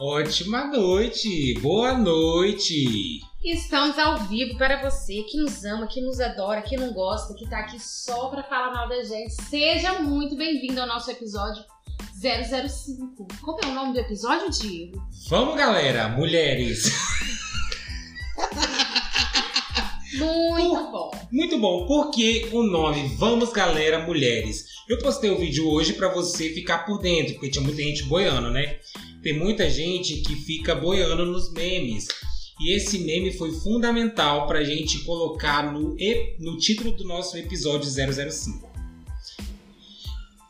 Ótima noite, boa noite. Estamos ao vivo para você que nos ama, que nos adora, que não gosta, que tá aqui só para falar mal da gente. Seja muito bem-vindo ao nosso episódio 005. Como é o nome do episódio, Diego? Vamos, galera, mulheres. Muito bom. Muito bom, por que o nome Vamos, galera, mulheres? Eu postei o vídeo hoje pra você ficar por dentro, porque tinha muita gente boiando, né? Tem muita gente que fica boiando nos memes. E esse meme foi fundamental pra gente colocar no, e- no título do nosso episódio 005.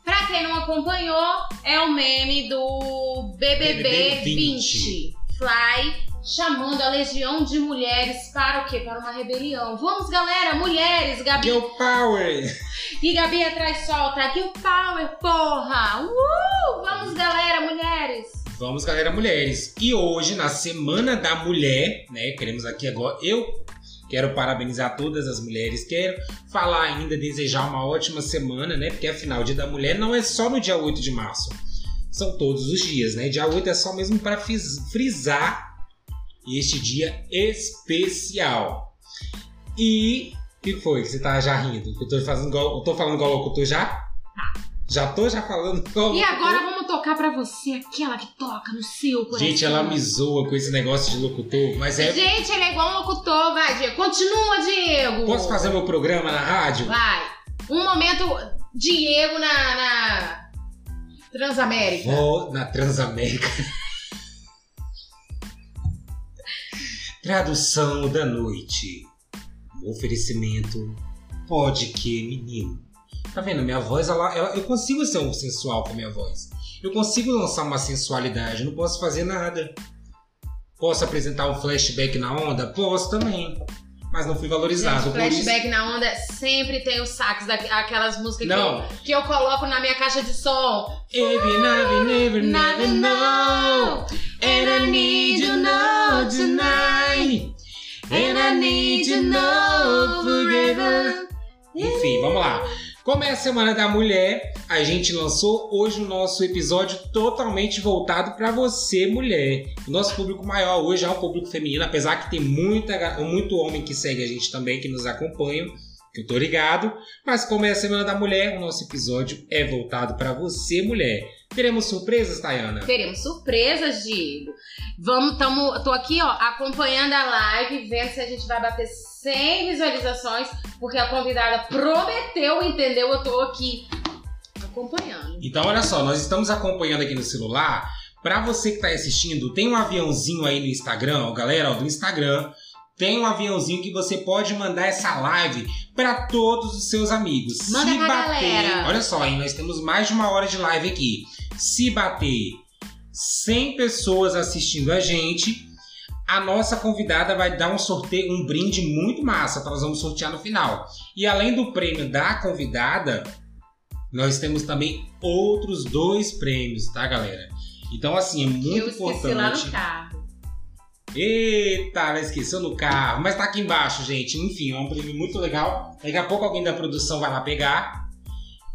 Pra quem não acompanhou, é o meme do BBB, BBB 20. Fly chamando a legião de mulheres para o quê? Para uma rebelião. Vamos, galera, mulheres, Gabi. Girl Power! E Gabi atrás solta. Aqui o power, porra. Uh! Vamos, galera, mulheres. Vamos, galera, mulheres. E hoje, na Semana da Mulher, né? Queremos aqui agora. Eu quero parabenizar todas as mulheres. Quero falar ainda, desejar uma ótima semana, né? Porque afinal, o Dia da Mulher não é só no dia 8 de março. São todos os dias, né? Dia 8 é só mesmo para frisar este dia especial. E. O que foi que você tá já rindo? Eu tô, fazendo igual- eu tô falando igual locutor já? Já tô já falando igual Tá. E locutor? agora vamos tocar pra você aquela que toca no seu coração. Gente, ela me zoa com esse negócio de locutor, mas é. Gente, ele é igual um locutor, vai, Diego. Continua, Diego. Posso fazer meu programa na rádio? Vai. Um momento, Diego na, na Transamérica. Vou na Transamérica. Tradução da noite. Um oferecimento. Pode que, menino. Tá vendo? Minha voz, ela, ela- eu consigo ser um sensual com a minha voz. Eu consigo lançar uma sensualidade. Não posso fazer nada. Posso apresentar um flashback na onda? Posso também. Mas não fui valorizado. Gente, por isso- flashback na onda sempre tem os sax daquelas músicas que Não, eu, que eu coloco na minha caixa de som. If you never, never, never know, and I need you now tonight, and I need you now forever. Enfim, vamos lá. Como é a Semana da Mulher, a gente lançou hoje o nosso episódio totalmente voltado pra você, mulher. O nosso público maior hoje é um público feminino, apesar que tem muita, ga- muito homem que segue a gente também, que nos acompanha, que eu tô ligado. Mas como é a Semana da Mulher, o nosso episódio é voltado pra você, mulher. Teremos surpresas, Tayana? Teremos surpresas, Diego. Vamos, tamo, tô aqui, ó, acompanhando a live, vendo se a gente vai bater 100 visualizações, porque a convidada prometeu, entendeu? Eu tô aqui acompanhando. Então, olha só, nós estamos acompanhando aqui no celular. Pra você que tá aí assistindo, tem um aviãozinho aí no Instagram, ó, galera, ó, do Instagram. Tem um aviãozinho que você pode mandar essa live pra todos os seus amigos. Manda Se pra bater, galera. olha só, hein, nós temos mais de uma hora de live aqui. Se bater 100 pessoas assistindo a gente, a nossa convidada vai dar um sorteio, um brinde muito massa, que nós vamos sortear no final. E além do prêmio da convidada, nós temos também outros dois prêmios, tá, galera? Então, assim, é muito eu esqueci importante. lá no carro. Eita, ela esqueceu no carro, mas tá aqui embaixo, gente. Enfim, é um prêmio muito legal. Daqui a pouco alguém da produção vai lá pegar.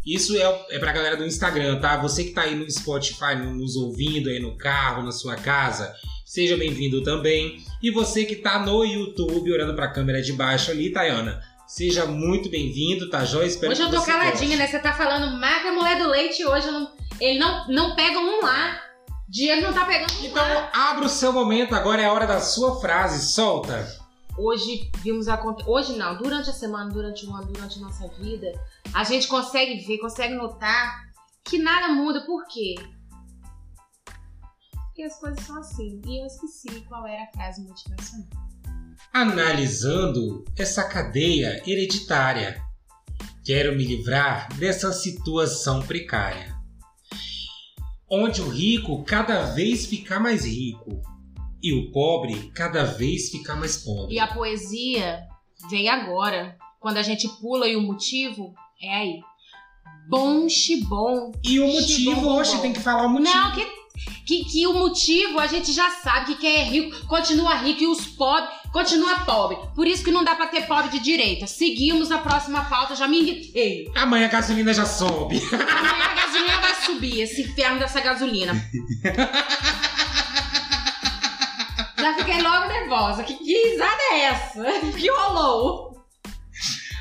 Isso é, é pra galera do Instagram, tá? Você que tá aí no Spotify, no- nos ouvindo aí no carro, na sua casa, seja bem-vindo também. E você que tá no YouTube, olhando pra câmera de baixo ali, Tayana, seja muito bem-vindo, tá joia? Espero Hoje eu que tô você caladinha, goste. né? Você tá falando marca mulher do leite hoje, eu não, ele não, não pega um lá. Diego não tá pegando um Então, lá. abra o seu momento, agora é a hora da sua frase, solta. hoje vimos acontecer. Hoje não, durante a semana, durante o ano, durante a nossa vida, a gente consegue ver, consegue notar que nada muda. Por quê? Porque as coisas são assim. E eu esqueci qual era a frase motivacional. analisando essa cadeia hereditária. Quero me livrar dessa situação precária, onde o rico cada vez fica mais rico e o pobre cada vez fica mais pobre. E a poesia veio agora. Quando a gente pula e o motivo é aí. Bom chibom. E o motivo, Bom, hoje bom. tem que falar o motivo. Não, que, que, que o motivo a gente já sabe que quem é rico continua rico e os pobres continua pobre. Por isso que não dá pra ter pobre de direita. Seguimos a próxima pauta, já me irritei. Amanhã a gasolina já sobe. Amanhã a gasolina vai subir, esse inferno dessa gasolina. Já fiquei logo nervosa. Que, que risada é essa? Que rolou?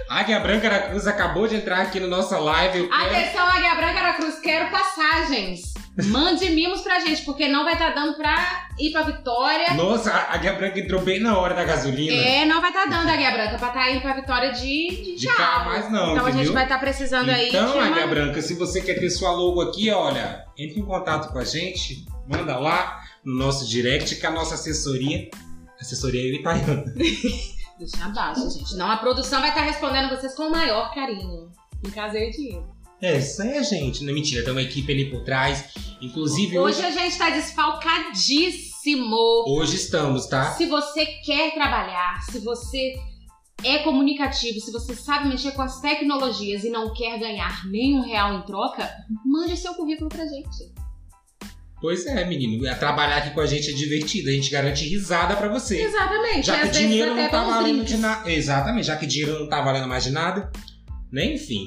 Águia Branca da Cruz acabou de entrar aqui na nossa live. Eu quero- Atenção, Águia Branca da Cruz, quero passagens. Mande mimos pra gente, porque não vai estar dando pra ir pra Vitória. Nossa, a Águia Branca entrou bem na hora da gasolina. É, não vai estar dando, Águia Branca, pra estar indo pra Vitória de, de De tchau. cá mais não, então a gente entendeu? vai estar precisando aí de Então, uma... Águia Branca, se você quer ter sua logo aqui, olha, entre em contato com a gente, manda lá no nosso direct que a nossa assessoria. Assessoria é italiana. Deixa abaixo, gente. Não, a produção vai estar respondendo vocês com o maior carinho. Em casa eu e Diego. É, isso aí, gente. Não é mentira, tem uma equipe ali por trás. Inclusive, hoje, Hoje a gente tá desfalcadíssimo. hoje estamos, tá? Se você quer trabalhar, se você é comunicativo, se você sabe mexer com as tecnologias e não quer ganhar nenhum real em troca, mande seu currículo pra gente. Pois é, menino. A Trabalhar aqui com a gente é divertido, a gente garante risada pra você. Exatamente. Já que Às o vezes dinheiro até não tá pelos valendo drinks. de nada. Exatamente, já que dinheiro não tá valendo mais de nada. Né, enfim.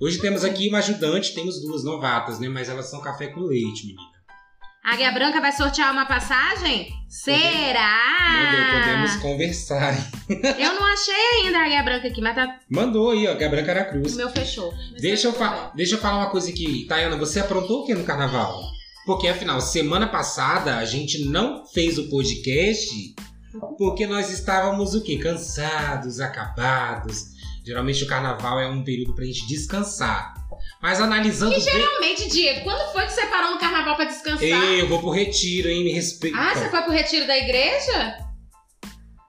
Hoje temos aqui uma ajudante, temos duas novatas, né? Mas elas são café com leite, menino. Águia Branca vai sortear uma passagem? Meu Ah. Deus, podemos Será? conversar. hein? Eu não achei ainda a Águia Branca aqui, mas tá... Mandou aí, ó, Gabriel o Caracruz. meu fechou. Deixa eu, fa- Deixa eu falar uma coisa aqui. Tayana, você aprontou o que no carnaval? Porque, afinal, semana passada a gente não fez o podcast porque nós estávamos o quê? Cansados, acabados. Geralmente o carnaval é um período pra gente descansar. Mas analisando bem. Realmente, Diego, quando foi que você parou no carnaval pra descansar? Ei, então. eu vou pro retiro, hein? Me respeita. Ah, você foi pro retiro da igreja?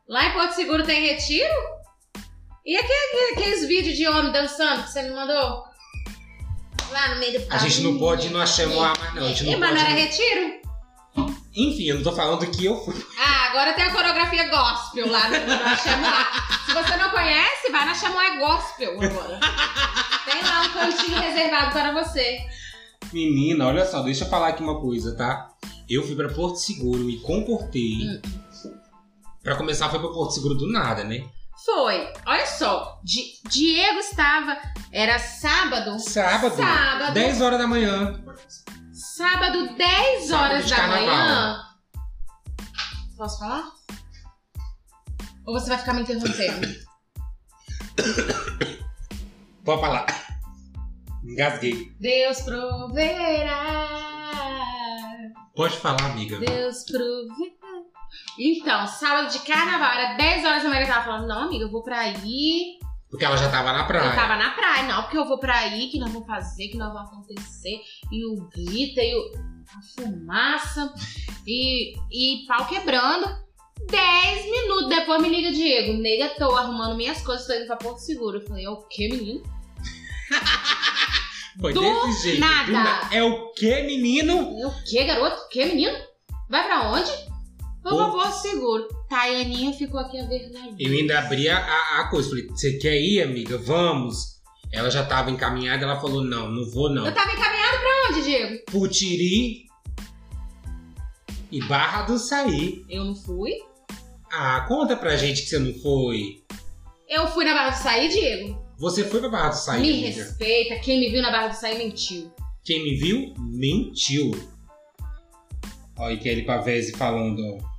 Lá em Porto Seguro tem retiro? E aque- aque- aqueles vídeos de homem dançando que você me mandou? Lá no meio do A gente não pode não achar mais, não. A gente E, não mas não era pode. retiro? Enfim, eu não tô falando que eu fui. Ah, agora tem a coreografia gospel lá no, no Axamoá. Se você não conhece, vai na Chamoá Gospel agora. Tem lá um cantinho reservado para você. Menina, olha só, deixa eu falar aqui uma coisa, tá? Eu fui pra Porto Seguro, me comportei. Hum. Pra começar, foi pra Porto Seguro do nada, né? Foi. Olha só. Di- Diego estava. Era sábado. Sábado, Sábado. 10 horas da manhã. Sábado, 10 Sábado horas de da carnaval. manhã. Posso falar? Ou você vai ficar me interrompendo? Pode falar. Engasguei. Deus proverá. Pode falar, amiga. Deus proverá. Então, sábado de carnaval, era 10 horas da manhã. Eu tava falando, não, amiga, eu vou pra aí. Porque ela já tava na Eu praia. tava na praia, não, porque eu vou pra aí, que não vou fazer, que não vai acontecer. E o glitter, e o- a fumaça, e, e pau quebrando. Dez minutos depois me liga, Diego. Nega, tô arrumando minhas coisas, tô indo pra Porto Seguro. Eu falei, é o quê, menino? Foi do desse jeito. nada. do na- É o quê, menino? É o quê, garoto? O quê, menino? Vai pra onde? Vou pra Pô. Porto Seguro. Taianinha ficou aqui a verdadeira. Eu ainda abri a, a- a coisa. Falei, você quer ir, amiga? Vamos. Ela já tava encaminhada, ela falou: não, não vou não. Eu tava encaminhado pra onde, Diego? Putiri e Barra do Saí. Eu não fui. Ah, conta pra gente que você não foi. Eu fui na Barra do Saí, Diego. Você foi pra Barra do Saí, me amiga. respeita. Quem me viu na Barra do Saí mentiu. Quem me viu, mentiu. Ó, e Kelly Pavese falando, ó.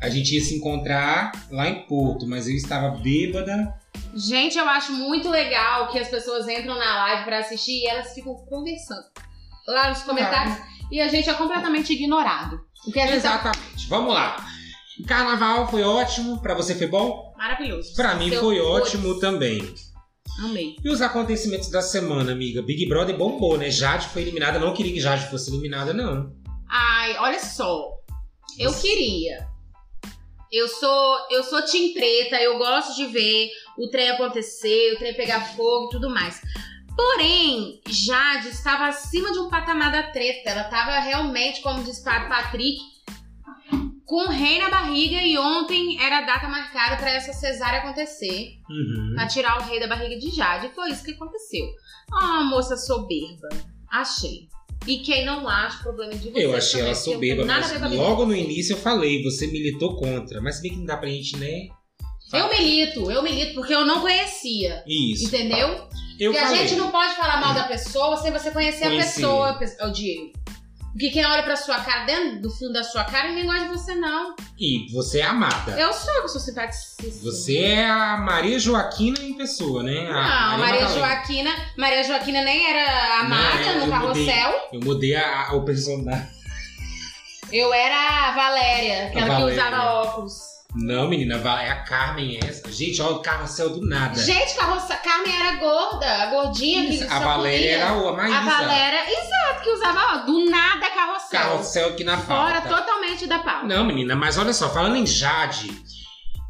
A gente ia se encontrar lá em Porto, mas eu estava bêbada. Gente, eu acho muito legal que as pessoas entram na live pra assistir e elas ficam conversando lá nos comentários e a gente é completamente ignorado. O que às vezes é Exatamente. Vamos lá. Carnaval foi ótimo, pra você foi bom? maravilhoso. Pra mim Seu foi Flores. ótimo também. Amei. E os acontecimentos da semana, amiga? Big Brother bombou, né? Jade foi eliminada. Não queria que Jade fosse eliminada, não. Ai, olha só. Eu queria. Eu sou, eu sou team treta, eu gosto de ver o trem acontecer, o trem pegar fogo e tudo mais. Porém, Jade estava acima de um patamar da treta. Ela estava realmente, como diz Fábio Patrick, com o rei na barriga e ontem era a data marcada para essa cesárea acontecer. Uhum. Pra tirar o rei da barriga de Jade. E Foi isso que aconteceu. Ah, moça soberba. Achei. E quem não acha, o problema é de vocês. Eu achei também, ela porque eu soberba, tenho nada a mas ver com a vida logo de no vocês. início eu falei, você militou contra. Mas se bem que não dá pra gente, né? Eu milito, eu milito porque eu não conhecia. Isso. Entendeu? Eu porque falei. a gente não pode falar mal da pessoa sem você conhecer Conheci. a pessoa, pe- o Diego. Porque quem olha pra sua cara, dentro do fundo da sua cara, ninguém gosta de você, não. E você é amada. Eu sou, eu sou simpaticíssima. Você é a Maria Joaquina em pessoa, né? A Não, Maria Madalena. Joaquina. Maria Joaquina nem era amada Não, é, eu no carrossel. Eu mudei a, a- o personagem. Eu era a Valéria, aquela A Valéria. que usava óculos. Não, menina, vai- é a Carmen essa. Gente, olha o carrossel do nada. Gente, carroça, Carmen era gorda, a gordinha que Tá a só Valéria comia. era o- a Maísa. A Valéria, exato, que usava ó, do nada carrossel. Carrossel aqui na Fora pauta. totalmente da pauta. tá. Não, menina, mas olha só, falando em Jade,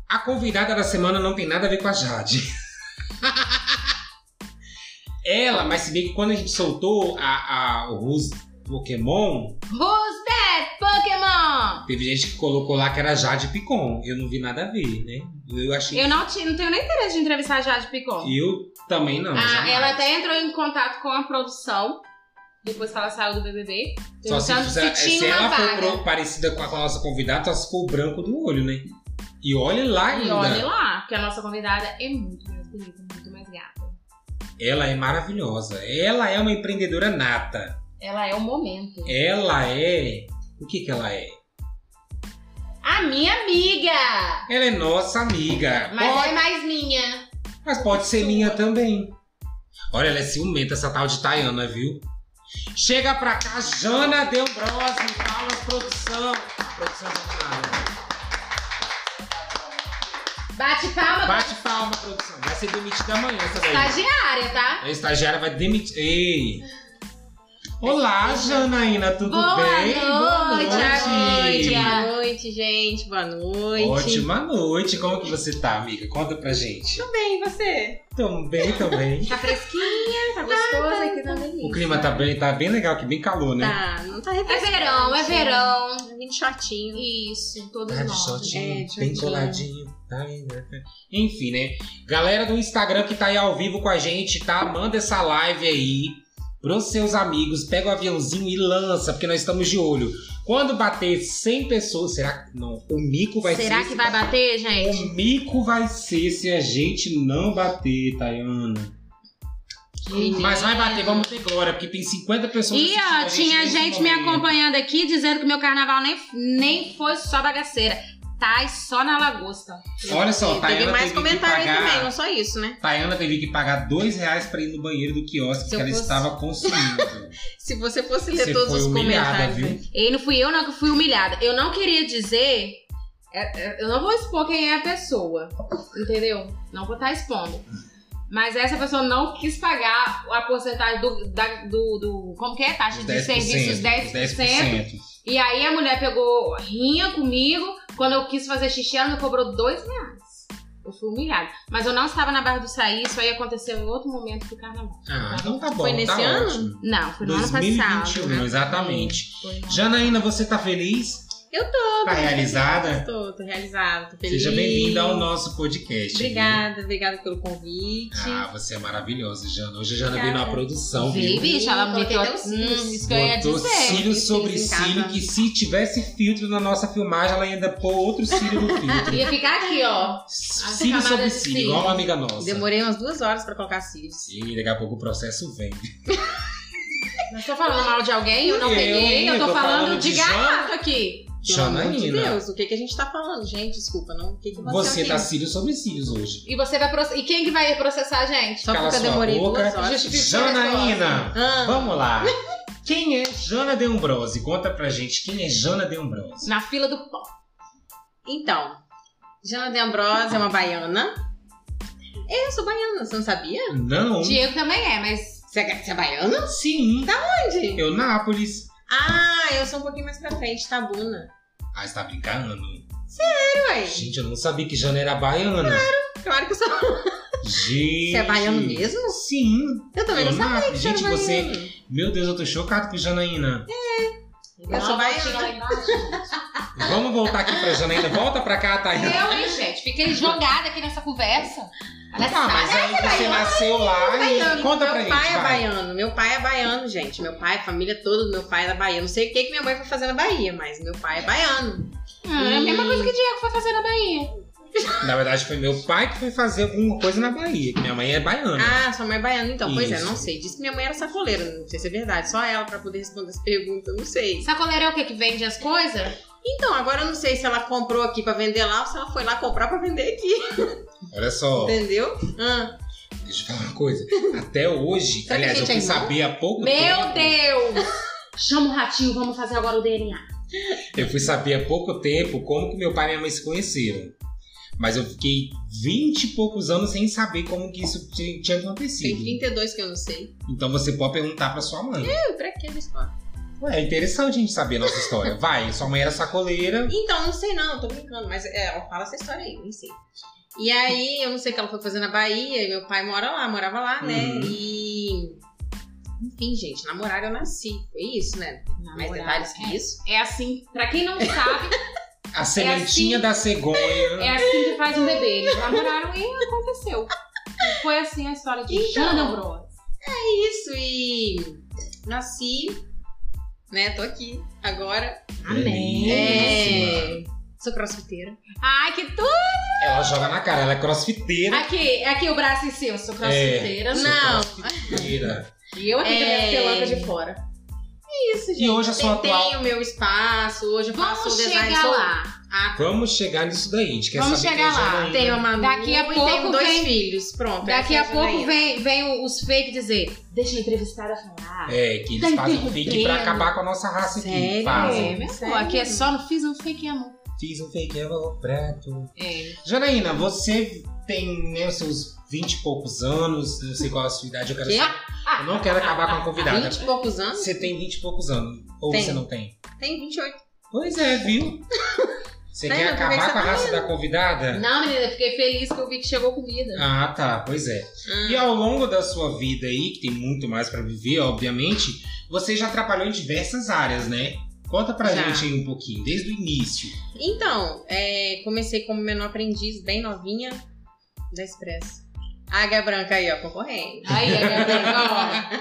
a convidada da semana não tem nada a ver com a Jade. Ela, mas se bem que quando a gente soltou a, a, o Rus Pokémon, Who's that Pokémon? teve gente que colocou lá que era Jade Picon. Eu não vi nada a ver, né? Eu achei. Eu não, ti- não tenho nem interesse de entrevistar a Jade Picon. Eu também não. Ah, jamais. ela até entrou em contato com a produção, depois que ela saiu do BBB, Só se, perguntando se, se, tinha se uma ela for vaga. pro- parecida com a, com a nossa convidada, só se for o branco do olho, né? E olhe lá ainda. E olhe lá, porque a nossa convidada é muito mais bonita, muito mais gata. Ela é maravilhosa. Ela é uma empreendedora nata. Ela é o momento. Ela é. O que que ela é? A minha amiga! Ela é nossa amiga. Mas Pode- é mais minha. mas pode ser minha também. Olha, ela é ciumenta, essa tal de Tayana, viu? Chega pra cá, Jana Deumbrose, Palmas Produção. Produção Jana. Bate palma pra Bate palma, produção. Vai ser demitida amanhã essa daí. estagiária, tá? A estagiária vai demitir. Ei! Olá, Janaína, tudo bem? boa noite, boa noite, gente, boa noite. Ótima noite. Como que você tá, amiga? Conta pra gente. Tudo bem, e você? Também, também. Tá fresquinha, tá gostosa aqui na delícia. O clima tá bem, tá bem legal, que bem calor, né? Tá, não tá É refrescante. verão, é verão. Vim de shortinho. Isso, todos Tá de nós. shortinho, é, bem shortinho. coladinho. Tá aí, né? Enfim, né? Galera do Instagram que tá aí ao vivo com a gente, tá? Manda essa live aí pros seus amigos, pega o aviãozinho e lança, porque nós estamos de olho. Quando bater 100 pessoas, será que não? O mico vai Será ser. que vai bater, gente? O mico vai ser se a gente não bater, Tayana. Mas vai bater, vamos ter glória, porque tem 50 pessoas E assistindo ó, a tinha nesse gente me momento. acompanhando aqui dizendo que meu carnaval nem, nem foi só bagaceira. Tá e só na lagosta. Olha só, E teve Tayana mais teve que comentário aí pagar... também, não só isso, né? Tayana teve que pagar dois reais pra ir no banheiro do quiosque Se que eu ela fosse- estava consumindo. Se você fosse ler Você todos foi os humilhada, comentários. viu? E não fui eu não que fui humilhada. Eu não queria dizer. é, é, Eu não vou expor quem é a pessoa. Entendeu? Não vou estar expondo. Mas essa pessoa não quis pagar a porcentagem do. da- do, do- como que é? Taxa de 10%, serviços 10%. 10%. E aí a mulher pegou rinha comigo. Quando eu quis fazer xixi, ela me cobrou dois reais. Eu fui humilhada. Mas eu não estava na Barra do Saí, isso aí aconteceu em outro momento do carnaval. Ah, então tá bom. Foi nesse tá ano? Ótimo. Não, foi no ano 2021, passado. né? exatamente. Foi no- Janaína, você tá feliz? Eu tô, Tá tô realizada? né? Tô, tô realizada, tô feliz. Seja bem-vinda ao nosso podcast. Obrigada, obrigada pelo convite. viu? Ah, você é maravilhosa, Jana. Hoje a Jana Obrigada. veio na produção, Vi, viu? bicho, ela Coloquei meteu até os cílios. Hum, isso que eu ia Botou dizer. cílio Fiz sobre em cílio, casa. que se tivesse filtro na nossa filmagem, ela ia ainda pôr outro cílio no filtro. Ia ficar aqui, ó. cílio camadas sobre de cílio, cílio. igual uma amiga nossa. Demorei umas duas horas pra colocar cílios. E daqui a pouco o processo vem. Não estou falando mal de alguém, eu não Eu, peguei. Eu tô, falando, de Jana. garato aqui. Pelo amor de Janaína, Deus, o que, que a gente tá falando? Gente, desculpa, não. O que, que você você tem? tá cílios sobre cílios hoje. E você vai processar. E quem que vai processar a gente? Só Cala porque eu sua demorei boca. duas horas. Justifica Janaína, Ah, vamos lá. Quem é Jana De Ambrose? Conta pra gente quem é Jana De Ambrose. Na fila do pão. Então, Jana de Ambrose é uma baiana. Eu sou baiana, você não sabia? Não, Diego também é, mas. Você é, você é baiana? sim. Onde? Eu, Nápoles. Ah, eu sou um pouquinho mais pra frente, Tabuna. Ah, você tá brincando? Ué, Gente, eu não sabia que Jana era baiana. claro que eu sou. Gente. Você é baiano mesmo? Sim. Eu também não Eu não- sabia que você era gente, você- baiano. Meu Deus, eu tô chocado com Janaína. Eu sou baiana. Vamos voltar aqui pra Janaína. Volta pra cá, É. Tayana. Eu, hein, gente? Fiquei jogada aqui nessa conversa. é Nessa Tá, mas é aí você nasceu lá e Baiano. conta meu pra gente. pai é vai. baiano, meu pai é baiano, gente. Meu pai, a família toda do meu pai é da Bahia. Não sei o que, que minha mãe foi fazer na Bahia, mas meu pai é baiano. Hum, É a mesma coisa que o Diego foi fazer na Bahia. Na verdade, foi meu pai que foi fazer alguma coisa na Bahia. que Minha mãe é baiana. Ah, sua mãe é baiana, então. Pois é, Isso. não sei. Disse que minha mãe era sacoleira. Não sei se é verdade. Só ela pra poder responder essa pergunta, não sei. Sacoleiro é o que? Que vende as coisas? Então, agora eu não sei se ela comprou aqui pra vender lá ou se ela foi lá comprar pra vender aqui. Olha só, Entendeu? Ah, deixa eu falar uma coisa. Até hoje, Será que a aliás, eu gente fui é irmão? saber há pouco Meu tempo. Deus! Chama o ratinho, vamos fazer agora o DNA. Eu fui saber há pouco tempo como que meu pai e minha mãe se conheceram. Mas eu fiquei 20 e poucos anos sem saber como que isso ti- tinha tem acontecido. 32 que eu não sei. Então você pode perguntar pra sua mãe. Eu, pra que essa história? Ué, é interessante a gente saber a nossa história. Vai, sua mãe era sacoleira. Então, não sei não, tô brincando, mas é, ela fala essa história aí, nem sei. E aí, eu não sei o que ela foi fazer na Bahia, e meu pai mora lá, morava lá, né? Uhum. E. Enfim, gente, namorar eu nasci. Foi isso, né? Mais detalhes que isso. É assim, pra quem não sabe, A sementinha assim- da cegonha. é assim que faz um bebê. Eles namoraram e aconteceu. E foi assim a história de Então. Jana Bros. É isso, e. Nasci, né? Tô aqui agora. É. Amém. É. Belíssima. Sou crossfiteira. Ai, que tudo! Ela joga na cara, ela é crossfiteira. Aqui, aqui o braço em cima, eu sou É. crossfiteira. Sou não. crossfiteira. E eu aqui com a É. minha pelanca de fora. É isso, gente. hoje eu sou Tem- atual. Tenho meu espaço, hoje eu faço o Vamos design. chegar sou- lá. Ah, Vamos chegar nisso daí, a gente quer Vamos saber chegar quem é lá. Janaína. Tenho a Manu Daqui a e pouco tenho dois vem- filhos. Pronto. Daqui essa a é pouco Janaína. vem, vem os fake dizer, deixa a entrevistada falar. É, que eles Tá fazem um fake pra interrompendo. acabar com a nossa raça aqui. Sério? Fazem. É, meu Sério? amor, aqui é só no fiz um fake amor. Fiz um fake envelope preto. É. Janaína, você tem né, os seus 20 e poucos anos, não sei qual é a sua idade, eu quero Quê? saber. Eu não quero acabar com a convidada. 20 e poucos anos? Você tem 20 e poucos anos. Ou Tenho. você não tem? Tem 28. Pois é, viu? Você Não, quer Né, eu tô acabar com a pensando raça da convidada? É. Não, menina, eu fiquei feliz que eu vi que chegou comida. Ah, tá, pois é. E ao longo da sua vida aí, que tem muito mais pra viver, obviamente, você já trabalhou em diversas áreas, né? Conta pra Já. gente aí um pouquinho, desde o início. Então, é, comecei como menor aprendiz, bem novinha, da Express. Águia Branca aí, ó, concorrendo. Aí, aí, aí, ó.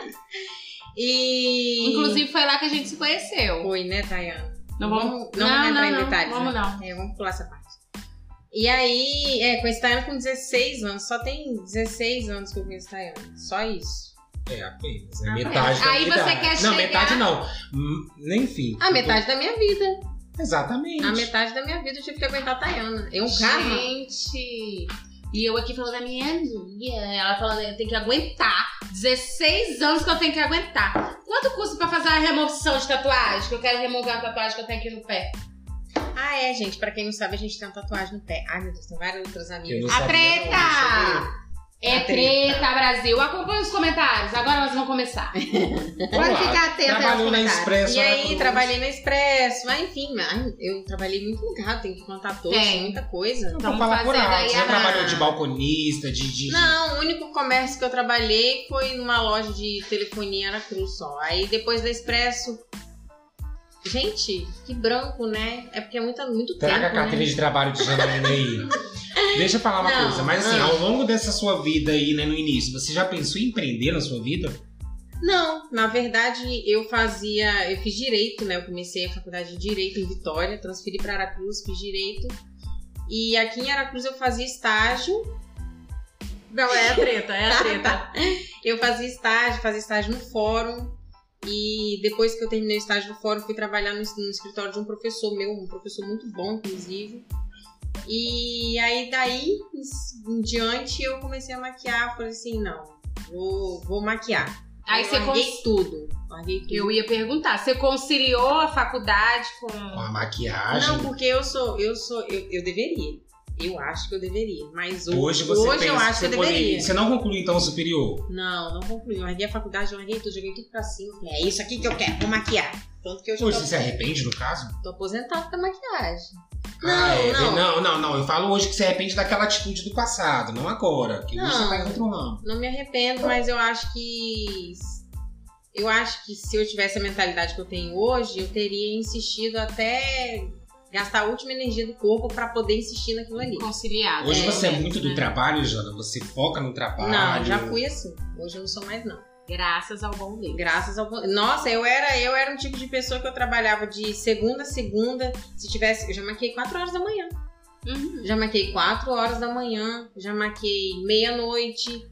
E... Inclusive foi lá que a gente se conheceu. Foi, né, Tayana? Não vamos, não, não, vamos não, entrar em detalhes, Vamos né? não. É, vamos pular essa parte. E aí, é, conheci Tayana com 16 anos. Só tem 16 anos que eu conheço Tayana. Só isso. É, apenas. né? Ah, metade da aí vida. você quer Não, chegar- metade não. Hum, Enfim. A metade da minha vida. Exatamente. A metade da minha vida eu tive que aguentar a Tayana. É um karma. Gente. E eu aqui falando da minha amiga, ela falando, eu tenho que aguentar. 16 anos que eu tenho que aguentar. Quanto custa pra fazer a remoção de tatuagem? Que eu quero remover uma tatuagem que eu tenho aqui no pé. Ah, é, gente. Pra quem não sabe, a gente tem uma tatuagem no pé. Ai, meu Deus, tem várias Eu outras não amigas. A sabia, treta! não, eu sabia. É A treta, treta. Brasil. Acompanhe os comentários. Agora nós vamos começar. Vamos Pode lá. ficar atenta aos Trabalhou é na comentários. Expresso. né? E olha aí, como- trabalhei na Expresso. Ah, enfim, mas, ai, eu trabalhei muito lugar, tenho que contar todos, Tem. muita coisa. Não Vamos vou falar por fazer alto. daí Você a- trabalhou de balconista, de... de- Não, o único comércio que eu trabalhei foi numa loja de telefonia na Cruz só. Aí depois da Expresso. Gente, que branco, né? É porque é muito, muito tempo. Traga a carteira né? de trabalho de Janaína aí. Deixa eu falar uma Não, coisa, mas assim, ah. ao longo dessa sua vida aí, né, no início, você já pensou em empreender na sua vida? Não, na verdade eu fazia, eu fiz direito, né? Eu comecei a faculdade de direito em Vitória, transferi para Aracruz, fiz direito. E aqui em Aracruz eu fazia estágio. Não, é a treta, é a treta. Eu fazia estágio, fazia estágio no fórum. E depois que eu terminei o estágio no fórum, fui trabalhar no, no escritório de um professor meu, um professor muito bom, inclusive. E aí daí em diante eu comecei a maquiar, falei assim, não, vou, vou maquiar. Aí Eu você larguei cons- tudo. Larguei tudo. Eu ia perguntar, você conciliou a faculdade com. Com a maquiagem? Ah. Não, porque eu sou, eu sou, eu, eu deveria. Eu acho que eu deveria. Mas hoje, Hoje você hoje pensa eu acho que você eu poderia- deveria. Você não concluiu então o superior? Não, não concluí. Eu larguei a faculdade, eu larguei tudo, joguei tudo pra cima. Falei, é isso aqui que eu quero, vou maquiar. Tanto que hoje eu Hoje já você se arrepende no caso? tô, tô aposentada da maquiagem. Não, Ah, é, não. não, não, não. Eu falo hoje que se arrepende daquela atitude do passado, não agora. Que hoje Não. você tá em outro ramo. Não me arrependo, mas eu acho que. Eu acho que se eu tivesse a mentalidade que eu tenho hoje, eu teria insistido até gastar a última energia do corpo pra poder insistir naquilo ali. Ah, Conciliado. Hoje você é né? muito do trabalho, Jana. Você foca no trabalho. Não, já fui assim. Hoje eu não sou mais, não. Graças ao bom Deus. Graças ao. Nossa, eu era, eu era um tipo de pessoa que eu trabalhava de segunda a segunda. Se tivesse. Eu já marquei 4 horas da manhã. Uhum. Já maquei 4 horas da manhã, já maquei meia-noite,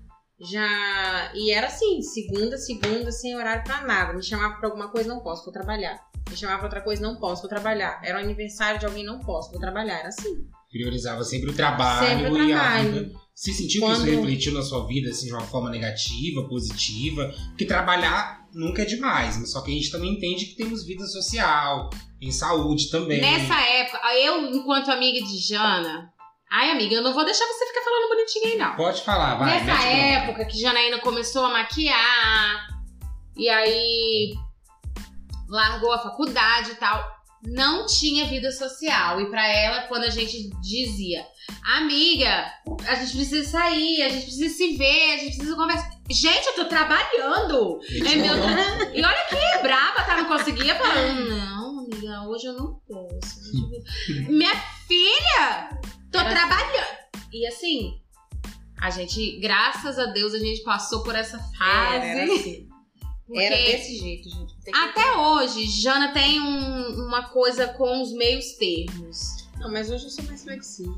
já. E era assim, segunda, segunda, sem horário pra nada. Me chamava pra alguma coisa, não posso, vou trabalhar. Me chamava pra outra coisa, não posso, vou trabalhar. Era o aniversário de alguém, não posso, vou trabalhar. Era assim. Priorizava sempre o trabalho Sempre o e a trabalho. vida. Você sentiu que Quando- isso refletiu na sua vida assim, de uma forma negativa, positiva? Porque trabalhar nunca é demais, mas só que a gente também entende que temos vida social, tem saúde também. Nessa época, eu, enquanto amiga de Jana. Ai, amiga, eu não vou deixar você ficar falando bonitinho aí, não. Pode falar, vai. Nessa mete bronca. época que Janaína começou a maquiar, e aí largou a faculdade e tal, não tinha vida social. E pra ela, quando a gente dizia, amiga, a gente precisa sair, a gente precisa se ver, a gente precisa conversar. Gente, eu tô trabalhando! É meu tra- E olha que brava, tá? Não conseguia falar. Não, amiga, hoje eu não posso. Minha filha! Tô Era- trabalhando! E assim, a gente, graças a Deus, a gente passou por essa fase. Era, era assim. Era porque- desse jeito, gente. Tem que- até hoje, Jana tem um- uma coisa com os meios termos. Não, mas hoje eu sou mais flexível.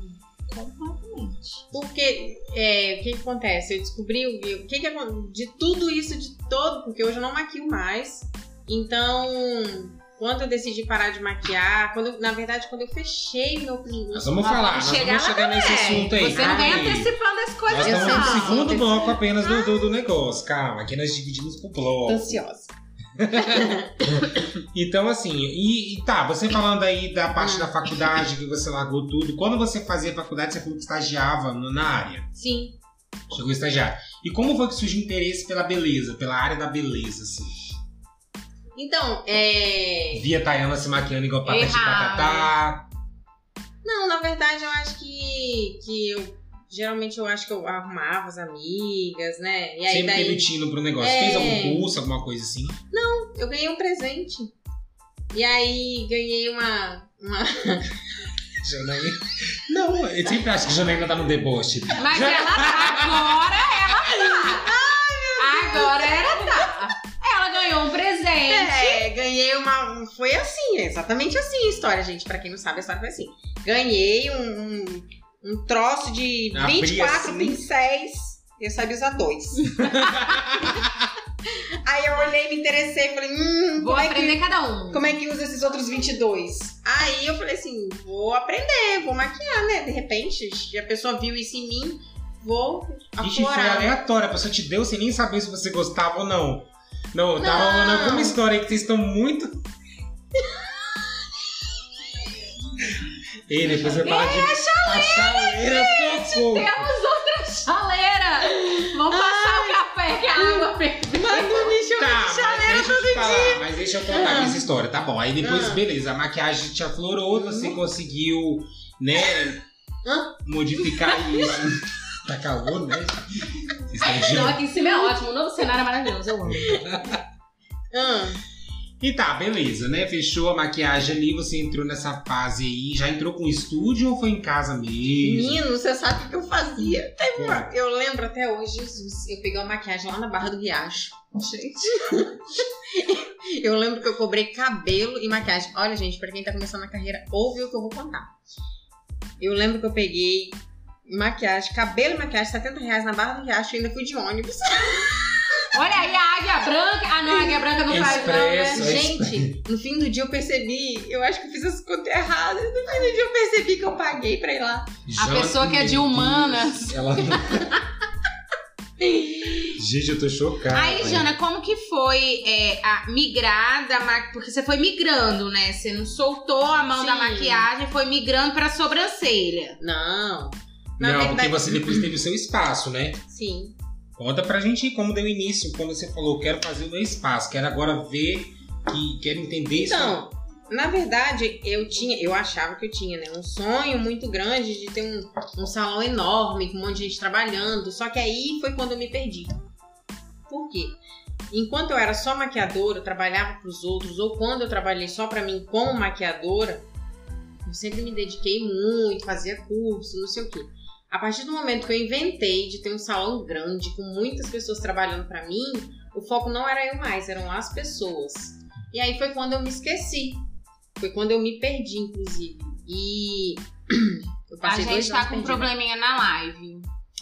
Completamente. Porque é, o que, que acontece? Eu descobri o o que, que acon- de tudo isso, de todo, porque hoje eu não maquio mais. Então, quando eu decidi parar de maquiar, quando eu- na verdade, quando eu fechei meu Nós vamos falar, nós chegar vamos lá chegar nesse assunto aí. É, Você não vem calma aí. antecipando as Nós coisas, estamos não. no segundo bloco apenas do, do, do negócio, calma, aqui nós dividimos por bloco. ansiosa. Então, assim, e, e tá, você falando aí da parte Ah. da faculdade, que você largou tudo. Quando você fazia faculdade, você falou que estagiava no- na área. Sim. Chegou a estagiar. E como foi que surgiu o interesse pela beleza, pela área da beleza, assim? Então, é... Via Tayana se maquiando igual patati Errado. patatá. não, na verdade, eu acho que, que eu. Geralmente eu acho que eu arrumava as amigas, né? E aí Sempre daí. teve tino pro negócio. É. Fez algum curso, alguma coisa assim? eu ganhei um presente. E aí ganhei uma. uma... Janaína. Não, eu sempre acho que Janaína tá no deboche. Mas ela tá, agora ela tá. Agora ela tá. Ela ganhou um presente. É, ganhei uma. Foi assim, é exatamente assim a história, gente. Pra quem não sabe, a história foi assim. Ganhei um, um, um troço de Abri 24 assim. pincéis. Eu sabia usar dois. aí eu olhei, me interessei, falei, hum, Vou como é que aprender cada um. Como é que usa esses outros 22? Aí eu falei assim, vou aprender, vou maquiar, né? De repente, a pessoa viu isso em mim, vou Vixe, foi aflorar. aleatório. A pessoa te deu sem nem saber se você gostava ou não. Não, tá rolando Não. alguma história aí que vocês estão muito. Ei, depois você fala de. A chaleira tocou. Temos outra chaleira. Vamos passar o café que a é água ferveu. Manda um me Tá, chamar de mas chaleira deixa eu te todo falar, dia. mas deixa eu contar aqui essa história, tá bom. Aí depois, Ah. Uhum. beleza, a maquiagem te aflorou, você conseguiu, né, Hã? modificar isso. Tá calor, né? Vocês estão Não, girando. aqui em cima é ótimo. O novo cenário é maravilhoso. Eu amo. Ah, E tá, beleza, né? Fechou a maquiagem ali, você entrou nessa fase aí. Já entrou com estúdio ou foi em casa mesmo? menino, você sabe o que eu fazia. Teve uma- Como? Eu lembro até hoje, Jesus, eu peguei uma maquiagem lá na Barra do Riacho. Gente. Eu lembro que eu cobrei cabelo e maquiagem. Olha, gente, pra quem tá começando a carreira, ouve o que eu vou contar. Eu lembro que eu peguei maquiagem, cabelo e maquiagem, 70 reais na Barra do Riacho e ainda fui de ônibus. Olha aí a águia branca. Ah, não, a águia branca não faz não, Expresso. né? Só Gente, no fim do dia eu percebi, eu acho que eu fiz as contas erradas. No fim do dia eu percebi que eu paguei pra ir lá. Já- pessoa que é de Meu humanas. Deus, Ela. Gente, eu tô chocado. Aí, Jana, como que foi é, a migrar da maquiagem? Porque você foi migrando, né? Você não soltou a mão da Sim. maquiagem, foi migrando pra sobrancelha. Não. na Não, porque verdade- você depois teve o seu espaço, né? Sim. Conta pra gente como deu início, quando você falou, quero fazer o meu espaço, quero agora ver, que quero entender isso. Então, na verdade, eu tinha, eu achava que eu tinha, né, um sonho muito grande de ter um, um salão enorme, com um monte de gente trabalhando. Só que aí foi quando eu me perdi. Por quê? Enquanto eu era só maquiadora, eu trabalhava pros outros, ou quando eu trabalhei só pra mim como maquiadora, eu sempre me dediquei muito, fazia curso, não sei o quê. A partir do momento que eu inventei de ter um salão grande, com muitas pessoas trabalhando pra mim, o foco não era eu mais, eram as pessoas. E aí foi quando eu me esqueci. Foi quando eu me perdi, inclusive. E Eu A passei dois gente anos tá com um perdida. probleminha na live.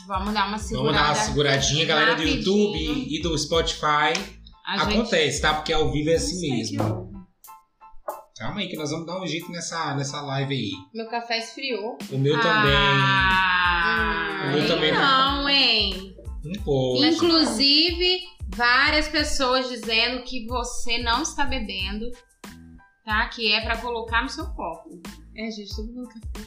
Vamos dar uma segurada. Vamos dar uma seguradinha, galera do Rapidinho. YouTube e do Spotify. A gente- Acontece, tá? Porque ao vivo é assim Não sei mesmo. que houve. Calma aí, que nós vamos dar um jeito nessa, nessa live aí. Meu café esfriou. O meu Ah, O meu aí também Não, hein? também. Um pouco. Inclusive, várias pessoas dizendo que você não está bebendo, tá? Que é pra colocar no seu copo. É, gente, tá todo mundo café.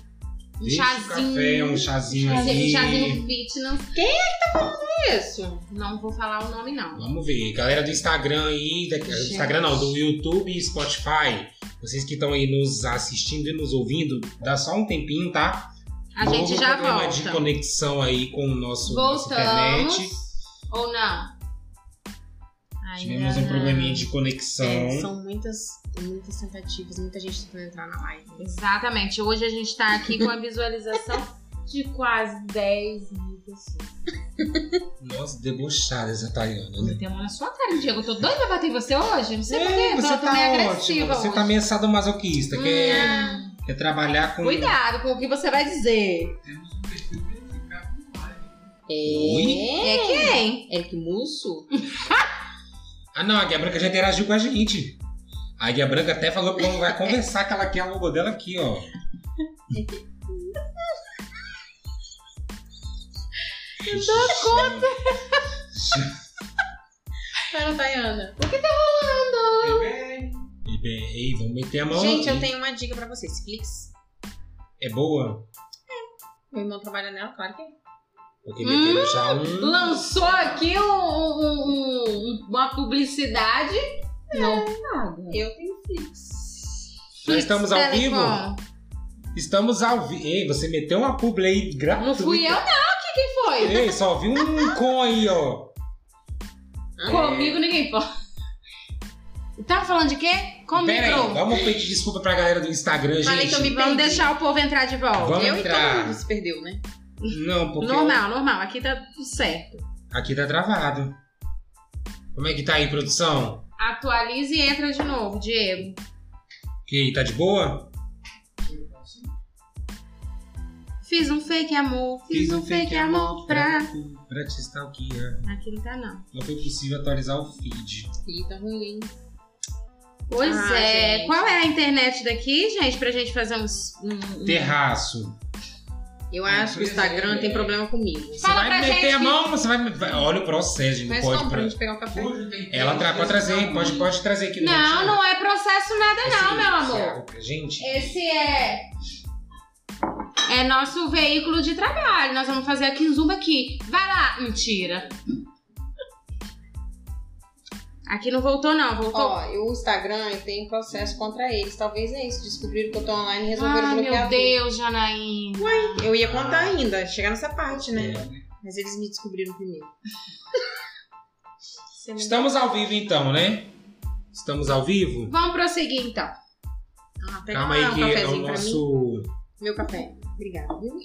Um Deixa o chazinho. café, um chazinho Fazer um ali. chazinho fitness. É Isso. Não vou falar o nome, não. Vamos ver. Galera do Instagram aí, da- do Gente. Instagram não, do YouTube e Spotify. Vocês que estão aí nos assistindo e nos ouvindo, dá só um tempinho, tá? A Novo gente já problema de volta. conexão aí com o nosso nossa Voltamos. internet. Ou não? Ainda Tivemos um não. probleminha de conexão. É, são muitas, muitas tentativas, muita gente tentando entrar na live. Exatamente. Hoje a gente tá aqui com a visualização de quase 10 mil pessoas. Nossa, debochada essa Tayana, né? Tem uma na sua cara, Diego. Eu tô doida pra bater em você hoje. Não sei por É, quê. você tô, tô meio tá agressiva ótima. Você hoje. tá meio sadomasoquista, quer, um- Hum, quer trabalhar com. Cuidado com o que você vai dizer. Oi? É quem? É que musso? Ah, não, a Guia Branca já interagiu com a gente. A Guia Branca até falou que vai conversar que ela quer o logo dela aqui, ó. Eu dou conta. Para, Dayana. E bem, ei, vamos meter a mão. Gente, eu aqui. tenho uma dica pra vocês. Flix. É boa? Meu irmão trabalha nela, claro que é. Porque Hum. meteram já um. Lançou aqui um- um- um- uma publicidade. Não. Hum. Nada. Eu tenho Flix. Já estamos ao vivo? Telecom. Estamos ao vivo. Ei, você meteu uma publi aí gratuita. Não fui eu, não. Que quem foi? Ei, só vi um com aí, ó. Comigo ninguém pode. Tava falando de quê? Comigo. Pera aí, vamos pedir desculpa pra galera do Instagram, Falei gente. que eu me- Vamos Entendi. deixar o povo entrar de volta. Vamos eu e entrar. todo mundo se perdeu, né? Não, porque Normal, normal. Aqui tá tudo certo. aqui tá travado. Como é que tá aí, produção? Atualize e entra de novo, Diego. Que aí, tá de boa? Fiz um fake amor, fiz, um fake, amor pra... Pra te stalkear. Aqui não tá, não. é. Não foi possível atualizar o feed. Ih, tá ruim, hein? Pois Ah, é. gente. Qual é a internet daqui, gente, pra gente fazer uns... um- um- Terraço. Hum, Eu acho que o Instagram tem problema comigo. Você Fala vai pra meter gente. a mão, você vai, vai- Olha o processo, gente. Não Mas pode. como pra pra- gente pegar um café? Ela tra... pode trazer, pode, pode trazer aqui. Não, não é processo nada não, meu amor. amor. Gente, Esse é... É nosso veículo de trabalho. Nós vamos fazer a Kinzumba aqui. Vai lá. Mentira. Aqui não voltou, não. Voltou. Ó, eu- o Instagram, eu tenho processo contra eles. Talvez é isso. Descobriram que eu tô online e resolveram Ai, bloquear Ah, meu tudo. Deus, Janaína. Eu ia contar Ah. ainda, chegar nessa parte, É, né? Mas eles me descobriram primeiro. estamos ao vivo então, né? Estamos ao vivo? Vamos prosseguir então. Ah, pega Calma lá aí um que é o cafezinho pra mim. nosso. Meu café. Obrigada, viu?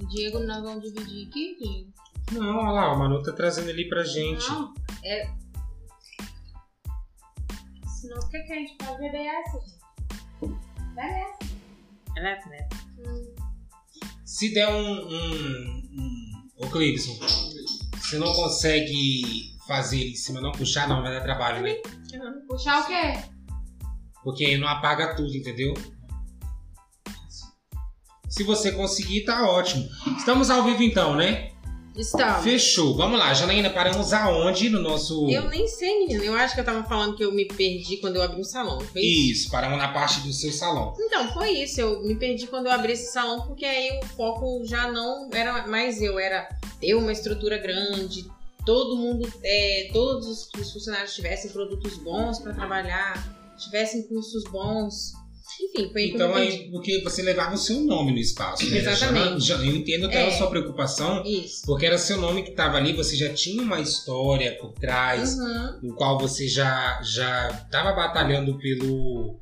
O Diego, nós vamos dividir aqui, Diego. Não, olha lá, o Manu tá trazendo ali pra gente. Não, é. Senão fica quente. Pode beber essa, gente. Vai nessa. Ela é né? Se der um. um, um... Ô Cleibson, você não consegue fazer em cima, não puxar, não, vai dar trabalho, né? Puxar o quê? Porque aí não apaga tudo, entendeu? Se você conseguir, tá ótimo. Estamos ao vivo então, né? Estamos. Fechou. Vamos lá, Janaína, paramos aonde no nosso. Eu nem sei, menina. Eu acho que eu tava falando que eu me perdi quando eu abri um salão. Foi isso? Isso, paramos na parte do seu salão. Então, foi isso. Eu me perdi quando eu abri esse salão, porque aí o foco já não era mais eu. Era ter uma estrutura grande, todo mundo, é, todos os- os funcionários tivessem produtos bons pra trabalhar, tivessem cursos bons. Enfim, foi aí que eu Então me perdi. aí, porque você levava o seu nome no espaço, né? Exatamente. Já, já- eu entendo até É. a sua preocupação, Isso. porque era seu nome que estava ali, você já tinha uma história por trás, Uhum. no qual você já já estava batalhando pelo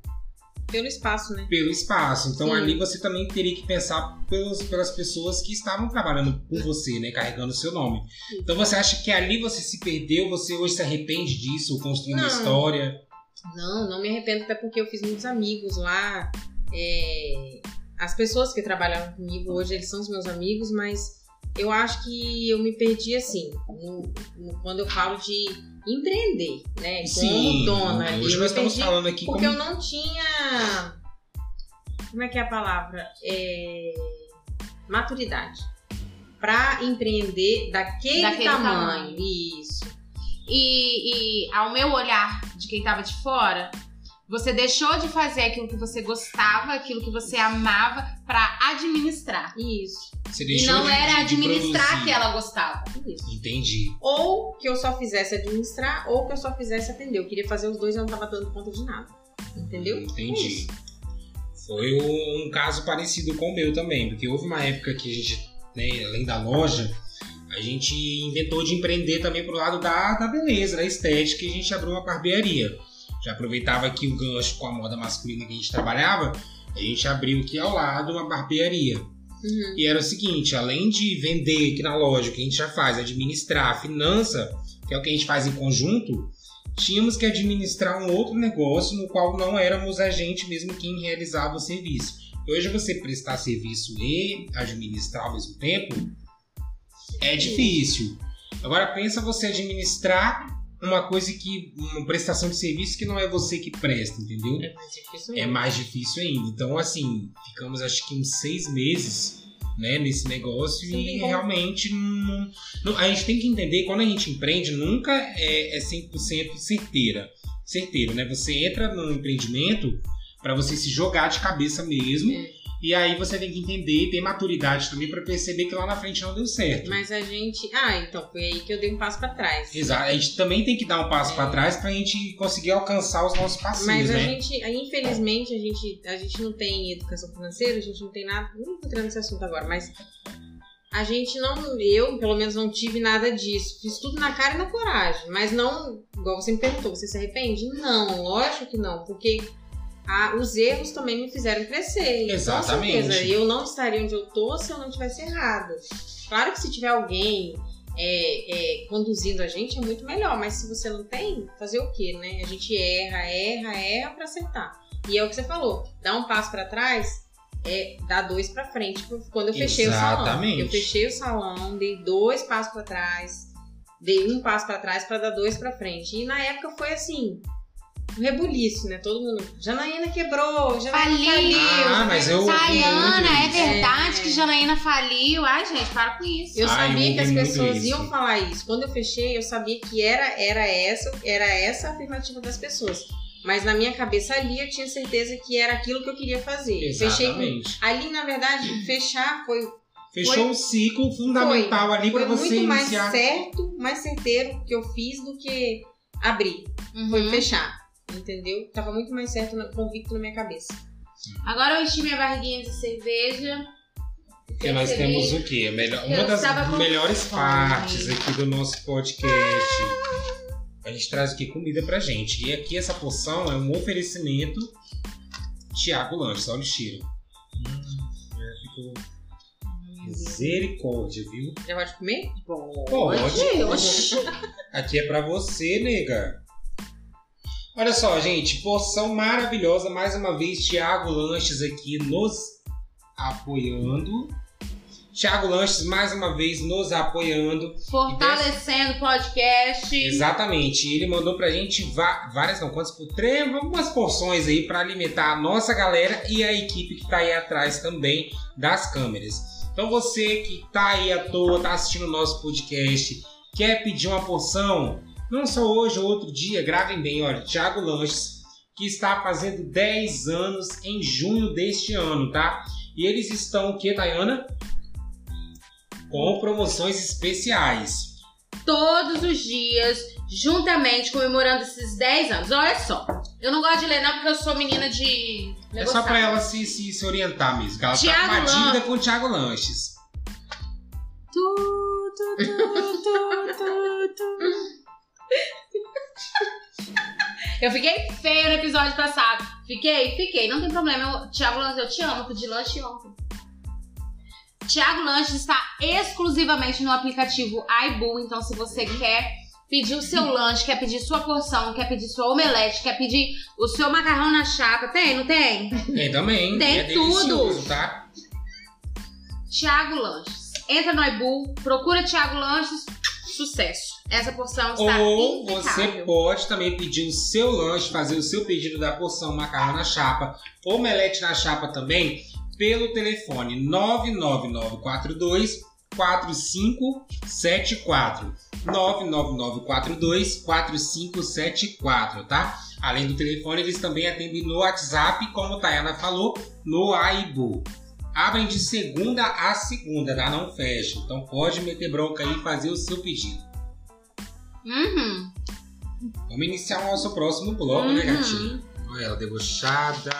Pelo espaço, né? pelo espaço. Então Sim. ali você também teria que pensar pelos, pelas pessoas que estavam trabalhando por você, né, carregando o seu nome. Então você acha que ali você se perdeu, você hoje se arrepende disso, construindo Não. história? Não, não me arrependo, até porque eu fiz muitos amigos lá. é, as pessoas que trabalharam comigo hoje, eles são os meus amigos, mas eu acho que eu me perdi assim, no- no- quando eu falo de empreender, né? como dona. ali, hoje nós eu me estamos perdi falando aqui porque como eu não tinha. Como é que é a palavra? É, Maturidade. Pra empreender daquele, Daquele tamanho. tamanho. Isso. E, e ao meu olhar de quem tava de fora, você deixou de fazer aquilo que você gostava, aquilo que você amava, pra administrar. Isso. você E deixou não de- era de administrar produzir. que ela gostava. Isso. Entendi. Ou que eu só fizesse administrar, ou que eu só fizesse atender. Eu queria fazer os dois e eu não tava dando conta de nada. Entendeu? É Entendi. isso. Foi um um caso parecido com o meu também, porque houve uma época que a gente, né, além da loja, a gente inventou de empreender também pro lado da, da beleza, da estética, e a gente abriu uma barbearia. Já aproveitava aqui o gancho com a moda masculina que a gente trabalhava, a gente abriu aqui ao lado uma barbearia. Uhum. E era o seguinte, além de vender aqui na loja, o que a gente já faz, administrar a finança, que é o que a gente faz em conjunto, tínhamos que administrar um outro negócio no qual não éramos a gente mesmo quem realizava o serviço. Hoje você prestar serviço e administrar ao mesmo tempo é difícil. Agora pensa você administrar uma coisa que uma prestação de serviço que não é você que presta, entendeu? É mais difícil é mesmo. mais difícil ainda. Então, assim, ficamos acho que uns seis meses né, nesse negócio Não tem e como. realmente não, não- A gente tem que entender, quando a gente empreende, nunca é, é 100% certeira. Certeiro, né? Você entra num empreendimento para você se jogar de cabeça mesmo. É. E aí você tem que entender e ter maturidade também para perceber que lá na frente não deu certo. Mas a gente. Ah, então foi aí que eu dei um passo pra trás. Exato. A gente também tem que dar um passo para trás para a gente conseguir alcançar os nossos passinhos, É. Mas a né? gente, aí, infelizmente, a gente, a gente não tem educação financeira, a gente não tem nada. Não vou entrar nesse assunto agora, mas a gente não. Eu, pelo menos, não tive nada disso. Fiz tudo na cara e na coragem. Mas não. Igual você me perguntou, você se arrepende? Não, lógico que não, porque. a- os erros também me fizeram crescer. Então, Exatamente. Com certeza. Eu não estaria onde eu tô se eu não tivesse errado. Claro que se tiver alguém é, é, conduzindo a gente é muito melhor, mas se você não tem, fazer o quê, né? A gente erra, erra, erra pra acertar. E é o que você falou, dá um passo pra trás, é dar dois pra frente. Porque Quando eu fechei o salão, Exatamente. eu fechei o salão, dei dois passos pra trás, dei um passo pra trás pra dar dois pra frente. E na época foi assim, um rebuliço, né? Todo mundo, Janaína quebrou, Janaína Faliu. faliu. Ah, mas eu ouvi Sayana, muito é isso. verdade É. que Janaína faliu. Ai, gente, para com isso. Eu Ah, sabia eu que as ouvi muito pessoas isso. iam falar isso. Quando eu fechei, eu sabia que era, era, essa, era essa a afirmativa das pessoas. Mas na minha cabeça ali eu tinha certeza que era aquilo que eu queria fazer. Fechei com- Exatamente. Ali, na verdade, fechar foi, Fechou Foi- um ciclo fundamental ali foi pra você muito mais iniciar. certo, mais certeiro que eu fiz do que abrir, Uhum. fechar. Entendeu? Tava muito mais certo, na- convicto na minha cabeça. Agora eu enchi minha barriguinha de cerveja. Porque É, nós Percebi. temos o quê? A melhor- uma Eu das estava com melhores fome. partes aqui do nosso podcast. A gente traz o quê? Comida pra gente. E aqui essa porção é um oferecimento Tiago Lanches, olha o cheiro. Hum, já ficou misericórdia, viu? Já pode comer? Bom, Pode. oxi. Aqui é pra você, nega. Olha só, gente, porção maravilhosa. Mais uma vez, Thiago Lanches aqui nos apoiando. Thiago Lanches, mais uma vez, nos apoiando. Fortalecendo o podcast. Exatamente. Ele mandou pra gente va- várias, não, quantas? por- Três, algumas porções aí pra alimentar a nossa galera e a equipe que tá aí atrás também das câmeras. Então você que tá aí à toa, tá assistindo o nosso podcast, quer pedir uma porção, não só hoje ou outro dia, gravem bem, olha, Thiago Lanches, que está fazendo 10 anos em junho deste ano, tá? E eles estão o que, Tayana? Com promoções especiais. todos os dias, juntamente, comemorando esses 10 anos. Olha só, eu não gosto de ler, não, porque eu sou menina de. É só negociar. pra ela se, se, se orientar mesmo. que Ela Thiago tá com uma Lanches. dívida com o Thiago Lanches. Tu, tu, tu, tu, tu, tu. Eu fiquei feia no episódio passado. Fiquei, fiquei. Não tem problema. Eu, Thiago Lanches, eu te amo. Fui de lanche ontem. Thiago Lanches está exclusivamente no aplicativo iBoo. Então, se você quer pedir o seu lanche, quer pedir sua porção, quer pedir sua omelete, quer pedir o seu macarrão na chapa. Tem, não tem? Tem também. Tem é tudo. delicioso, Tá? Tiago Lanches. Entra no iBu, procura Tiago Lanches, sucesso. Essa porção está Ou você Então, tá impecável. pode também pedir o seu lanche, fazer o seu pedido da porção macarrão na chapa, omelete na chapa também, pelo telefone 99942 4574 99942 4574, tá? Além do telefone, eles também atendem no WhatsApp, como a Tayana falou, no Aibu. Abrem de segunda a segunda, tá? Não fecha. Então pode meter bronca aí e fazer o seu pedido. Uhum. Vamos iniciar o nosso próximo bloco, né, Uhum. gatinho? Olha ela, debochada.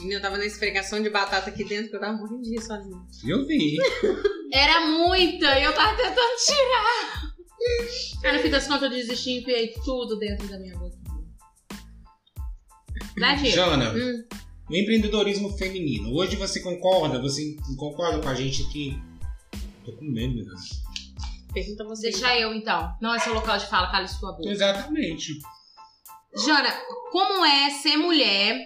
Menina, eu tava na esfregação de batata aqui dentro, que eu tava morrendo de rir sozinha. Eu vi. Era muita e eu tava tentando tirar. Aí no fim das contas eu desisti e enfiei tudo dentro da minha boca. Dá dica. Jana, Hum. o empreendedorismo feminino. Hoje você concorda? Você concorda com a gente que. Tô com medo, meu Deus. Pergunta você. Deixa eu então. Não é seu local de fala, cala sua boca. Exatamente. Jana, como é ser mulher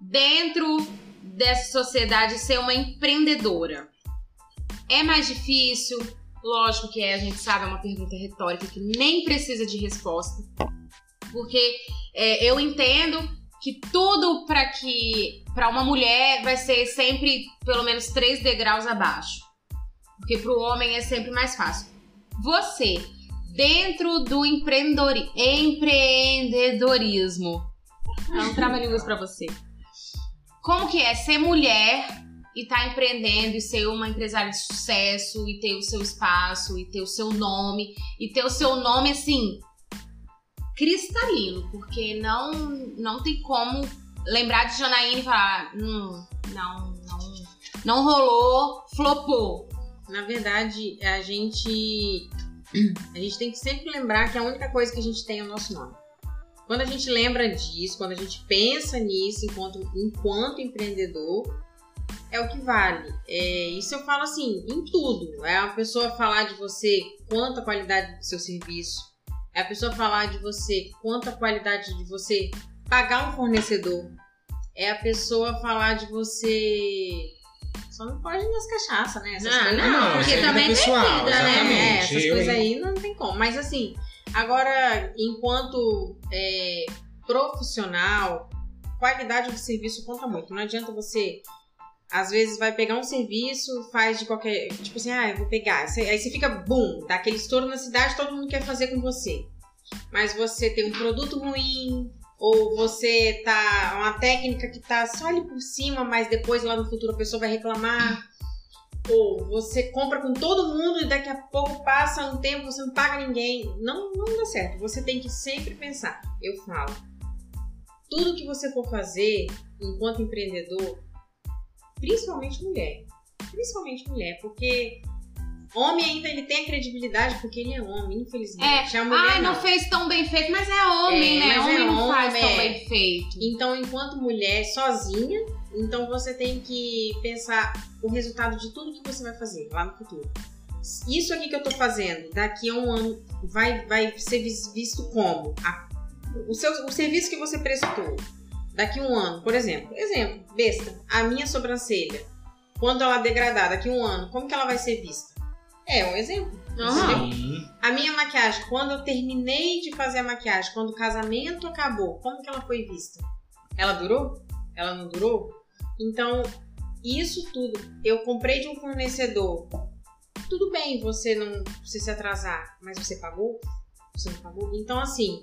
dentro dessa sociedade ser uma empreendedora? É mais difícil? Lógico que é, a gente sabe, é uma pergunta retórica que nem precisa de resposta. Porque é, eu entendo que tudo para que para uma mulher vai ser sempre pelo menos três degraus abaixo. Porque para o homem é sempre mais fácil. Você, dentro do empreendedori- empreendedorismo. É um trava-línguas pra você. Como que é ser mulher e estar empreendendo e ser uma empresária de sucesso e ter o seu espaço e ter o seu nome e ter o seu nome assim cristalino, porque não não tem como lembrar de Janaíne e falar, "Hum, não, não, não rolou, flopou. Na verdade, a gente a gente tem que sempre lembrar que a única coisa que a gente tem é o nosso nome. Quando a gente lembra disso, quando a gente pensa nisso enquanto, enquanto empreendedor, é o que vale. É, isso eu falo assim, em tudo. É a pessoa falar de você quanto a qualidade do seu serviço. É a pessoa falar de você quanto a qualidade de você pagar um fornecedor. É a pessoa falar de você. Só não pode ir nas cachaças, né? Essas Ah, coisas- não, isso porque aí é também tem pessoal, vida, né? exatamente. é, essas Eu, coisas hein? aí não tem como. Mas assim, agora, enquanto é, profissional, qualidade do serviço conta muito. Não adianta você. Às vezes vai pegar um serviço, faz de qualquer. Tipo assim, ah, eu vou pegar. Você- Aí você fica, bum, dá aquele estouro na cidade, todo mundo quer fazer com você. Mas você tem um produto ruim, ou você tá. Uma técnica que tá só ali por cima, mas depois lá no futuro a pessoa vai reclamar. Pô, você compra com todo mundo e daqui a pouco passa um tempo, você não paga ninguém. Não, não dá certo. Você tem que sempre pensar. Eu falo. Tudo que você for fazer enquanto empreendedor, principalmente mulher. Principalmente mulher, porque homem ainda ele tem a credibilidade porque ele é homem, infelizmente. a mulher É. Ai, não fez tão bem feito, mas é homem, É, né? mas Homem é não faz homem, tão é. bem feito. Então, enquanto mulher sozinha, então você tem que pensar o resultado de tudo que você vai fazer lá no futuro. Isso aqui que eu tô fazendo, daqui a um ano, vai, vai ser vis- visto como? A- o, seu, o serviço que você prestou, daqui a um ano, por exemplo. Exemplo, besta, a minha sobrancelha, quando ela degradar, daqui a um ano, como que ela vai ser vista? É um exemplo. Aham. Sim. A minha maquiagem, quando eu terminei de fazer a maquiagem, quando o casamento acabou, como que ela foi vista? Ela durou? Ela não durou? Então, isso tudo, eu comprei de um fornecedor. Tudo bem você não você se atrasar, mas você pagou? Você não pagou? Então, assim,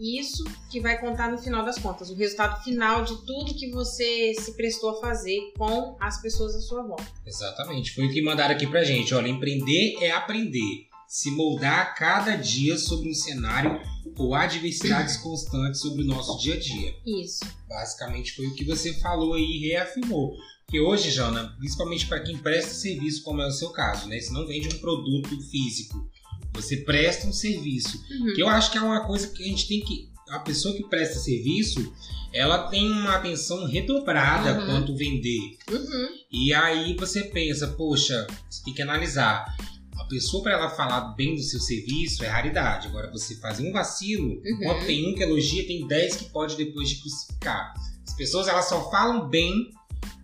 isso que vai contar no final das contas, o resultado final de tudo que você se prestou a fazer com as pessoas à sua volta. Exatamente. Foi o que mandaram aqui pra gente. Olha, empreender é aprender. Se moldar a cada dia sobre um cenário ou adversidades constantes sobre o nosso dia a dia. Isso. Basicamente foi o que você falou aí e reafirmou. Que hoje, Jana, principalmente para quem presta serviço, como é o seu caso, né? Você não vende um produto físico, você presta um serviço. Que eu acho que é uma coisa que a gente tem que. A pessoa que presta serviço, ela tem uma atenção redobrada Uhum. quanto vender. Uhum. E aí você pensa, poxa, você tem que analisar. a pessoa para ela falar bem do seu serviço é raridade. Agora, você fazer um vacilo, Uhum. uma- tem um que elogia, tem dez que pode depois te crucificar. As pessoas, elas só falam bem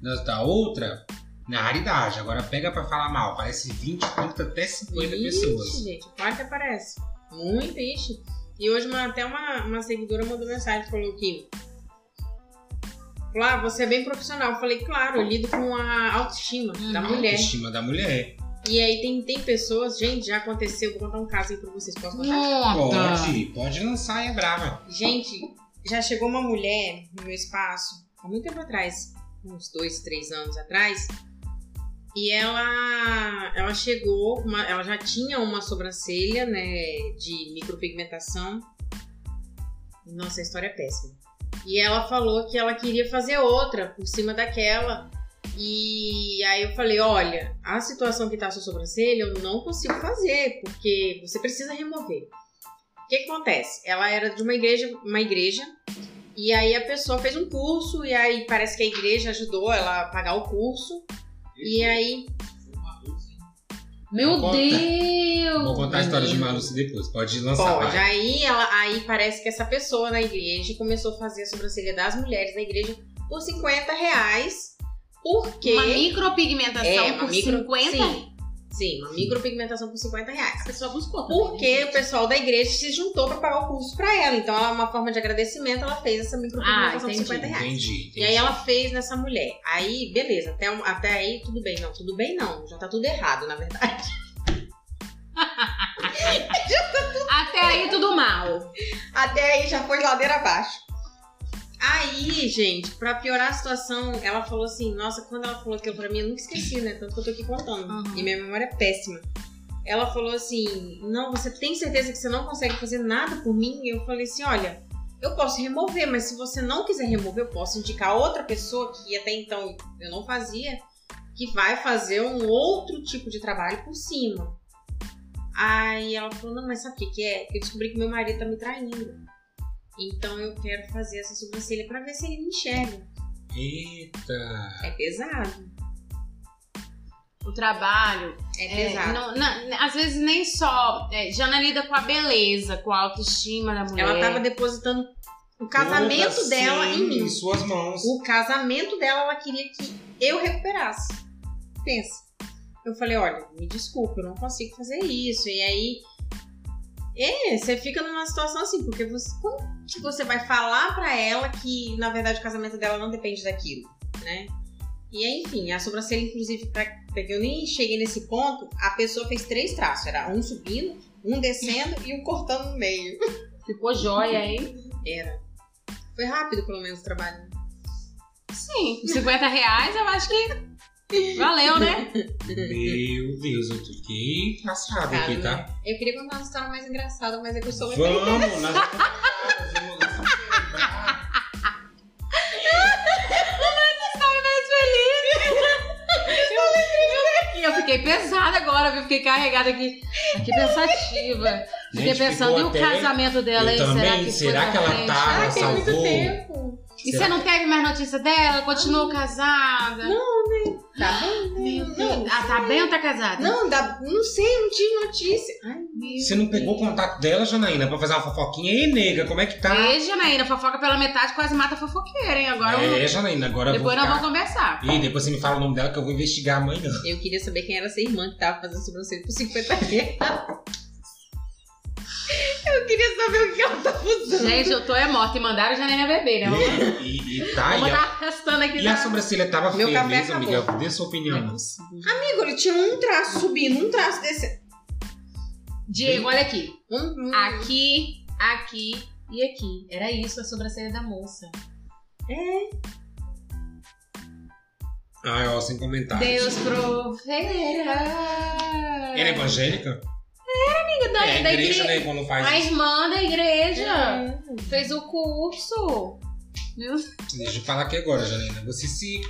da, da outra na raridade. Agora, pega para falar mal, parece 20, 30, até 50 Ixi, pessoas. gente, claro que aparece. Muito, ixi. E hoje uma- até uma, uma seguidora mandou mensagem, falou que... Falou, ah, você é bem profissional. Eu falei, claro, eu lido com a autoestima da Uhum. mulher. Estima da mulher. E aí tem, tem pessoas... Gente, já aconteceu, vou contar um caso aí pra vocês. Posso contar? tá. Conta. Pode, pode lançar e é brava. Gente, já chegou uma mulher no meu espaço há muito tempo atrás, uns dois, três anos atrás, e ela, ela chegou, uma- ela já tinha uma sobrancelha, né, de micropigmentação. Nossa, a história é péssima. E ela falou que ela queria fazer outra por cima daquela. E aí eu falei, olha, a situação que tá a sua sobrancelha, eu não consigo fazer, porque você precisa remover. O que, que acontece? Ela era de uma igreja, uma igreja, e aí a pessoa fez um curso, e aí parece que a igreja ajudou ela a pagar o curso. E aí, Meu Conta. Vou Deus! contar a história de menino. Maluce depois. Pode lançar. pode. vai. Aí, ela, aí parece que essa pessoa na igreja começou a fazer a sobrancelha das mulheres da igreja por 50 reais. Porque. Uma micropigmentação É, uma por micro- 50 Sim, sim, uma micropigmentação por 50 reais. A pessoa buscou. também, né, Porque gente? o pessoal da igreja se juntou pra pagar o curso pra ela. Então, ela, uma forma de agradecimento, ela fez essa micropigmentação por Ah, entendi, 50 reais. Entendi, entendi. E aí ela fez nessa mulher. Aí, beleza, até, um- até aí tudo bem. Não, tudo bem não. Já tá tudo errado, na verdade. Até aí tudo mal. Até aí já foi ladeira abaixo. Aí, gente, pra piorar a situação, ela falou assim: Nossa, quando ela falou aquilo pra mim, eu nunca esqueci, né? Tanto que eu tô aqui contando. Uhum. E minha memória é péssima. Ela falou assim: Não, você tem certeza que você não consegue fazer nada por mim? E eu falei assim: Olha, eu posso remover, mas se você não quiser remover, eu posso indicar outra pessoa que até então eu não fazia, que vai fazer um outro tipo de trabalho por cima. Aí ela falou: Não, mas sabe o que, que é? Eu descobri que meu marido tá me traindo. Então eu quero fazer essa sobrancelha pra ver se ele me enxerga. Eita. É pesado. O trabalho É É, pesado. não- na- às vezes nem só. É, Jana lida com a beleza, com a autoestima da mulher. Ela tava depositando o casamento Toda dela sim, em mim. Em suas mãos. O casamento dela, ela queria que eu recuperasse. Pensa. Eu falei, olha, me desculpa, eu não consigo fazer isso. E aí. É, você fica numa situação assim, porque você, como que você vai falar pra ela que, na verdade, o casamento dela não depende daquilo, né? E aí, enfim, a sobrancelha, inclusive, pra, pra que eu nem cheguei nesse ponto, a pessoa fez três traços. Era um subindo, um descendo e um cortando no meio. Ficou joia, hein? Era. Foi rápido, pelo menos, o trabalho. Sim, com 50 reais eu acho que valeu, né? Meu Deus, eu fiquei passado Cara, aqui, né? tá? Eu queria contar uma história mais engraçada, mas é que eu sou muito. Vamos, nós já estamos vamos lá, vamos lá. E eu fiquei pesada agora, viu? Fiquei carregada aqui. Fiquei pensativa. Fiquei Gente, pensando, e ficou o até- casamento dela, Eu hein? também, Será que, foi será pra que ela frente? tá- Ah, tem Ela muito salvou. tempo. E você não teve mais notícia dela? Continuou casada? Não, Tá bem? Meu não, Deus. Ah, tá bem ou tá casada? Não, dá, não sei, não tive notícia. Ai, Meu Você não pegou o contato dela, Janaína, pra fazer uma fofoquinha? Ei, nega, como é que tá? Ei, Janaína, fofoca pela metade quase mata a fofoqueira, hein? Agora eu- É, Janaína, agora eu vou depois nós ficar... vamos conversar. Ih, depois você me fala o nome dela que eu vou investigar amanhã. eu queria saber quem era essa irmã que tava fazendo sobrancelha por 50 reais. Eu queria saber o que ela tá tava usando. Gente, eu tô é morta e mandaram a Janaína beber, né? E, e, e tá, Vamos e a, tá arrastando aqui. e a na- sobrancelha tava Meu feia café mesmo, acabou. amiga? Dê sua Não é opinião. possível. Amigo, ele tinha um traço subindo, um traço descendo. Diego, olha aqui. Um, um- Aqui, aqui e aqui. Era isso a sobrancelha da moça. Ai, Ah, ó, sem comentários. Deus proverá. Ela é evangélica? amiga da, é, a da igreja, igreja. né, quando faz A irmã da igreja É. fez o curso. Meu Deixa eu falar aqui agora, Janaína. Você se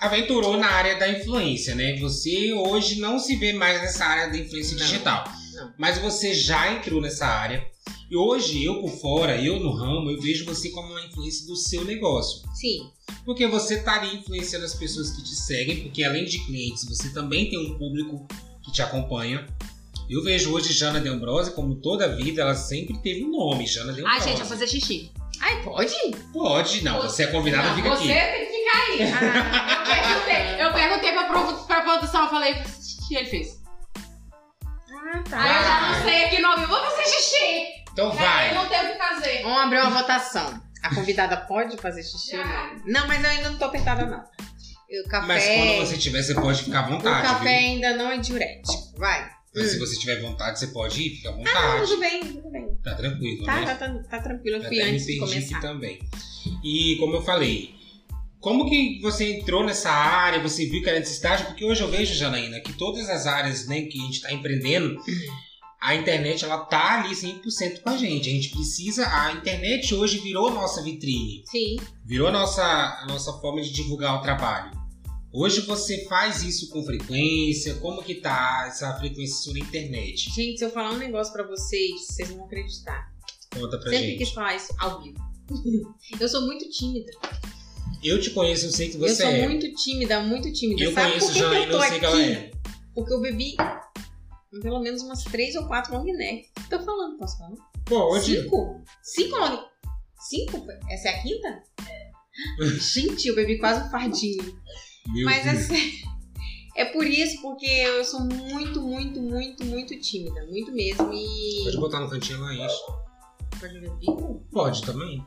aventurou na área da influência, né? Você hoje não se vê mais nessa área da influência Não, digital. não. Mas você já entrou nessa área. E hoje, eu por fora, eu no ramo, eu vejo você como uma influência do seu negócio. Sim, Porque você tá ali influenciando as pessoas que te seguem, porque além de clientes, você também tem um público que te acompanha. Eu vejo hoje Jana de Ambrose, como toda a vida, ela sempre teve um nome, Jana de Ai, Ambrose. Ah, gente, eu vou fazer xixi. Ai, pode? Pode, não, você é convidada, Não, fica você aqui. tem que ficar aí. Ah, eu perguntei, eu perguntei pra, produ- pra produção, eu falei, xixi, ele fez. Ah, Aí eu já Ah. não sei aqui no vivo, vou fazer xixi. Então Aí vai. não tem o que fazer. Vamos abrir é uma votação. A convidada pode fazer xixi ou não? Não, mas eu ainda não tô apertada, não. Eu, café, Mas quando você tá, tiver, você pode ficar à o vontade, café viu? ainda não é diurético. Vai. Mas se você tiver vontade, você pode ir, fica à Ah, não, vontade. tudo bem, tudo bem. Tá tranquilo, Tá, Tá né? tá, tá, tá tranquilo, eu Até fui me tá. antes de perdi aqui começar. também. E como eu falei, como que você entrou nessa área, você viu que era necessidade? Porque hoje eu vejo, Janaína, que todas as áreas né, que a gente está empreendendo, a internet ela tá ali 100% com a gente. A gente precisa, a internet hoje virou nossa vitrine, Sim. virou a nossa, a nossa forma de divulgar o trabalho. Hoje você faz isso com frequência? Como que tá essa frequência sua na internet? Gente, se eu falar um negócio pra vocês, vocês não vão acreditar. Conta pra Sempre gente. quis falar isso ao vivo. eu sou muito tímida. Eu te conheço, eu sei que eu você sou é. muito tímida, muito tímida. Eu Sabe conheço por que que Janaína, eu tô eu sei que ela aqui? é. Porque eu bebi pelo menos umas três ou quatro long necks. Tô falando, posso falar? Pode. Cinco? Cinco long Cinco? Essa é a quinta? Gente, eu bebi quase um fardinho. Meu Mas é Deus. sério. É por isso, porque eu sou muito, muito, muito, muito tímida. Muito mesmo. Pode E. botar no cantinho lá enche. Pode ver o bico? Pode também.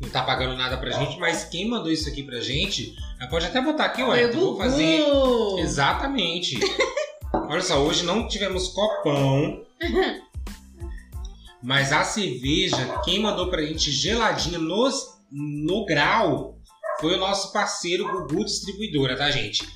Não tá pagando nada pra gente, mas quem mandou isso aqui pra gente, ela pode até botar aqui, olha, eu vou fazer. Exatamente. olha só, hoje não tivemos copão. Mas a cerveja, quem mandou pra gente geladinha nos, no grau, foi o nosso parceiro Gugu Distribuidora, tá, gente?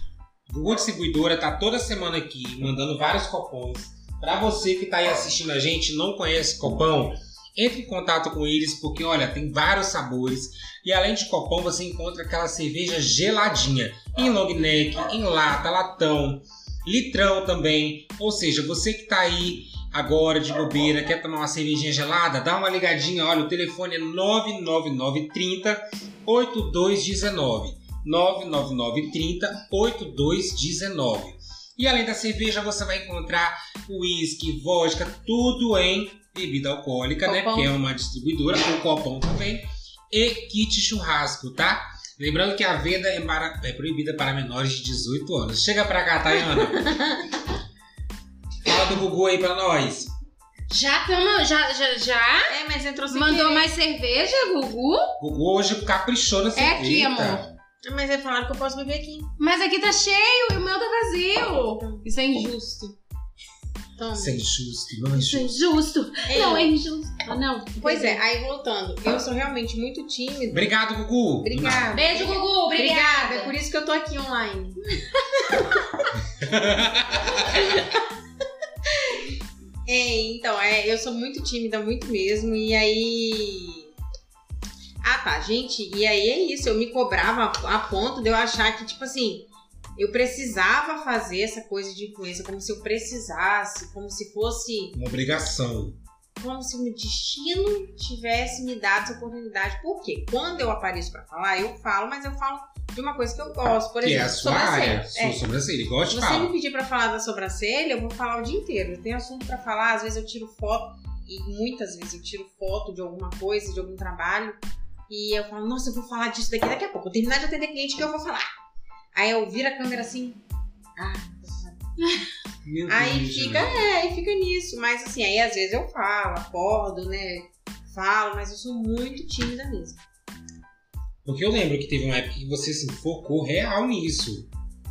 Gugu Distribuidora tá toda semana aqui mandando vários copões. Pra você que tá aí assistindo a gente não conhece copão, entre em contato com eles porque olha, tem vários sabores e além de copão você encontra aquela cerveja geladinha em long neck, em lata, latão, litrão também. Ou seja, você que tá aí agora de bobeira, quer tomar uma cervejinha gelada, dá uma ligadinha, olha, o telefone é 99930 8219. 99930 8219. E além da cerveja, você vai encontrar uísque, vodka, tudo em bebida alcoólica, né? Copão. Que é uma distribuidora, com copão também. E kit churrasco, tá? Lembrando que a venda é, para- é proibida para menores de 18 anos. Chega pra cá, Tayana. Fala do Gugu aí pra nós. Já tamo, já, já, já. É, mas entrou sem Mandou querer. mais cerveja, Gugu? Gugu hoje caprichou na cerveja. aqui, amor. Mas aí falaram que eu posso beber aqui. Mas aqui tá cheio e o meu tá vazio. Isso é injusto. Toma. Isso é injusto, não é Isso é injusto. injusto. Ei, Não, é injusto. Ah, não. Pois é, aí voltando. Eu sou realmente muito tímida. Obrigado, Gugu. Obrigada. Beijo, Gugu. Obrigada, Obrigada. é por isso que eu tô aqui online. É, então, é, eu sou muito tímida, muito mesmo, e aí. Ah, tá, gente, e aí é isso, eu me cobrava a ponto de eu achar que, tipo assim, eu precisava fazer essa coisa de influência, como se eu precisasse, como se fosse. Uma obrigação. Como se o destino tivesse me dado essa oportunidade. Por quê? Quando eu apareço pra falar, eu falo, mas eu falo de uma coisa que eu gosto, por que é exemplo, a sua sobrancelha. área. Sua É. sobrancelha. Igual eu Se te você falo. me pedir pra falar da sobrancelha, eu vou falar o dia inteiro. Eu tenho assunto pra falar, às vezes eu tiro foto, e muitas vezes eu tiro foto de alguma coisa, de algum trabalho, e eu falo, nossa, eu vou falar disso daqui daqui a pouco. Eu terminar de atender cliente que eu vou falar. Aí eu viro a câmera assim. Ah, Meu aí Deus, fica, Jana. é, aí fica nisso. Mas assim, aí às vezes eu falo, acordo, né? Falo, mas eu sou muito tímida mesmo. Porque eu lembro que teve uma época que você se focou real nisso.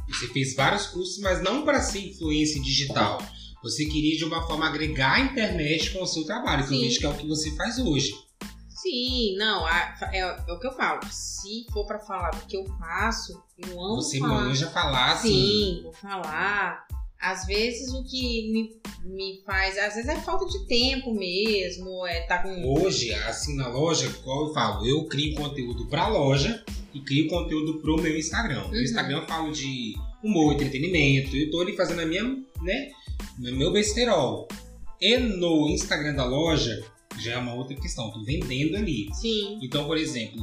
Você fez vários cursos, mas não para ser influência digital. Você queria de uma forma agregar a internet com o seu trabalho, que eu Sim. vejo que é o que você faz hoje. Sim, não, a- é, é o que eu falo. Se for pra falar do que eu faço, eu amo Você falar. manja falar assim. Sim, vou falar. Às vezes o que me, me faz. Às vezes é falta de tempo mesmo, é tá com. Hoje, assim na loja, qual eu falo? Eu crio conteúdo pra loja e crio conteúdo pro meu Instagram. No Uhum. Instagram eu falo de humor, entretenimento. Eu tô ali fazendo a minha, né? no Meu besterol. E no Instagram da loja já é uma outra questão. Tô vendendo ali. Sim. Então, por exemplo,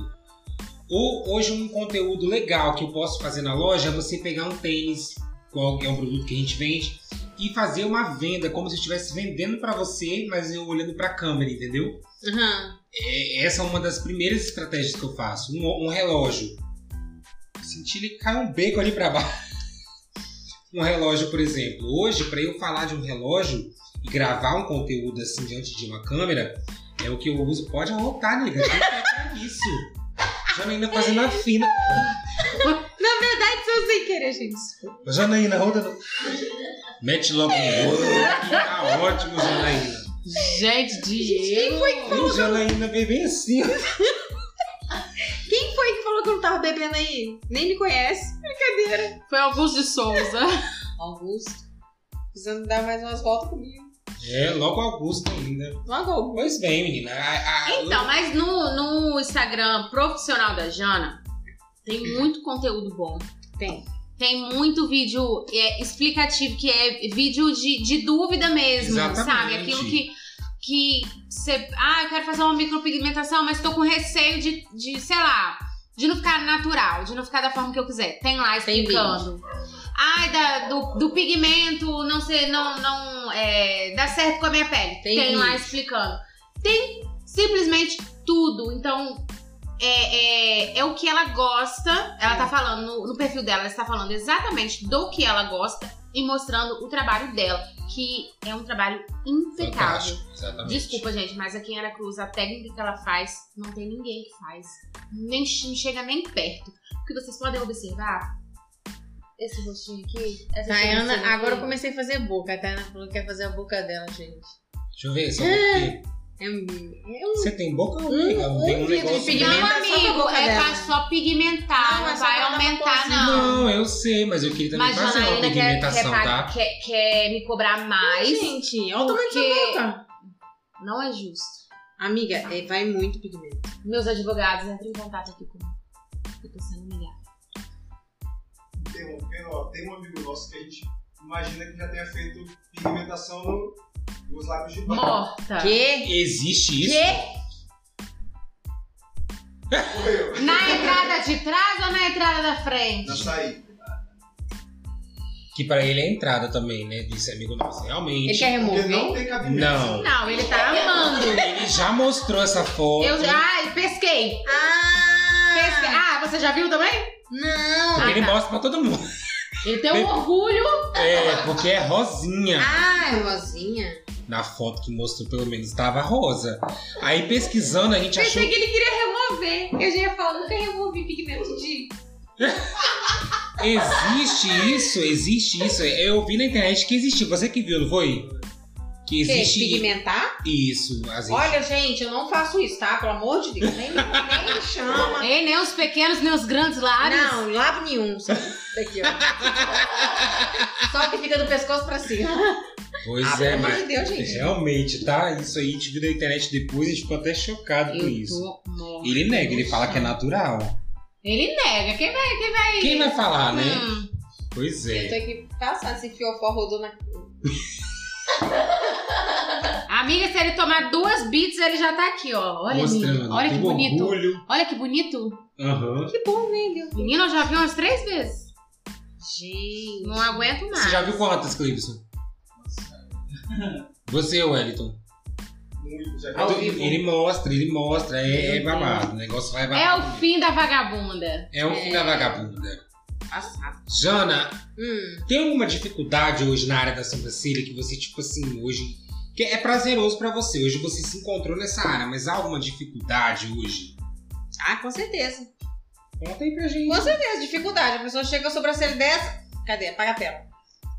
o- hoje um conteúdo legal que eu posso fazer na loja é você pegar um tênis qual é um produto que a gente vende e fazer uma venda, como se eu estivesse vendendo para você, mas eu olhando para a câmera, entendeu? Aham. É- essa é uma das primeiras estratégias que eu faço. Um, um relógio. Senti ele cair um beco ali para baixo. Um relógio, por exemplo. Hoje, para eu falar de um relógio e gravar um conteúdo assim diante de uma câmera, é o que eu uso. Pode arrotar, nega. Tem que pra isso. Janaína fazendo a fina. Na verdade, foi sem querer, gente. Desculpa. Janaína, roda. no- Mete logo um outro. Tá ótimo, Janaína. Gente, Diego. Ih, Janaína veio bem assim. ó. Quem foi que falou que eu não tava bebendo aí? Nem me conhece. Brincadeira. Foi Augusto de Souza. Augusto. Precisando dar mais umas voltas comigo. É, logo Augusto ainda. Logo. Pois bem, menina. A- a- Então, mas no, no Instagram profissional da Jana, tem muito conteúdo bom. Tem. Tem muito vídeo é, explicativo, que é vídeo de, de dúvida mesmo, Exatamente. sabe? Aquilo que. que você, ah, eu quero fazer uma micropigmentação, mas tô com receio de, de, sei lá, de não ficar natural, de não ficar da forma que eu quiser. Tem lá Tem explicando. Ai, da- do, do pigmento, não sei, não, não é, dá certo com a minha pele. Tem Tem, lá vídeo. explicando. Tem simplesmente tudo. Então, é, é, é o que ela gosta. Ela tá falando, no, no perfil dela, ela está falando exatamente do que ela gosta e mostrando o trabalho dela, que é um trabalho impecável. Fantástico, exatamente. Desculpa, gente, mas aqui em Aracruz, a técnica que ela faz, não tem ninguém que faz. Nem che- não chega nem perto. O que vocês podem observar, esse rostinho aqui, essa Tayana, sobrancelha agora eu aqui, comecei a fazer boca. A Tayana falou que quer fazer a boca dela, gente. Deixa eu ver, só Ah. porque É, é um você tem boca ou Hum, tem um um vidro de negócio? pigmento. Não, Pigmenta só com a amigo, boca é dela. pra só pigmentar, Não, não, é só pra vai dar uma aumentar, corzinha. não. Não, eu sei, mas eu queria também Mas fazer uma Janaína quer, quer, pigmentação, pa- tá? quer, quer me cobrar mais. Gente, olha o tamanho Porque- da boca. Não é justo. Amiga, é, vai muito pigmento. Meus advogados entram em contato aqui comigo. Eu tô sendo humilhada. interrompendo, ó, tem um amigo nosso que a gente imagina que já tenha feito pigmentação no- nos lábios de baixo. Morta. Quê? Existe isso? Quê? Foi eu, Na entrada de trás ou na entrada da frente? na saída. Que pra ele é entrada também, né? Desse amigo nosso. Ele Realmente. quer Porque remover? não tem cabimento. Não. Não, ele tá amando. Ele já mostrou essa foto. Eu, ai, pesquei. Pesquei. Ah! Ah, você já viu também? Não! Porque ele Ah, tá. mostra pra todo mundo. Ele tem um orgulho. É, porque é rosinha. Ah, é rosinha. Na foto que mostrou, pelo menos, tava rosa. Aí pesquisando, a gente achou. Pensei que ele queria remover. Eu já ia falar, nunca removi pigmento de. Existe isso, existe isso. Eu vi na internet que existe. Você que viu, não foi? Que Quê? existe Pigmentar? isso. Às vezes. Olha, gente, eu não faço isso, tá? Pelo amor de Deus. Nem, nem me chama. Ei, nem os pequenos, nem os grandes lábios. Não, lavo nenhum. Só daqui, ó. Só o que fica do pescoço pra cima. Pois Ah, é, pelo amor mas de Deus, gente. realmente, tá? Isso aí, a gente viu na internet depois, a gente ficou até chocado com isso. Eu tô morta. Ele nega, ele fala que é natural. Ele nega. Quem vai, quem vai? Quem vai falar, né? É Hum, Pois Eu tô é. aqui passando esse fiofó rodou na. Amiga, se ele tomar duas beats, ele já tá aqui, ó. Olha, menino. Mostrando. Olha que tem bonito. orgulho. Olha que bonito. Aham. Que bom, né, meu? Menino, eu já vi umas três vezes. Gente. Não aguento mais. Você já viu quantas, Cleibson? Você, Wellington. Muito, já Ao viu? vivo. Ele mostra, ele mostra. É, é Meu Deus. babado. O negócio vai É babado. o fim da vagabunda. É o fim da vagabunda. é Passado. Jana, Hum. Tem alguma dificuldade hoje na área da sobrancelha que você, tipo assim, hoje. Que é prazeroso pra você, hoje você se encontrou nessa área, mas há alguma dificuldade hoje? Ah, com certeza. Conta aí pra gente. Com certeza, dificuldade. A pessoa chega com a sobrancelha dessa. Cadê? Apaga a tela.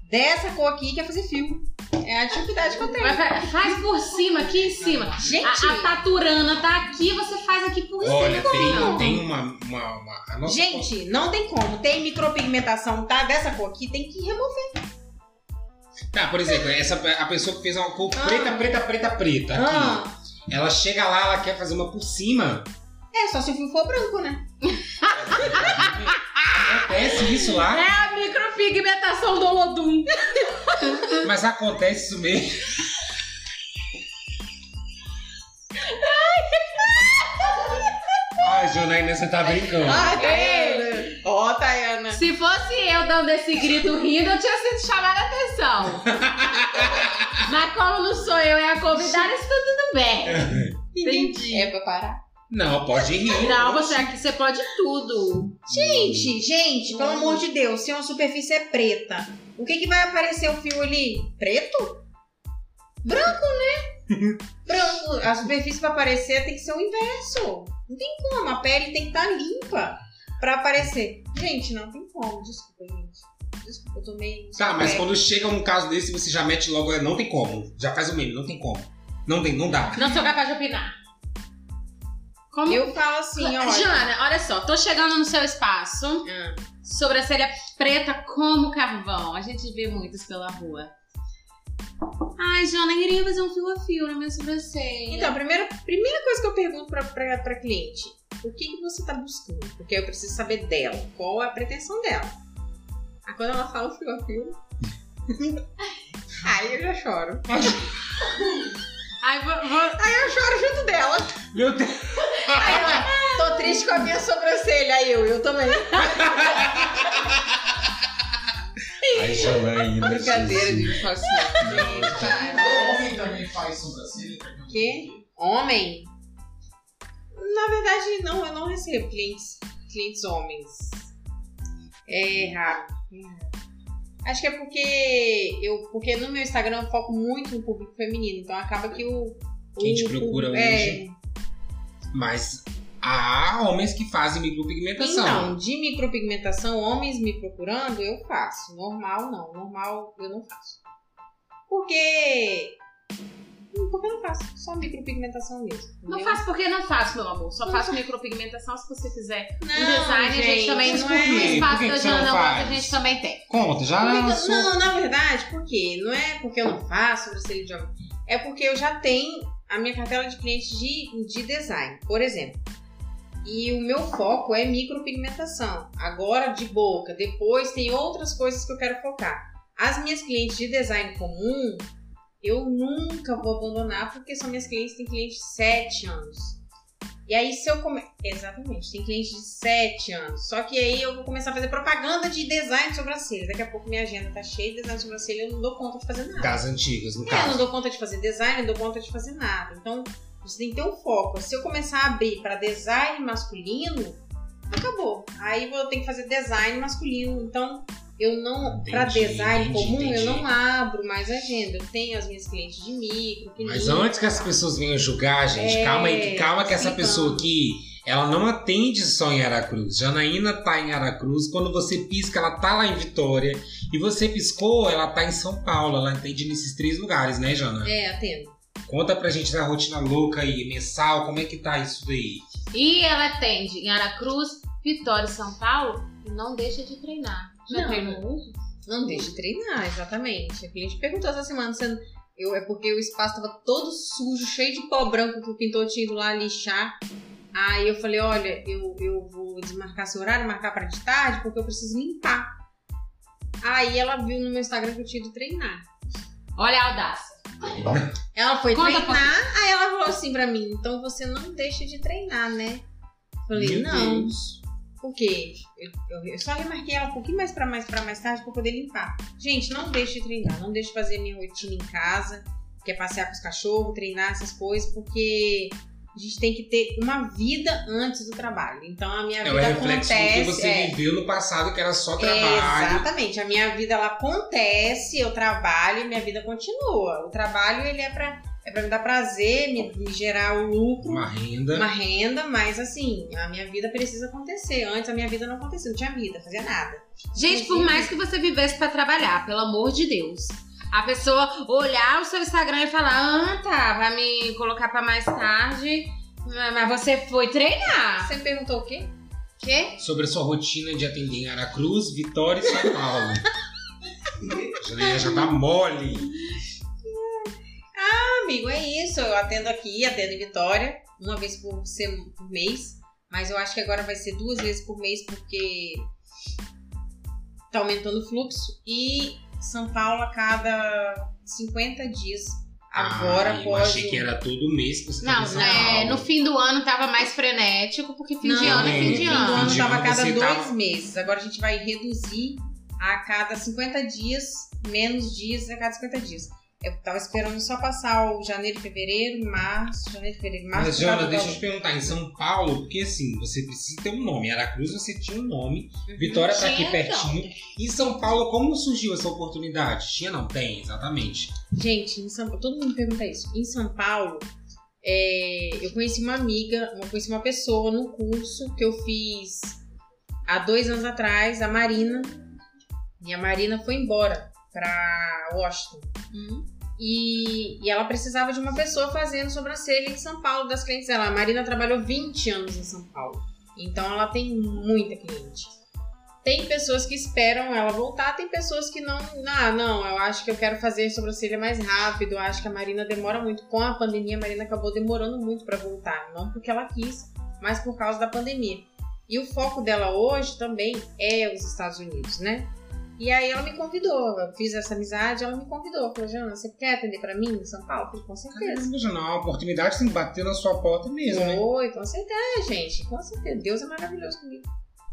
Dessa cor aqui quer fazer fio. É a dificuldade que eu tenho. Vai, vai, faz por cima, aqui em cima. Gente, A, a taturana tá aqui, você faz aqui por Olha, cima. tem, não. tem uma, uma, uma- ah. a nossa gente, não tem como. Tem micropigmentação, tá? Dessa cor aqui tem que remover. Tá, por exemplo, essa, a pessoa que fez uma cor Ah. preta, preta, preta, preta. Aqui. Ah, Ela chega lá, ela quer fazer uma por cima. é, só se o fio for branco, né? Acontece isso lá, A micropigmentação do Olodum. mas acontece isso mesmo. Ai, Janaína, você tá brincando. Ah, Ei! tá. Ó, Tayana. Se fosse eu dando esse grito rindo, eu tinha sido chamada a atenção. Mas como não sou eu, é a convidada, isso tá tudo bem. Entendi. É pra parar? Não, pode rir. Não, você aqui você pode tudo. Gente, gente, pelo amor de Deus, se uma superfície é preta, o que que vai aparecer o fio ali? Preto? Branco, né? Branco. A superfície pra aparecer tem que ser o inverso. Não tem como. A pele tem que estar limpa pra aparecer. Gente, não tem como. Desculpa, gente. Desculpa, eu tomei. Tá, mas É. quando chega um caso desse, você já mete logo, é, não tem como. Já faz o meme, não tem como. Não tem, não dá. Não sou capaz de opinar. Como Eu falo assim, Ah. olha. Jana, olha só, tô chegando no seu espaço. Sobrancelha preta como carvão. A gente vê muitos pela rua. Ai, Jana, queria fazer um fio a fio na minha sobrancelha. Então, a primeira, primeira coisa que eu pergunto pra, pra, pra cliente, o que, que você tá buscando? Porque eu preciso saber dela, qual é a pretensão dela. Aí quando ela fala fio a fio, aí eu já choro. Ai, vou- vou- Aí eu choro junto dela. Meu Deus. Aí ela, tô triste com a minha sobrancelha. Aí eu, eu também. Ai, Janaína. Brincadeira de faço O homem também faz sobrancelha. Que? Homem? Na verdade, não, eu não recebo clientes, clientes homens. É raro. é raro. Acho que é porque eu, porque no meu Instagram eu foco muito no público feminino, então acaba que o Quem te o procura público- é, Mas há homens que fazem micropigmentação. Então, de micropigmentação, homens me procurando, eu faço. Normal, não. Normal, eu não faço. Porque. hum, Porque eu não faço. Só micropigmentação mesmo. não entendeu? faço porque não faço, meu amor. Só faço micropigmentação se você quiser. Não, Em design, a gente também não por O quê? é. espaço Por que da que você não Jana não a faz? gente também tem. Conta, Por que já. que eu- sou- Então, não, na verdade, por quê? Não é porque eu não faço sobrancelha de homem. É porque eu já tenho a minha cartela de clientes de, de design, por exemplo. E o meu foco é micropigmentação. Agora de boca, depois tem outras coisas que eu quero focar. As minhas clientes de design comum, eu nunca vou abandonar, porque são minhas clientes, tem cliente de 7 anos. E aí se eu começar. Exatamente, tem cliente de 7 anos. Só que aí eu vou começar a fazer propaganda de design de sobrancelha. Daqui a pouco minha agenda tá cheia de design de sobrancelha, eu não dou conta de fazer nada. Das antigas, no É, eu não caso. dou conta de fazer design, não dou conta de fazer nada. Então, você tem que ter um foco. Se eu começar a abrir para design masculino, acabou. Aí eu tenho que fazer design masculino. Então, eu não para Entendi, design entendi, comum, entendi. eu não abro mais agenda. Eu tenho as minhas clientes de micro, que Mas micro, antes que as tá? pessoas venham julgar, gente, É, calma aí, que- calma que essa explicando. pessoa aqui. Ela não atende só em Aracruz. Janaína tá em Aracruz. Quando você pisca, ela tá lá em Vitória. E você piscou, ela tá em São Paulo. Ela atende nesses três lugares, né, Jana? É, atendo. Conta pra gente da rotina louca aí, mensal, como é que tá isso daí? E ela atende em Aracruz, Vitória e São Paulo e não deixa de treinar. Já Não. treinou? Não deixe de treinar, exatamente. É A cliente perguntou essa semana, você não- eu, é porque o espaço tava todo sujo, cheio de pó branco que o pintor tinha ido lá lixar. Aí eu falei, olha, eu, eu vou desmarcar seu horário, marcar para de tarde, porque eu preciso limpar. Aí ela viu no meu Instagram que eu tinha ido treinar. Olha a audácia. Ela foi Conta pra treinar, aí ela falou assim pra mim, então você não deixa de treinar, né? Eu Falei, Meu não. Deus. Porque eu, eu- eu só remarquei ela um pouquinho mais pra mais para mais tarde pra poder limpar. Gente, não deixe de treinar, não deixe de fazer minha rotina em casa, que é passear com os cachorros, treinar essas coisas, porque a gente tem que ter uma vida antes do trabalho. Então a minha É o vida reflexo do que acontece. você é, viveu no passado, que era só é, trabalho. exatamente, a minha vida ela acontece, eu trabalho e minha vida continua. O trabalho ele é pra é pra me dar prazer, me, me gerar o lucro uma Né? renda. uma renda, mas assim, a minha vida precisa acontecer. Antes a minha vida não acontecia, não tinha vida, fazia nada. Gente, por mais que você vivesse pra trabalhar, pelo amor de Deus. A pessoa olhar o seu Instagram e falar: Ah, tá, vai me colocar pra mais tarde. Mas mas você foi treinar. Você me perguntou o quê? Quê? Sobre a sua rotina de atender em Aracruz, Vitória e São Paulo. Janaína já tá mole. Ah, amigo, é isso. Eu atendo aqui, atendo em Vitória, uma vez por, sem- por mês, mas eu acho que agora vai ser duas vezes por mês porque tá aumentando o fluxo. E São Paulo a cada 50 dias Agora ah, pode. eu achei que era todo mês que você tava em Não, São é, Paulo. no fim do ano tava mais frenético, porque fim de Não, ano é fim é, de fim No ano. ano de estava a ano cada você tá dois tava- meses. Agora a gente vai reduzir a cada 50 dias, menos dias a cada 50 dias. Eu tava esperando só passar o janeiro, fevereiro, março, janeiro, fevereiro, março. Mas, Jana, cada- tá deixa eu te perguntar. Em São Paulo, porque assim, você precisa ter um nome. Aracruz, você tinha um nome. Vitória tá aqui Tinha, então. pertinho. Em São Paulo, como surgiu essa oportunidade? Tinha, não? Tem, exatamente. Gente, em São Paulo, todo mundo pergunta isso. Em São Paulo, é, eu conheci uma amiga, eu conheci uma pessoa no curso que eu fiz há dois anos atrás, a Marina. E a Marina foi embora pra Washington. Uhum. E, e ela precisava de uma pessoa fazendo sobrancelha em São Paulo das clientes dela. A Marina trabalhou 20 anos em São Paulo. Então ela tem muita cliente. Tem pessoas que esperam ela voltar, tem pessoas que não. Ah, não, eu acho que eu quero fazer sobrancelha mais rápido. Eu acho que a Marina demora muito. Com a pandemia, a Marina acabou demorando muito pra voltar. Não porque ela quis, mas por causa da pandemia. E o foco dela hoje também é os Estados Unidos, né? E aí ela me convidou, eu fiz essa amizade, ela me convidou. Falou, Jana, você quer atender pra mim em São Paulo? Eu Falei, com certeza. Caramba, Jana, uma oportunidade tem que bater na sua porta mesmo, né? Oi, com certeza, gente. Com certeza. Deus é maravilhoso comigo.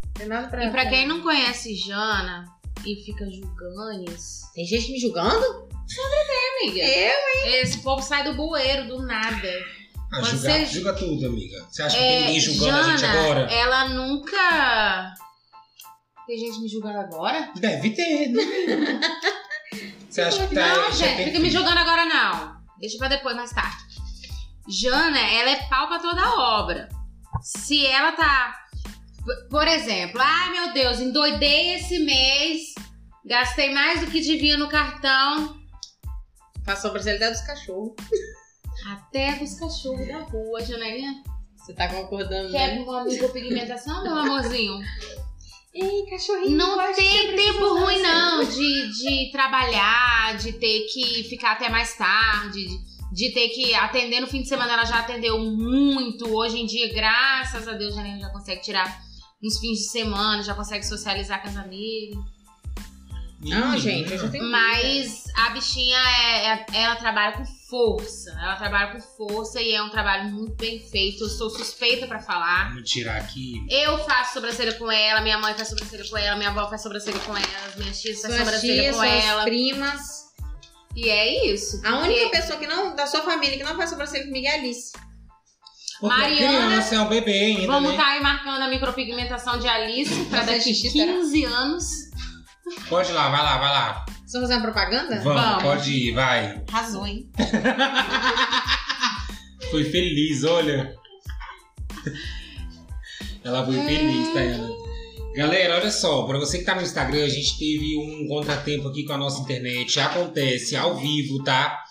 Não tem nada pra E pra quem não conhece Jana e fica julgando, Tem gente me julgando? amiga, Eu? é, esse povo sai do bueiro do nada. Ah, julga, Você- julga tudo, amiga. Você acha que É, tem ninguém julgando a gente Jana, agora? Ela nunca. Tem gente me julgando agora? Deve ter, né? Você acha que tá. não, já gente, tem fica me filho? julgando agora não. Deixa pra depois, mais tarde. Jana, ela é pau pra toda obra. Se ela tá. p- Por exemplo, ai meu Deus, endoidei esse mês, gastei mais do que devia no cartão, Faço sobrancelha dos cachorros. até dos cachorros da rua, Janaína. Você tá concordando, Quer né? uma micropigmentação, meu amorzinho? Ei, cachorrinho. Não pode tem ter tempo precisado ruim, ser. não, de, de trabalhar, de ter que ficar até mais tarde, de, de ter que atender. No fim de semana ela já atendeu muito. Hoje em dia, graças a Deus, a Janine já consegue tirar uns fins de semana, já consegue socializar com as amigas. Não, Menina, gente, eu já tenho. Mas a bichinha, é, é- ela trabalha com força. Ela trabalha com força e é um trabalho muito bem feito. Eu sou suspeita pra falar. Vamos tirar aqui. Eu faço sobrancelha com ela, minha mãe faz sobrancelha com ela, minha avó faz sobrancelha com ela, as minhas tias fazem Suas sobrancelha tias, com ela. suas primas. E é isso. A porque- única pessoa que não, da sua família que não faz sobrancelha comigo é a Alice. Porque a Mariana- criança é um bebê ainda. Vamos né? estar aí marcando a micropigmentação de Alice pra Fazer daqui xixi, será? 15 anos. Pode ir lá, vai lá, vai lá. Estão fazendo propaganda? Vamos, Vamos. pode ir, vai. Razão, hein? Foi feliz, olha. Ela foi feliz, Tayana. Galera, olha só, pra você que tá no Instagram, a gente teve um contratempo aqui com a nossa internet. Acontece ao vivo, tá?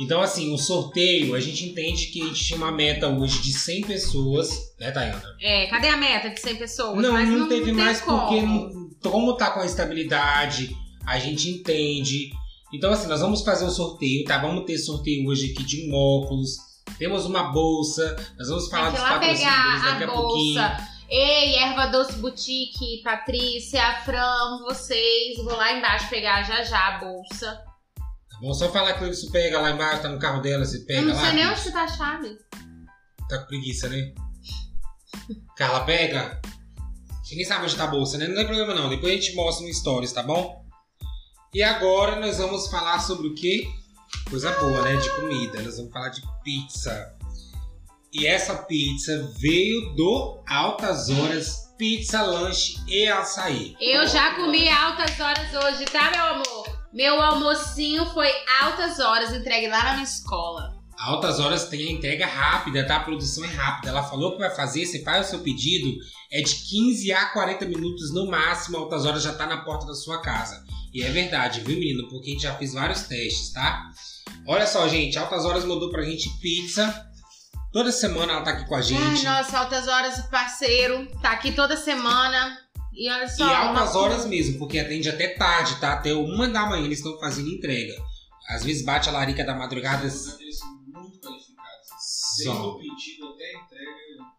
Então, assim, o sorteio, a gente entende que a gente tinha uma meta hoje de 100 pessoas, né, Tayana? É, cadê a meta de 100 pessoas? Não, Mas não, teve tem mais como. porque não- como tá com a estabilidade, a gente entende. Então assim, nós vamos fazer um sorteio, tá? Vamos ter sorteio hoje aqui de um óculos. Temos uma bolsa, nós vamos falar Tem que dos ir lá patrocinadores pegar daqui a a pouquinho. bolsa. Ei, Erva Doce Boutique, Patrícia, Fran, vocês. Vou lá embaixo pegar já já a bolsa. Tá bom? Só falar que o Wilson pega lá embaixo, tá no carro dela, você pega Eu não lá. sei nem onde você tá a chave. Tá com preguiça, né? Carla, pega. Ninguém sabe onde tá a bolsa, né? Não tem problema não, depois a gente mostra no Stories, tá bom? E agora nós vamos falar sobre o quê? Coisa boa, né? De comida. Nós vamos falar de pizza. E essa pizza veio do Altas Horas Pizza, Lanche e Açaí. Eu já comi altas horas hoje, tá, meu amor? Meu almocinho foi altas horas, entregue lá na minha escola. A Altas Horas tem a entrega rápida, tá? A produção é rápida. Ela falou que vai fazer, você faz o seu pedido, é de 15 a 40 minutos no máximo. A Altas Horas já tá na porta da sua casa. E é verdade, viu, menino? Porque a gente já fez vários testes, tá? Olha só, gente, a Altas Horas mandou pra gente pizza. Toda semana ela tá aqui com a gente. Ai, nossa, altas horas, parceiro. Tá aqui toda semana. E olha E só. altas horas mesmo, porque atende até tarde, tá? Até uma da manhã eles estão fazendo entrega. Às vezes bate a larica da madrugada. Eles são muito qualificados. Desde Só. o pedido até a entrega.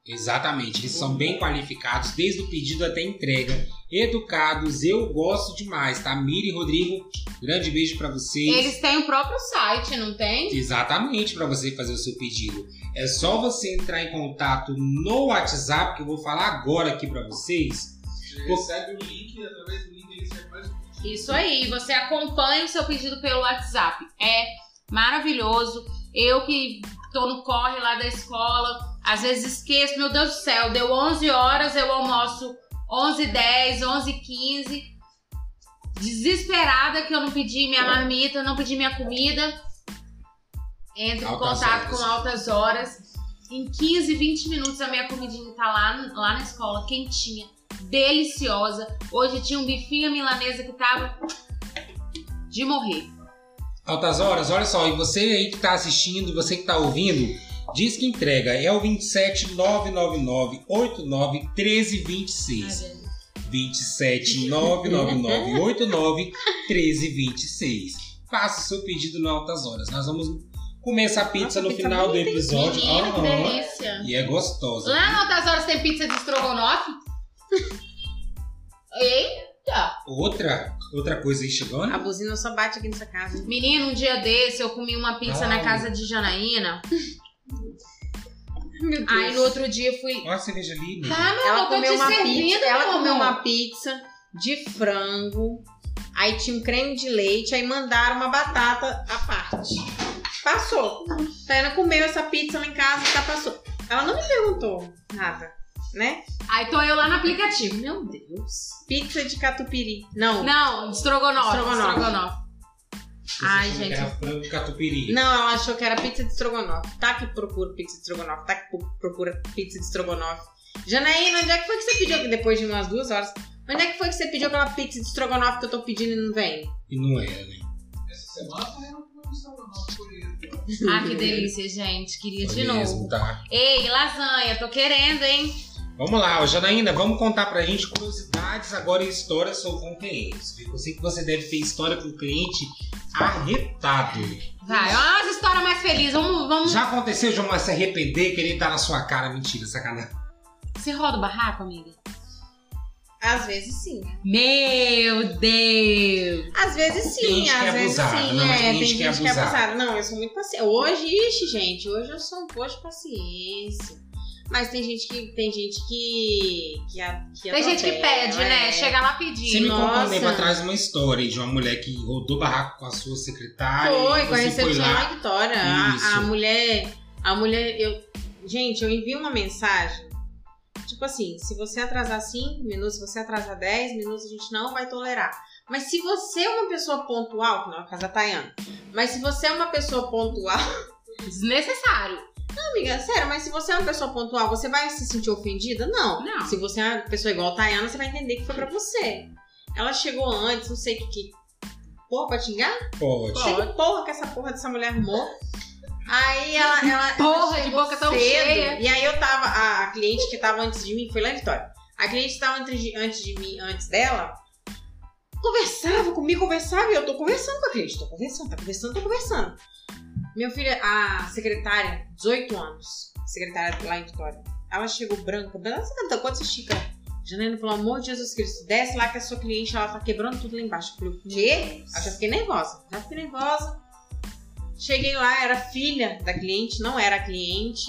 Exatamente, eles são bem qualificados, desde o pedido até a entrega. educados. Eu gosto demais, tá? Miri e Rodrigo, grande beijo pra vocês. Eles têm o próprio site, não tem? Exatamente, para você fazer o seu pedido. É só você entrar em contato no WhatsApp, que eu vou falar agora aqui para vocês. Você recebe o link, e através do link ele recebe mais um. Isso aí, você acompanha o seu pedido pelo WhatsApp. É maravilhoso. Eu que tô no corre lá da escola, às vezes esqueço, meu Deus do céu, deu 11 horas, eu almoço 11 10, 11 15. Desesperada que eu não pedi minha marmita, não pedi minha comida. Entro em Altas contato horas. com altas horas. Em 15, 20 minutos a minha comidinha tá lá, lá na escola, quentinha, deliciosa. Hoje tinha um bifinho à milanesa que tava de morrer. Altas horas, olha só, e você aí que tá assistindo, você que tá ouvindo, diz que entrega é o 27 999 89 1326. 27 999 89 1326. Faça o seu pedido no Altas Horas. Nós vamos comer essa pizza Nossa, no pizza final do bonita, hein? episódio. Menino, é que Aham. delícia. E Ah, é gostosa. Lá no Altas Horas tem pizza de estrogonofe? Eita! Outra, outra coisa aí chegando. A buzina só bate aqui nessa casa. Menino, um dia desse eu comi uma pizza Ai. na casa de Janaína. Meu Deus. Aí no outro dia eu fui. Olha a cerveja ali, meu. Tá, meu Ela amor, tô comeu te uma servindo, pizza, meu ela comeu amor. uma pizza de frango. Aí tinha um creme de leite, aí mandaram uma batata à parte. Passou. Tayana comeu essa pizza lá em casa, já passou. Ela não me perguntou nada, né? Aí tô eu lá no aplicativo. Meu Deus. Pizza de catupiry. Não. Não, Não, de estrogonofe. Estrogonofe. estrogonofe. Ai, gente. Era frango e catupiry. ela achou que era pizza de estrogonofe. Tá que procura pizza de estrogonofe, tá que pu- procura pizza de estrogonofe. Janaína, onde é que foi que você pediu? que Depois de umas duas horas. Onde é que foi que você pediu aquela pizza de estrogonofe que eu tô pedindo e não vem? E não era, né? Essa semana eu não fui no estrogonofe por isso. Ah, que delícia, gente. Queria de Foi mesmo, novo. tá? Ei, lasanha, tô querendo, hein? Vamos lá, ô Janaína, vamos contar pra gente curiosidades agora e histórias sobre com clientes. viu? Eu sei que você deve ter história com cliente arretado. Vai, ó, as histórias mais felizes. Vamos, vamos. Já aconteceu de uma se arrepender, querer dar na sua cara? Mentira, sacanagem. Você roda o barraco, amiga? Às vezes sim. Meu Deus! Às vezes sim, Tem gente às que é vezes abusada, sim. não, mas é, tem tem gente gente que é abusada. Não, eu sou muito paciente. Hoje, ixi, gente, hoje eu sou um pouco de paciência. Mas tem gente que. Tem gente que. que, a- que Tem gente que atropela, pede, né? é. Chega lá Você me pedindo. contou um Nossa. tempo atrás uma história de uma mulher que rodou barraco com a sua secretária. Foi, e com a você foi lá. recepção da Vitória. A, Isso. a mulher. A mulher. Eu, gente, eu envio uma mensagem. Tipo assim, se você atrasar 5 minutos, se você atrasar 10 minutos, a gente não vai tolerar. Mas se você é uma pessoa pontual, que não é o caso da Tayana, mas se você é uma pessoa pontual. Desnecessário. Amiga, sério, mas se você é uma pessoa pontual, você vai se sentir ofendida? Não. Não. Se você é uma pessoa igual a Tayana, você vai entender que foi pra você. Ela chegou antes, não sei o que. que... Porra, pra xingar? Pode. Não sei que porra que essa porra dessa mulher arrumou. Aí ela. ela Porra, ela de chegou boca tão cedo, cheia. E aí eu tava. A, a cliente que tava antes de mim, foi lá em Vitória. A cliente que tava antes de, antes de mim, antes dela. Conversava comigo, conversava, e eu tô conversando com a cliente, tô conversando, tá conversando, tô conversando. Meu filho, a secretária, 18 anos, secretária lá em Vitória, ela chegou branca, branca, você cantou quantas xícaras? Janaína, pelo amor de Jesus Cristo, desce lá que a sua cliente, ela tá quebrando tudo lá embaixo. Eu falei, o quê? Aí Eu já fiquei nervosa, já fiquei nervosa. Cheguei lá, era filha da cliente, não era a cliente.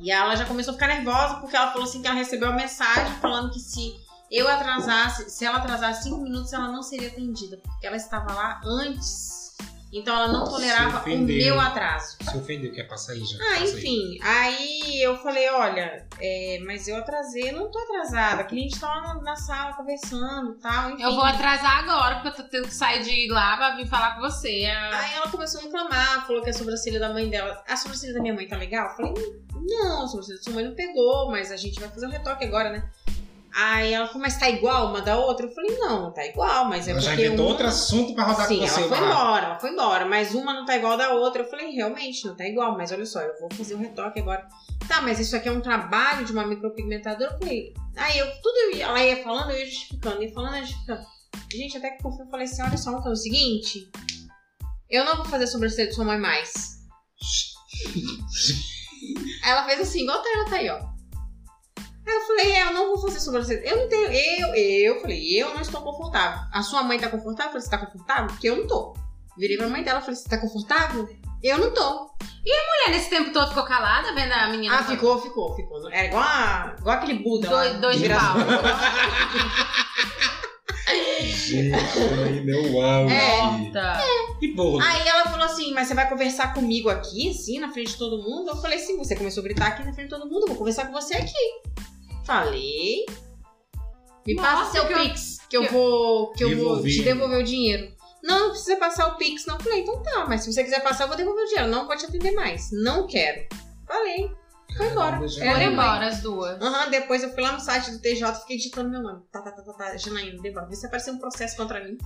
E ela já começou a ficar nervosa, porque ela falou assim que ela recebeu uma mensagem falando que se eu atrasasse, se ela atrasasse cinco minutos, ela não seria atendida, porque ela estava lá antes. Então ela não Se tolerava o ofendeu. meu atraso. Se ofendeu, quer passar aí já. Ah, passa aí. enfim. Aí eu falei, olha, é, mas eu atrasei, eu não tô atrasada. A cliente tá lá na, na sala conversando e tal, enfim. Eu vou atrasar agora, porque eu tô tendo que sair de lá pra vir falar com você. Ah, Aí ela começou a reclamar, falou que a sobrancelha da mãe dela. A sobrancelha da minha mãe tá legal? Eu falei, não, a sobrancelha da sua mãe não pegou, mas a gente vai fazer um retoque agora, né? Aí ela falou, mas tá igual uma da outra? Eu falei, não, tá igual, mas é Ela já porque. inventou uma- outro assunto pra rodar Sim, com ela você. né? foi barraco. embora, ela foi embora, mas uma não tá igual da outra. Eu falei, realmente, não tá igual, mas olha só, eu vou fazer um retoque agora. Tá, mas isso aqui é um trabalho de uma micropigmentadora? Eu falei, aí eu, tudo eu ia- ela ia falando, eu ia justificando, ia falando, eu ia justificando. Gente, até que por fim eu falei assim, olha só, então é o seguinte, eu não vou fazer sobrancelha de sua mãe mais. ela fez assim, igual a Tayana tá aí, ó. Aí eu falei, é, eu não vou fazer sobrancelha. Eu não tenho, eu, eu falei, eu não estou confortável. A sua mãe tá confortável? Eu falei, você tá confortável? Porque eu não tô. Virei pra mãe dela, falei, você tá confortável? Eu não tô. mulher nesse tempo todo ficou calada vendo a menina. Ah, ficou, ficou, ficou. Era igual, a- igual aquele Buda lá. Dois, dois de Vira- pau. Gente, ainda é o auge. É. Tá. Que porra. Aí ela falou assim, mas você vai conversar comigo aqui, assim, na frente de todo mundo? Eu falei, sim, você começou a gritar aqui na frente de todo mundo, eu vou conversar com você aqui. Falei. Me passa Nossa, seu que eu- Pix, que eu, que- é vou. Que eu vou Devolver. te devolver o dinheiro. Não, não precisa passar o Pix, não. Eu Falei, então tá, mas se você quiser passar, eu vou devolver o dinheiro. Não pode te atender mais. Não quero. Falei. Foi embora. Caramba, gente. Ela Foram é mãe. embora as duas. Aham, depois eu fui lá no site do TJ e fiquei digitando meu nome. Tá, tá, tá, tá, tá, Janaína, devolve. Vê se apareceu um processo contra mim.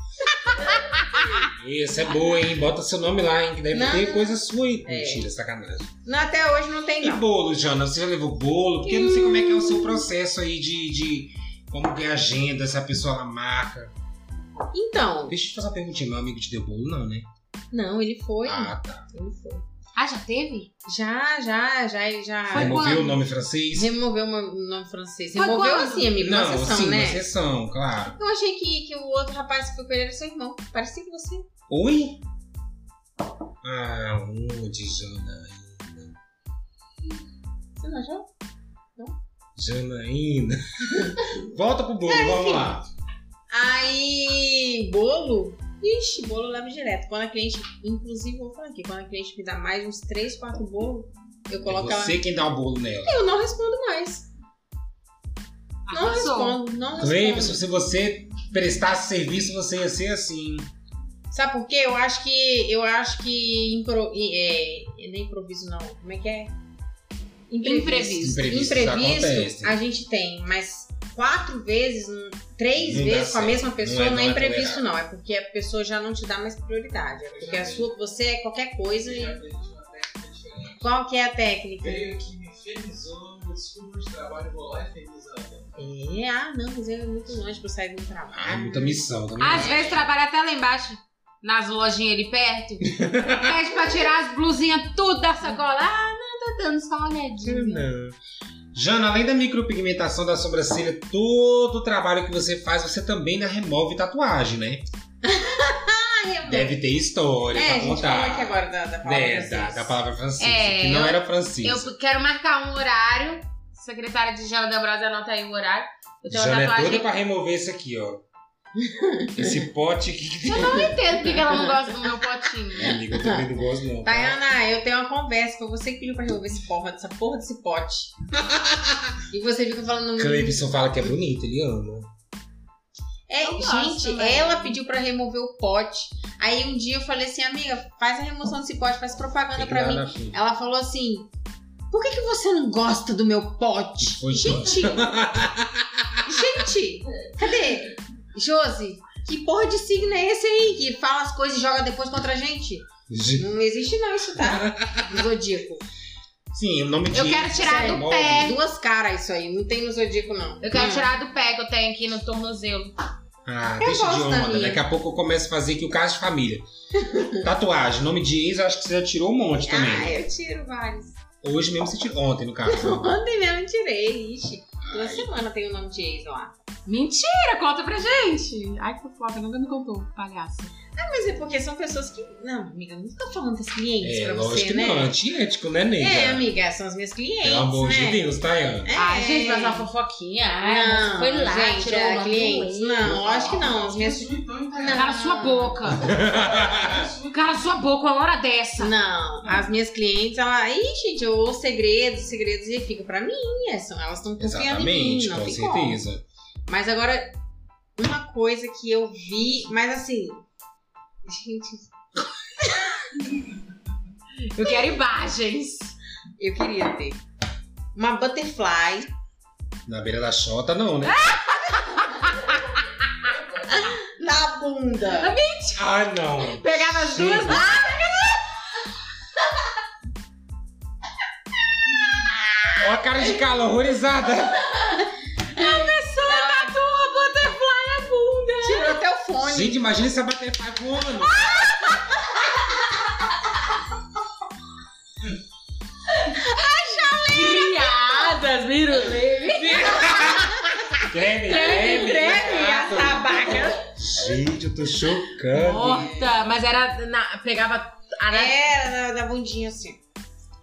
Isso é boa, hein? Bota seu nome lá, hein? Que deve Não. ter coisa sua, hein? É. Mentira, sacanagem. Não, até hoje não tem, E não. bolo, Jana? Você já levou bolo? Porque eu não sei como é que é o seu processo aí de. de como que é a agenda, se a pessoa ela marca. Então, Deixa eu te fazer uma perguntinha, meu amigo te deu bolo, não, né? não, ele foi. Ah, tá. Ele foi. Ah, já teve? Já, já, já, ele já. Foi Removeu quando? o nome francês? Removeu o meu nome francês. Foi Removeu quando? assim, amigo, não, uma sessão, sim, é- né? uma sessão, claro. Eu achei que, que o outro rapaz que foi com ele era seu irmão. Parecia com você. Oi? Ah, onde, Janaína? Você não achou? Janaína. Volta pro bolo, vamos lá. Aí, bolo? Ixi, bolo eu levo direto. Quando a cliente, inclusive, vou falar aqui, quando a cliente me dá mais uns 3, 4 bolos, eu coloco É você quem dá o bolo nela. ela. Eu não respondo mais. Não Arrasou. respondo, não respondo. Cleverson, se você prestasse serviço, você ia ser assim. Sabe por quê? Eu acho que. Eu acho que. Impro, e- é, não é improviso, não. Como é que é? Imprevisto. Imprevistos acontecem. a gente tem, mas quatro vezes, hum, três Não dá vezes com a certo. mesma Não pessoa é- não não é, é imprevisto, não. É porque a pessoa já não te dá mais prioridade. É porque a sua, você é qualquer coisa. E qual que é a técnica? Veio aqui, me felizou, eu descubro de trabalho, vou lá e felizão. É, ah, não, mas eu é muito longe pra eu sair do trabalho. Ah, muita missão também. Às vezes trabalha até lá embaixo, nas lojinhas ali perto. Pede pra tirar as blusinhas tudo da sacola. Ah, não, tá dando só uma olhadinha. Não. Uhum. Jana, além da micropigmentação da sobrancelha, todo o trabalho que você faz, você também ainda remove tatuagem, né? Deve ter história É, pra a gente contar. falou aqui agora da, da palavra. É, da, francesa. da palavra francesa, É, que não eu- era francesa. Eu quero marcar um horário. Secretária de Jana da Brosa anota aí o horário. Eu tenho Jana uma é tatuagem. doida pra remover isso aqui, ó. Esse pote aqui. Eu não entendo porque que ela não gosta do meu potinho. Amiga, eu também não gosto, não. tá? Tayana, eu tenho uma conversa. Foi você que pediu pra remover esse porra, dessa porra desse pote. e você fica falando. Cleibson fala que é bonito, ele ama. É, Eu gosto gente, também. ela pediu pra remover o pote. Aí um dia eu falei assim, amiga, faz a remoção desse pote, faz propaganda Tem que pra dar mim. na frente. Ela falou assim: Por que, que você não gosta do meu pote? Foi gente! gente! Cadê? Josi, que porra de signo é esse aí que fala as coisas e joga depois contra a gente? Não existe não isso, tá? No Zodíaco. Sim, o nome de Eu quero tirar Sério? do pé. Duas caras isso aí, não tem no Zodíaco não. Eu quero Hum. tirar do pé que eu tenho aqui no tornozelo. Ah, Eu deixa de gosto da onda. minha. Daqui a pouco eu começo a fazer aqui o caso de família. Tatuagem, nome de ex, eu acho que você já tirou um monte Ah, também. eu tiro vários. Hoje mesmo você tirou. Ontem, no caso. Ontem mesmo tirei, ixi. Toda semana tem o nome de ex lá. Mentira, conta pra gente. Ai, que fofoca, nunca me contou, palhaço. Ah, mas é porque são pessoas que. Não, amiga, não fica falando das clientes É, pra lógico você, que né? não. Antiético, né, nega? É, amiga, são as minhas clientes. Pelo amor né? de Deus, Tayana. É. Ai, Ah, gente, mas uma fofoquinha. Ai, não, mas foi lá, gente, tirou é, uma clientes. doença. Não, lógico que não. As minhas. Então, Não. Cala sua boca. Cala sua boca uma hora dessa. Não, as minhas clientes, ela. Ih, gente, eu ouço segredos, segredos e fica pra mim. é, são- Elas estão confiando Exatamente, em mim. Não com tem como. certeza. Mas agora, uma coisa que eu vi, mas assim. Gente, Eu quero imagens. eu queria ter. Uma butterfly Na beira da chota, não, né? na bunda. Ah, não. Pegava as duas. Chega. Ah, Olha a cara de cala, horrorizada. pessoa tatuou a butterfly na bunda. Tirou até o fone. Gente, imagina se a butterfly voando. Ah! Viado. Quantas viram? Treme, treme, tá treme. tabaca. Gente, eu tô chocando. Morta, mas era. na- pegava. a na- Era na, na bundinha assim.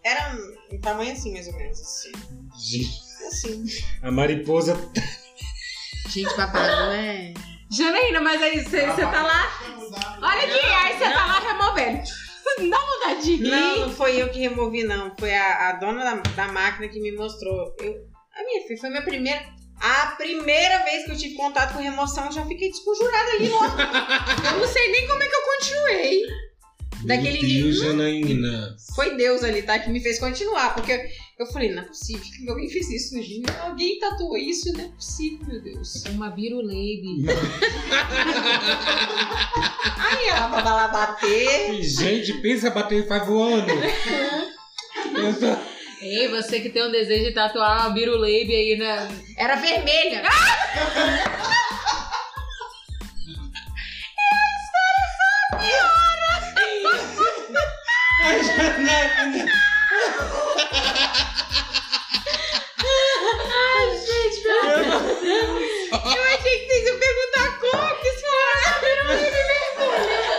Era um um tamanho assim, mais ou menos. Assim. Gente, assim. a mariposa. Gente, babado, não é? Janaína, mas aí você você tá lá. Olha aqui, aí você tá lá removendo. Não dá de rir. Não, não foi eu que removi, não. Foi a, a dona da, da máquina que me mostrou. Eu, a minha filha, foi minha primeira. A primeira vez que eu tive contato com remoção, eu já fiquei desconjurada ali logo. eu não sei nem como é que eu continuei. Daquele Meu Deus, Janaína. Foi Deus ali, tá? Que me fez continuar. Porque eu, eu falei, não é possível que alguém fez isso, gente. Alguém tatuou isso, não é possível, meu Deus. Uma biruleibe. Aí ela vai lá bater. Gente, pensa bater e vai voando. Eu tô- Ei, você que tem um desejo de tatuar uma biruleibe aí na. Era vermelha. Ah, Eu achei que vocês iam perguntar a cor, porque se falaram vermelho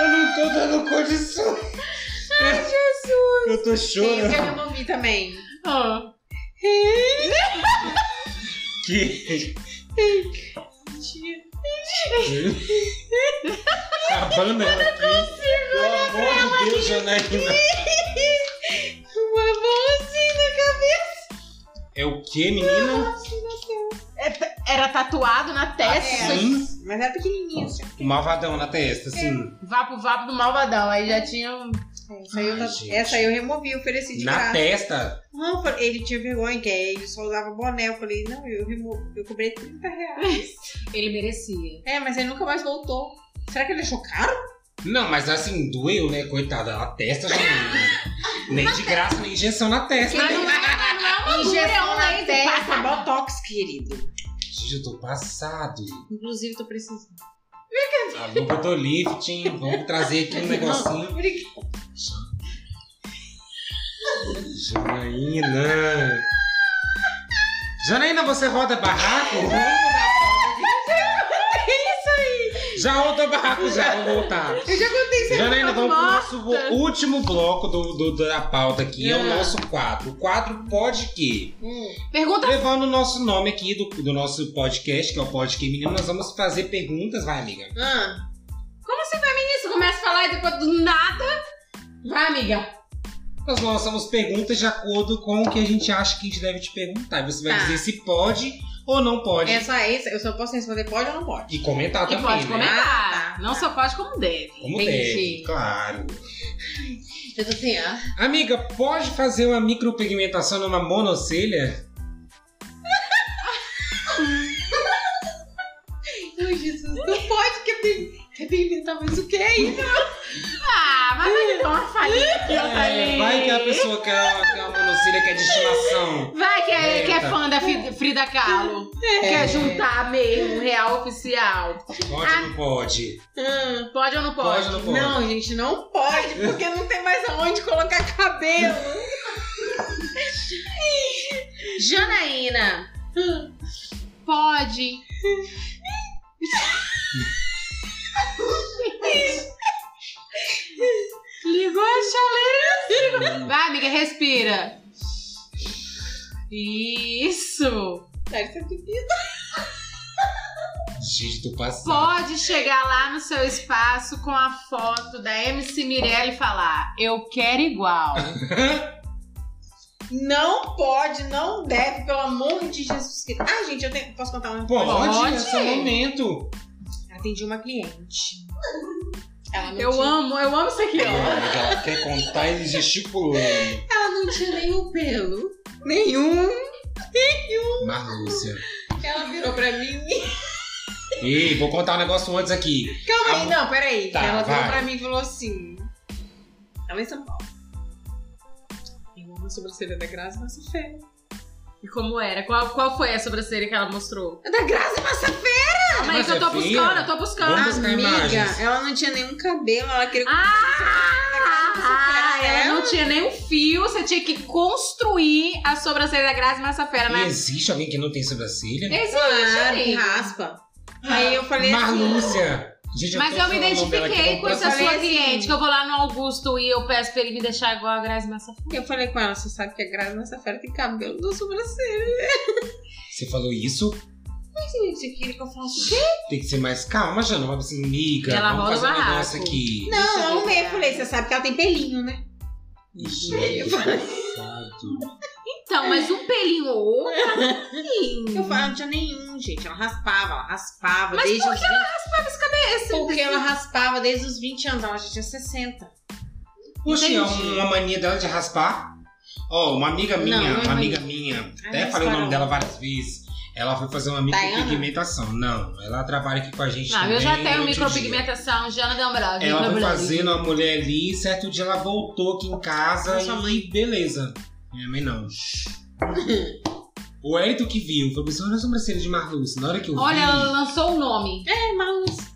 Eu não tô dando condições. Ai, Jesus. Eu tô Tem o que eu chorando. removi também. Ah, Que... Acabando é ela é aqui. né, Pelo amor de Deus, Janaína. Uma mãozinha na cabeça. É o que, menina? Era tatuado na testa. Sim. Mas era pequenininha, assim. O malvadão na testa, É, assim. Vapo, vapo do malvadão. Aí já tinha. um- Essa aí, eu, Ai, ta- gente. essa aí eu removi, ofereci de Na graça. testa. Não, eu falei- ele tinha vergonha, que aí ele só usava boné. Eu falei, não, eu removi, eu cobrei 30 reais. Ele merecia. é, mas ele nunca mais voltou. Será que ele é achou caro? Não, mas assim, doeu, né? Coitada, a testa já Nem de graça, nem injeção na testa. né? Mas não é, mas não é uma Injeção dura, é um na laser. testa, botox, querido. Gente, eu tô passado. Inclusive, tô precisando. Alô, Botolifting. Vamos trazer aqui um negocinho. Obrigada. Janaína. Janaína, você roda barraco? Já rodou barraco, já vou voltar. Eu já contei isso aí. Janaína, tá vamos pro morta. nosso vo- último bloco do, do- da pauta aqui, é o Ah. nosso quadro. O quadro pode que? Hum, Pergunta Levando o nosso nome aqui do, do nosso podcast, que é o Pod Que Menino, nós vamos fazer perguntas, vai, amiga. Ah, Como assim, você feminista começa a falar e depois do nada? Vai, amiga. Nós lançamos perguntas de acordo com o que a gente acha que a gente deve te perguntar. E você vai Tá. dizer se pode ou não pode. é só essa. Eu só posso responder pode ou não pode. E comentar E também. pode né? comentar. Ah, tá. Não só pode, como deve. Como Entendi. deve, claro. Eu tô assim, ah. Amiga, pode fazer uma micropigmentação numa monocelha? Ai, Jesus, não pode, que eu tenho que eu tenho que inventar mais o que é aí? Ah, mas vai que dá uma falinha aqui, eu falei. É, vai que a pessoa quer, quer uma monocelha que é de estimação. Vai que é, que é Eita. É. fã da Fi- Frida Kahlo. É. Quer juntar mesmo, real oficial. Pode ou não pode? Ah, Pode ou não Pode pode? ou não pode? não, gente, não pode, porque não tem mais aonde colocar cabelo. Janaína. Pode. Ligou a chaleira. Vai, amiga, respira. Isso. Sério, isso aqui Gente, tô passando. Pode chegar lá no seu espaço com a foto da MC Mirella e falar: Eu quero igual. Não pode, não deve, pelo amor de Jesus Cristo. Ah, gente, eu tenho- posso contar uma Pode, Pode. é seu momento. Atendi uma cliente. Ela não, Eu tinha, amo, eu amo isso aqui, ó. Ela quer contar e gesticulando. ela não tinha nenhum pelo. Nenhum. Marlúcia. Ela virou pra mim. Ei, vou contar um negócio antes aqui. Calma aí, não, peraí. Tá, ela virou vai. pra mim e falou assim. Ela é em São Paulo. Eu amo a sobrancelha da Grazi Massafera. E como era? Qual, qual foi a sobrancelha que ela mostrou? Da Grazi Massafera! Calma aí Mas que eu tô é feia? buscando, eu tô buscando. Vamos buscar Amiga, imagens. ela não tinha nenhum cabelo, ela queria. Ah, Ah, Supera ela ela. é? não tinha nem um fio, você tinha que construir a sobrancelha da Grazi Massafera, E né? existe alguém que não tem sobrancelha? Existe, Claro, que amigo. Ah, raspa. Aí eu falei assim. Marlúcia! Gente, Mas tô eu me falando o nome dela aqui, identifiquei vamos com pra essa frente. sua Falei assim- cliente, que eu vou lá no Augusto e eu peço pra ele me deixar igual a Grazi Massafera. Eu falei com ela, você sabe que é a Grazi nessa fera tem cabelo do sobrancelha. Você falou isso? Mas, gente, você queria que eu falasse o quê? Tem que ser mais calma, Jana. Mas assim, miga, Ela vamos rola o fazer um barraco. negócio aqui. Não, eu Deixa eu arrumei. ver. Eu falei, você sabe que ela tem pelinho, né? Ixi, olha que safado. Então, mas um pelinho ou outro. Eu falei, não tinha nenhum, gente. Ela raspava, ela raspava Mas desde por os que ela raspava esse cabelo? Esse- Porque ela raspava desde os 20 anos, ela já tinha 60. Poxa, é Entendi. uma mania dela de raspar? Ó, uma amiga minha, Não, não é uma mania. amiga minha, Ah, até mas falei o nome farol. dela várias vezes. Ela foi fazer uma Diana? micropigmentação. Não, ela trabalha aqui com a gente Não, também. eu já tenho durante o dia. micropigmentação, Jana Dambrava. Ela foi fazendo uma mulher ali, certo dia ela voltou aqui em casa Ah, e sua beleza. Minha mãe não. o Elito que viu, foi pensando na sobrancelha de Marluce. Na hora que eu Olha, vi. ela lançou o nome. É, mas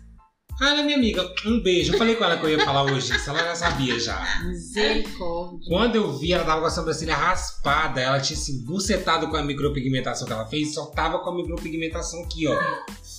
Ah, ela é minha amiga, um beijo. Eu falei com ela que eu ia falar hoje, isso ela já sabia já. Misericórdia. Quando eu vi, ela tava com a sobrancelha raspada, ela tinha se bucetado com a micropigmentação que ela fez, só tava com a micropigmentação aqui, ó.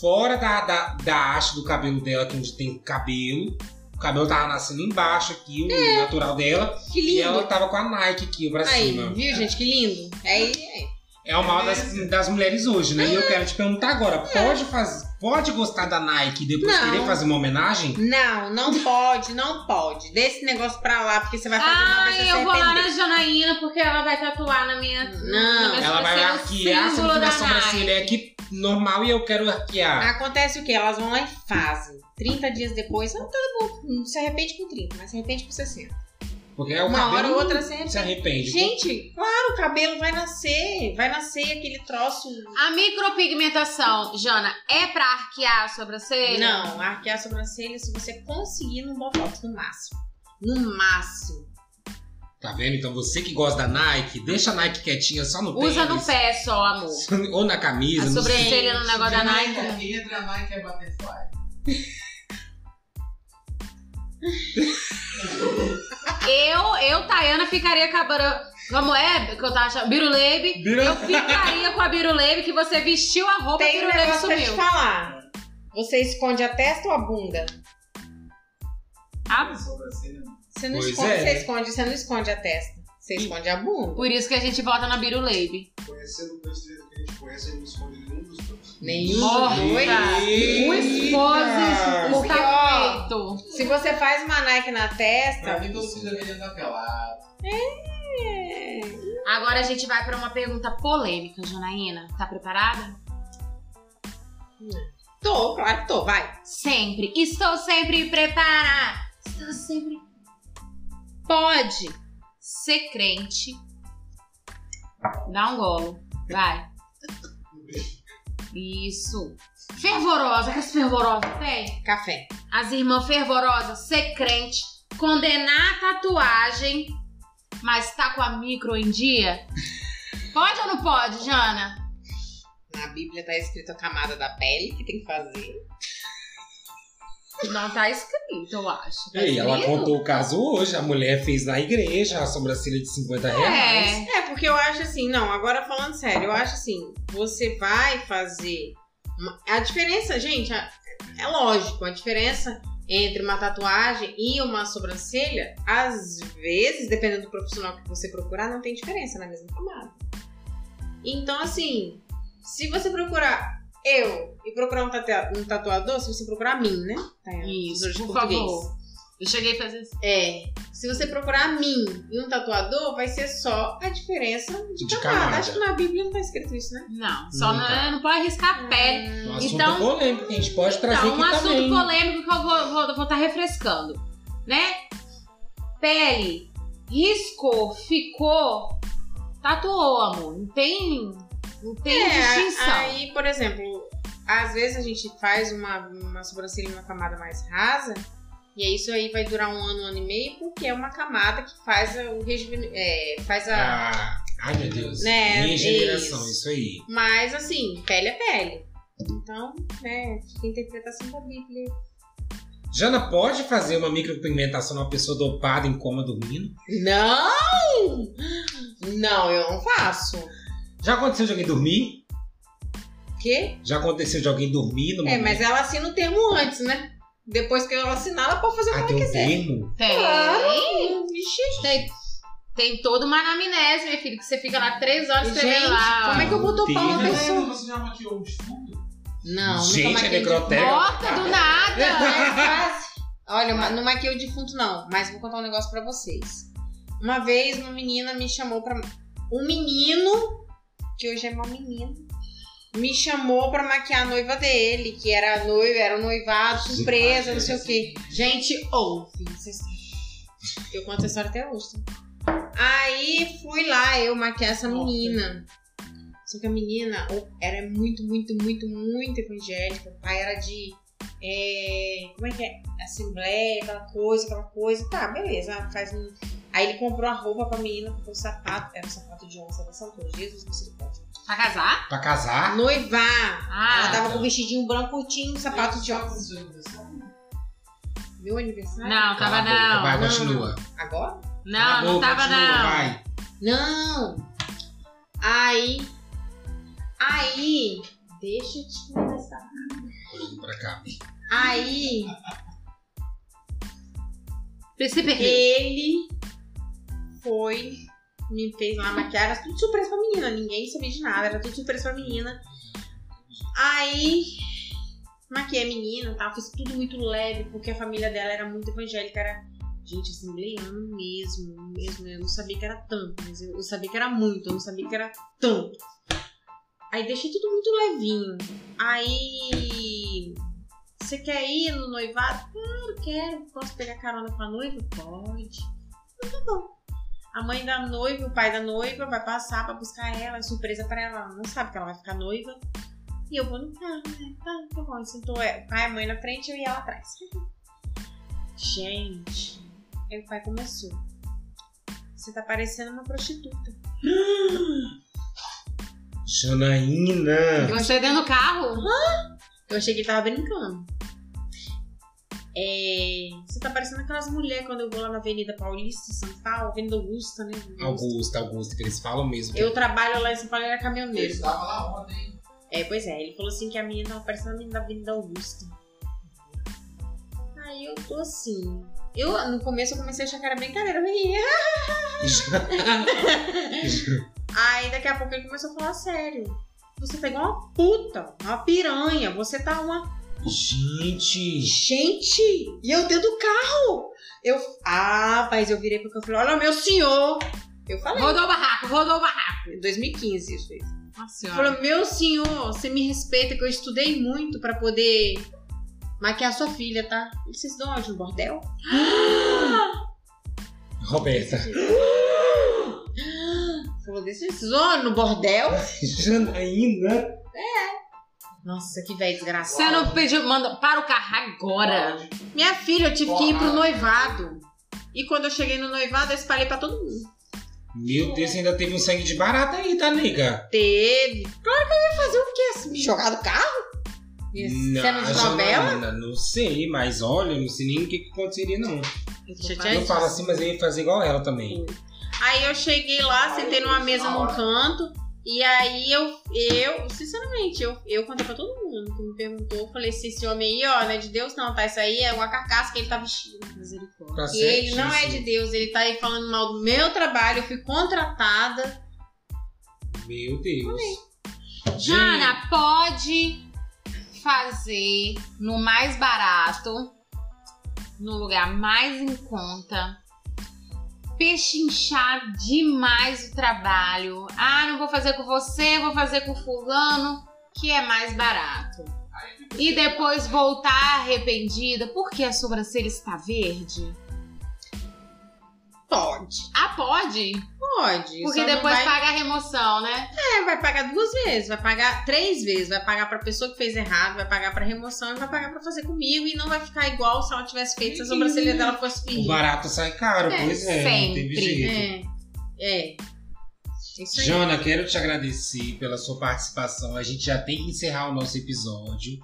Fora da, da, da haste do cabelo dela, que onde tem cabelo. O cabelo tava nascendo embaixo aqui, o natural dela. que E É. lindo. ela tava com a Nike aqui pra Aí, cima. viu, gente, que lindo. Aí, aí. É o mal das, das mulheres hoje, né? E É. eu quero te perguntar agora: pode, faz, pode gostar da Nike e depois Não. querer fazer uma homenagem? Não, não pode, não pode. Dê esse negócio pra lá, porque você vai fazer uma vez Ai, você eu se vou lá arrepender. na Janaína porque ela vai tatuar na minha. Não. na minha Ela vai é sobrancelha o arquear, se símbolo não tiver da sobrancelha Nike. aqui normal e eu quero arquear. Acontece o quê? Elas vão lá e fazem. 30 dias depois, ah, tá bom. Não se arrepende com 30, mas se arrepende com 60. Porque é o Uma hora cabelo ou outra você se arrepende. arrepende. Gente, claro, o cabelo vai nascer. Vai nascer aquele troço. A micropigmentação, Jana, é pra arquear a sobrancelha? Não, arquear a sobrancelha se você conseguir no botox, no máximo. No máximo. Tá vendo? Então você que gosta da Nike, deixa a Nike quietinha só no Usa no tênis. pé só, amor. Ou na camisa. A não sei. sobrancelha no negócio da Nike. né? Entra Nike é Butterfly. Eu, eu, Tayana, ficaria com a. bara- Como é que eu tava achando? Birulebe. Biru- Eu ficaria com a Birulebe que você vestiu a roupa e Tem um Birulebe negócio pra te sumiu. falar. Você esconde a testa ou a bunda? Ah, Sobrancelha. Você não Pois esconde, é. você esconde, você não esconde a testa. Você esconde a bunda. por isso que a gente vota na Birulebe. Conhecendo o dois três que a gente conhece, a gente não esconde nenhum um dos dois. Nenhum Morta. dos dois. O esposo Porque, está ó, feito. Se você faz uma Nike na Pra testa, é. mim, todo mundo deveria andar pelado. Agora a gente vai pra uma pergunta polêmica, Janaína. Tá preparada? tô, claro que tô, vai. Sempre. Estou sempre preparada. Estou sempre. Pode ser crente. Dá um golo. Vai. Isso. Fervorosa, que as fervorosas tem? Café. As irmãs fervorosas, ser crente, condenar a tatuagem, mas tá com a micro em dia? Pode ou não pode, Jana? Na Bíblia tá escrito a camada da pele que tem que fazer. Não tá escrito, eu acho. Tá E ela escrito? contou o caso hoje. A mulher fez na igreja a sobrancelha de 50 reais. É. É, porque eu acho assim, não, agora falando sério, eu acho assim, você vai fazer. uma- a diferença, gente, a- é lógico, a diferença entre uma tatuagem e uma sobrancelha, às vezes, dependendo do profissional que você procurar, não tem diferença na mesma camada. Então, assim, se você procurar eu e procurar um, tatua- um tatuador, se você procurar mim, né? Tayana, Isso, professora de por português. favor. Eu cheguei a fazer assim. É, se você procurar mim e um tatuador, vai ser só a diferença de, De camada. camada. Acho que na Bíblia não tá escrito isso, né? É, Não, só Não não, tá. não pode arriscar a pele. Um assunto Então- polêmico que a gente pode trazer Então, um aqui assunto também. polêmico que eu vou estar vou, vou tá refrescando, né? Pele, riscou, ficou, tatuou, amor. Não tem, não tem distinção. é, aí, por exemplo, às vezes a gente faz uma, uma sobrancelha em uma camada mais rasa, e aí isso aí vai durar um ano, um ano e meio, porque é uma camada que faz a- o rejuven... é, faz a... Ah, ai, meu Deus. Né, Regeneração, isso. isso aí. Mas, assim, pele é pele. Então, né, fica a interpretação da Bíblia. Jana pode fazer uma micropigmentação numa pessoa dopada em coma dormindo? Não! Não, eu não faço. Já aconteceu de alguém dormir? O quê? Já aconteceu de alguém dormir no É, mas ela assina o termo antes, né? Depois que ela assinar, ela pode fazer o que Ah, ela tem um quiser. termo? Tem. Claro! Vixe, Tem, tem toda uma anamnese, minha filha, que você fica lá três horas Gente, escrevendo lá. como é que eu vou topar uma Entendi. pessoa? Você já maquiou um estudo? Não, não Gente, é maquiei necrotério. Bota do nada! é Olha, ma- não é maquei o defunto, não, mas vou contar um negócio pra vocês. Uma vez uma menina me chamou pra. Um menino, que hoje é uma menina, me chamou pra maquiar a noiva dele, que era noiva, era um noivado, surpresa, não sei o quê. Gente, ouve. vocês- Eu conto essa história até hoje. tá? Aí fui lá eu maquiar essa menina. Só que a menina ou- era muito, muito, muito, muito evangélica. O pai era de. é, como é que é? Assembleia, aquela coisa, aquela coisa. Tá, beleza. ah, Faz um... Aí ele comprou a roupa pra menina, comprou o sapato. Era um sapato de onça da Santa Jesus, misericórdia. Pra casar? Pra casar? Noivar! Ela Ah, tava com um vestidinho branco curtinho, um sapato de onça. Meu aniversário? um não, Cala a tava boca, não. Vai, não. continua. Agora? Cala a Não, não boca, tava continua, não. Vai. Não! Aí. Aí. Deixa eu te conversar. Olhando pra cá. Aí Você perdeu. ele foi. Me fez lá maquiar, era tudo surpresa pra menina, ninguém sabia de nada, era tudo surpresa pra menina. Aí maquiei a menina, tá? Fiz tudo muito leve, porque a família dela era muito evangélica, era gente assembleiano mesmo, mesmo. Eu não sabia que era tanto, mas eu, eu sabia que era muito, eu não sabia que era tanto. Aí deixei tudo muito levinho. Aí. Você quer ir no noivado? Claro, quero. Posso pegar carona com a noiva? Pode. Então tá bom. A mãe da noiva, o pai da noiva vai passar pra buscar ela, é surpresa pra ela. Ela não sabe que ela vai ficar noiva. E eu vou no carro, né? Tá, tá bom. Sentou é, o pai e a mãe na frente eu e ela atrás. Gente, aí o pai começou. Você tá parecendo uma prostituta. Janaína. Você dentro do carro? Eu achei que ele tava brincando. É, você tá parecendo aquelas mulheres quando eu vou lá na Avenida Paulista, em São Paulo, Avenida Augusta, né? Augusta, Augusta, que eles falam mesmo. Eu trabalho lá em São Paulo, eu era Eu caminhoneiro. estava lá ontem. É, pois é, ele falou assim que a menina tava parecendo a menina da Avenida Augusta. Aí eu tô assim. Eu, no começo, eu comecei a achar que era brincadeira. Eu ri. Aí daqui a pouco ele começou a falar sério. Você tá igual uma puta, uma piranha, você tá uma Gente. Gente, e eu dentro do carro. Eu, ah, mas eu virei porque eu falei, olha meu senhor. Eu falei, Rodou o barraco, rodou o barraco. em 2015 isso aí. Nossa Ele senhora. falou, meu senhor, você me respeita que eu estudei muito pra poder maquiar sua filha, tá? E vocês dão onde? No bordel? Roberta. Falou desse jeito, vocês dão onde? No bordel? Janaína. Nossa, que velho desgraçado. Você não pediu, manda, para o carro agora. Minha filha, eu tive que ir pro noivado. E quando eu cheguei no noivado, eu espalhei pra todo mundo. Meu Deus, ainda teve um sangue de barata aí, tá, nega? Teve. Claro que eu ia fazer o quê? Me jogar do carro? Ia Cena de novela? Janaína, não sei, mas olha, eu não sei nem o que, que aconteceria, não. Gente. Eu falo assim, mas eu ia fazer igual ela também. Aí eu cheguei lá, sentei numa mesa num canto. E aí eu, eu sinceramente, eu, eu contei pra todo mundo que me perguntou. eu Falei, se esse homem aí, ó, não é de Deus, não, tá? Isso aí é uma carcaça que ele tá vestindo. Misericórdia. Tá E ele não é de certíssimo. Deus, ele tá aí falando mal do meu trabalho, eu fui contratada. Meu Deus. Jana, pode fazer no mais barato, no lugar mais em conta, pechinchar demais o trabalho. Ah, não vou fazer com você, vou fazer com fulano, que é mais barato. E depois voltar arrependida porque a sobrancelha está verde. Pode. Ah, pode? Pode. Porque só não depois vai... paga a remoção, né? É, vai pagar duas vezes, vai pagar três vezes, vai pagar pra pessoa que fez errado, vai pagar pra remoção e vai pagar pra fazer comigo e não vai ficar igual se ela tivesse feito, se a sobrancelha dela fosse O fingindo. barato sai caro, É, pois é. Não teve sempre. jeito. É. É. Isso aí. Jana, quero te agradecer pela sua participação. A gente já tem que encerrar o nosso episódio.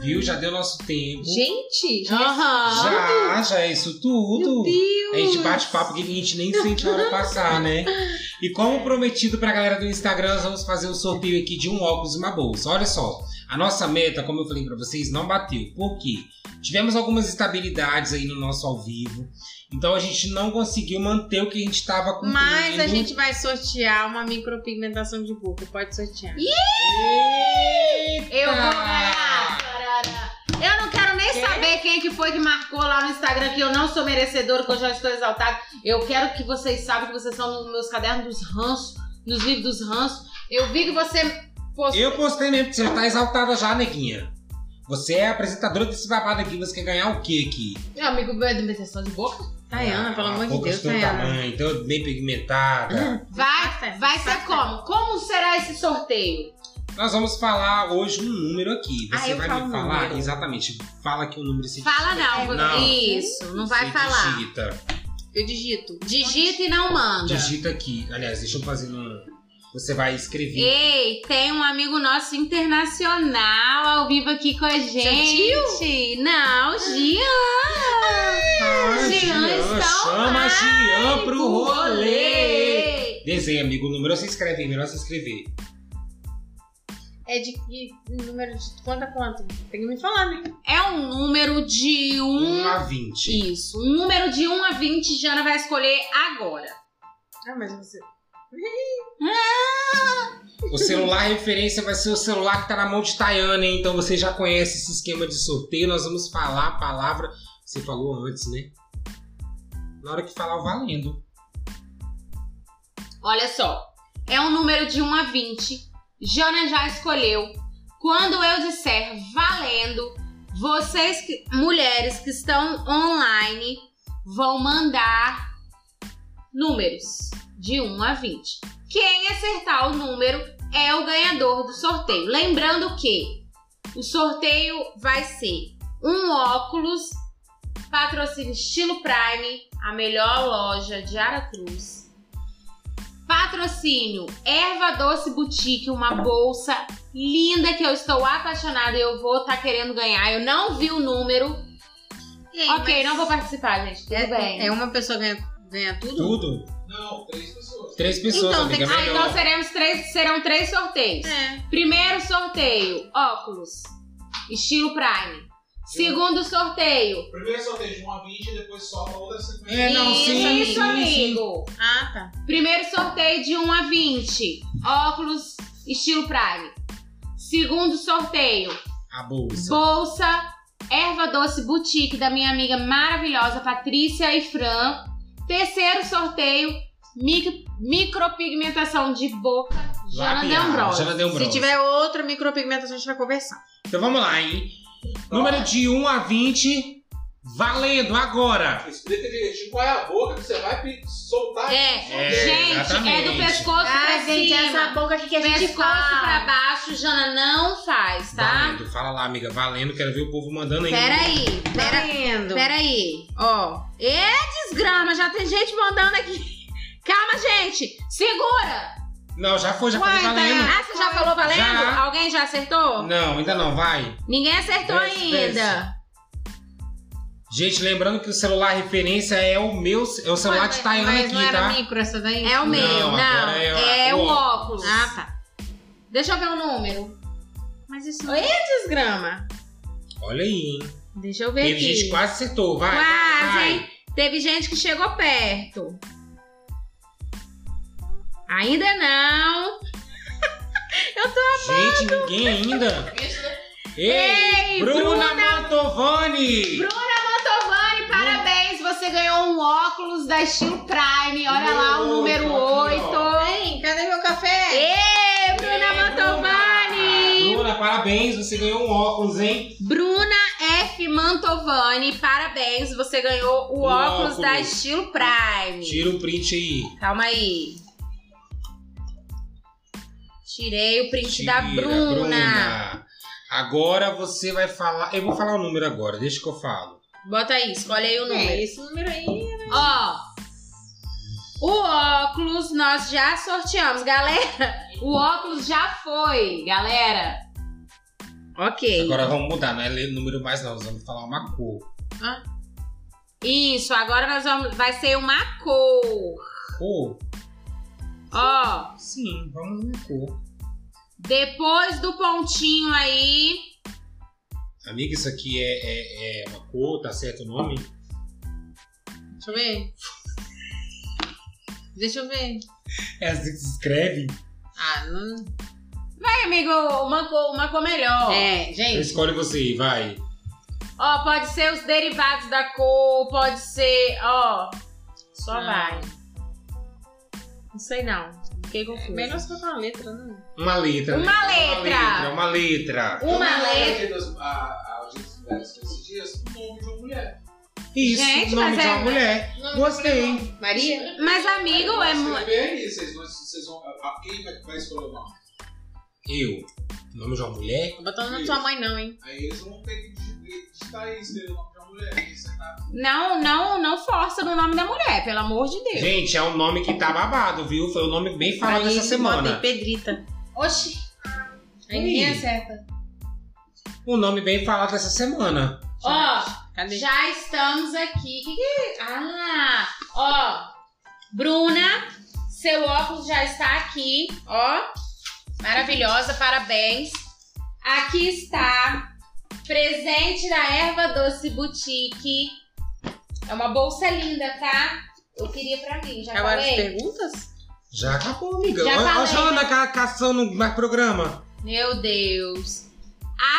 Viu? Já deu nosso tempo. Gente, Aham. Já, já é isso meu tudo. Deus! A gente bate papo que a gente nem sente a hora passar, né? E como prometido pra galera do Instagram, nós vamos fazer um sorteio aqui de um óculos e uma bolsa. Olha só, a nossa meta, como eu falei pra vocês, não bateu. Por quê? Tivemos algumas estabilidades aí no nosso ao vivo. Então a gente não conseguiu manter o que a gente tava cumprindo. Mas Uhum. a gente vai sortear uma micropigmentação de boca. Pode sortear. Eu vou ganhar. tarará. Eu não quero nem saber quem que foi que marcou lá no Instagram que eu não sou merecedora, que eu já estou exaltada. Eu quero que vocês saibam que vocês são nos meus cadernos dos ranços, nos livros dos ranços. Eu vi que você postou. Eu postei mesmo, porque você já tá exaltada já, neguinha. Você é a apresentadora desse babado aqui, você quer ganhar o quê aqui? Meu amigo, meu dimensão de boca. Tayana, pelo amor de poucas Deus, do teu Tayana. Uhum. tamanho, tão bem pigmentada. Vai, vai ser como? Como será esse sorteio? Nós vamos falar hoje um número aqui. Ah, Você eu vai falo me falar número. exatamente. Fala aqui o número se Fala não, Não. isso, não vai se falar. Digita. Eu digito. Digita e não manda. Digita aqui. Aliás, deixa eu fazer um. Você vai escrever. Ei, tem um amigo nosso internacional ao vivo aqui com a é gente. Não, Gian. Ah, Jean está chama a Ah, Jean pro rolê. rolê. Desenha, amigo. O número você escreve aí, melhor você escrever. É de que número de quanto a quanto? Tem que me falar, né? É um número de Hum. 1 um... a 20. Isso, um número de 1 a 20, Jana vai escolher agora. Ah, mas você. O celular referência vai ser o celular que tá na mão de Tayana, hein? Então você já conhece esse esquema de sorteio. Nós vamos falar a palavra. Você falou antes, né? Na hora que falar, o valendo. Olha só, é um número de 1 a 20. Jana já escolheu. Quando eu disser valendo, vocês, que- mulheres que estão online, vão mandar números de 1 a 20. Quem acertar o número é o ganhador do sorteio. Lembrando que o sorteio vai ser um óculos, patrocínio Estilo Prime, a melhor loja de Aracruz. Patrocínio Erva Doce Boutique, uma bolsa linda que eu estou apaixonada e eu vou estar querendo ganhar. Eu não vi o número. ok, não vou participar, gente. Tudo bem. um É, é uma pessoa ganha, ganha tudo? Tudo? Não, três pessoas. Três pessoas, Então, tem amiga. Ah, melhor. então seremos três, serão três sorteios. É. Primeiro sorteio, óculos, estilo Prime. Segundo sorteio, Primeiro só tem de 1 a 20 e depois solta outra sequência. É, não, isso, sim, isso, sim, sim. amigo. Ah, tá. Primeiro sorteio de 1 a 20, óculos, estilo Prime. Segundo sorteio, A bolsa. Bolsa, erva doce boutique da minha amiga maravilhosa Patrícia e Fran. Terceiro sorteio, mic- micropigmentação de boca, Jana Labial. Jana D'Ambrosio. D'Ambrosio. Se tiver outra micropigmentação, a gente vai conversar. Então vamos lá, hein? Número de 1 a 20. Valendo agora! Explica direitinho qual é a boca que você vai pe- soltar. É, É, gente, é do exatamente. pescoço pra cima. boca aqui é que pescoço pra baixo, Jana não faz, tá? Valendo. Fala lá, amiga. Valendo. Quero ver o povo mandando aí. Peraí, Tá pera, vendo? peraí. Ó, Ê, desgrama, já tem gente mandando aqui. Calma, gente, segura! Não, já foi, já foi Uai, valendo. Tayana. Ah, você já falou Hum. valendo? Já. Alguém já acertou? Não, ainda não, vai. Ninguém acertou Dez ainda. Gente, lembrando que o celular referência é o meu, é o celular de Tayana mas aqui, não era tá? micro essa daí? É o Não, meu, não. agora é o- É, o o óculos. Ah, tá. Deixa eu ver o número. Mas isso não é desgrama. Olha aí, hein? Deixa eu ver Teve aqui. gente que quase acertou, vai. Quase, vai. hein? Teve gente que chegou perto. Ainda não. Gente, ninguém ainda. Ei, Ei, Bruna, Bruna- Mantovani! Mantovani, parabéns. Você ganhou um óculos da Steel Prime. Olha lá o Oito, número aqui, 8. ó. Ei, cadê meu café? Ei, Bruna Ei, Mantovani. Bruna, parabéns, você ganhou um óculos, hein? Bruna F. Mantovani, parabéns. Você ganhou o O óculos, óculos. da Estilo Prime. Tira o print aí. Calma aí. Tirei o print da Tira, Bruna. Agora você vai falar. Eu vou falar o número agora, deixa que eu falo. É Bota aí, escolhe aí o número. É, esse número aí. Ó, O óculos nós já sorteamos, galera. O óculos já foi, galera. Ok. Agora vamos mudar, não é ler número mais não, nós vamos falar uma cor. Isso, agora nós vamos. Vai ser uma cor. Cor? Ó, Sim, vamos uma cor. depois do pontinho aí. Amiga, isso aqui é, é, é uma cor, tá certo o nome? Deixa eu ver. Deixa eu ver. É assim que se escreve? Ah, não. Vai, amigo, uma cor, uma cor melhor. É, Eu gente. escolho você, vai. Ó, pode ser os derivados da cor, pode ser. Ó, só Não. vai. Não sei não. Fiquei confusa. Melhor você botar uma letra, né? Uma letra. né? Uma letra. Uma letra. Uma letra. Uma letra. letra. A audiência desses dias, o nome de uma mulher. Isso, Gente, nome mas de é- uma mulher. Gostei. Maria? Mas, amigo, é. mu- Vocês veem aí, vocês vão. Vocês vão a, a quem vai, vai escolher o nome? Eu. Nome de uma mulher? Não botando na tua mãe, não, hein? Aí eles vão ter que dig- digitar aí, escrever o nome de uma mulher. Isso é nada. Não, não, não força no nome da mulher, pelo amor de Deus. Gente, é um nome que tá babado, viu? Foi um nome bem falado Aí, essa semana. Botei Pedrita. Oxi. Aí Ih. ninguém acerta. Um nome bem falado essa semana. Ó, Cadê? já estamos aqui. Que que é? Ah, ó. Bruna, seu óculos já está aqui, ó. Maravilhosa, parabéns. Aqui está. Presente da Erva Doce Boutique. É uma bolsa linda, tá? Eu queria pra mim, já Acabaram as falei? perguntas? Já acabou, amiga. Já Olha a falei. Joana ca- caçando mais programa. Meu Deus.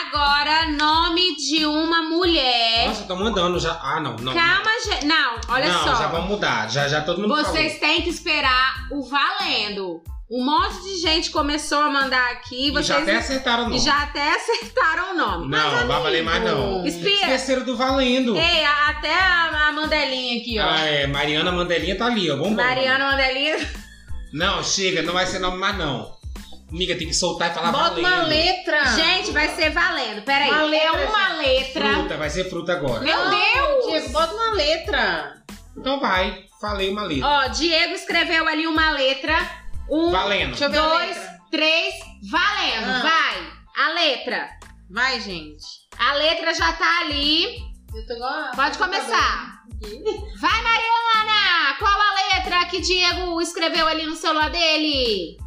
Agora, nome de uma mulher. Nossa, tô mandando já. Ah, não, não. É. Calma, gente. Não, olha não, só. já vamos mudar. Já, já todo mundo Vocês têm que esperar o valendo. Um monte de gente começou a mandar falou. aqui. E Vocês já até acertaram o nome. já até acertaram o nome. Não, não vai valer mais não. Espia. Esqueceram do Valendo. Ei, a- até a, a Mandelinha aqui, É ó. Ah, é. Mariana Mandelinha tá ali, ó. Vamos Mariana Mandelinha. Não, chega, não vai ser nome mais não. Amiga, tem que soltar e falar Bota valendo. uma letra. Ah. Gente, vai ser valendo. Peraí. Uma é letra, uma letra. Fruta, vai ser fruta agora. Meu Deus! Diego, bota uma letra. Então vai, falei uma letra. Ó, Diego escreveu ali uma letra. Um, Valendo. Deixa eu ver a dois, letra. três, valendo. Ah. Vai. A letra. Vai, gente. A letra já tá ali. Eu tô igual a- Pode Tá começar. Vai, Mariana! Qual a letra que Diego escreveu ali no celular dele?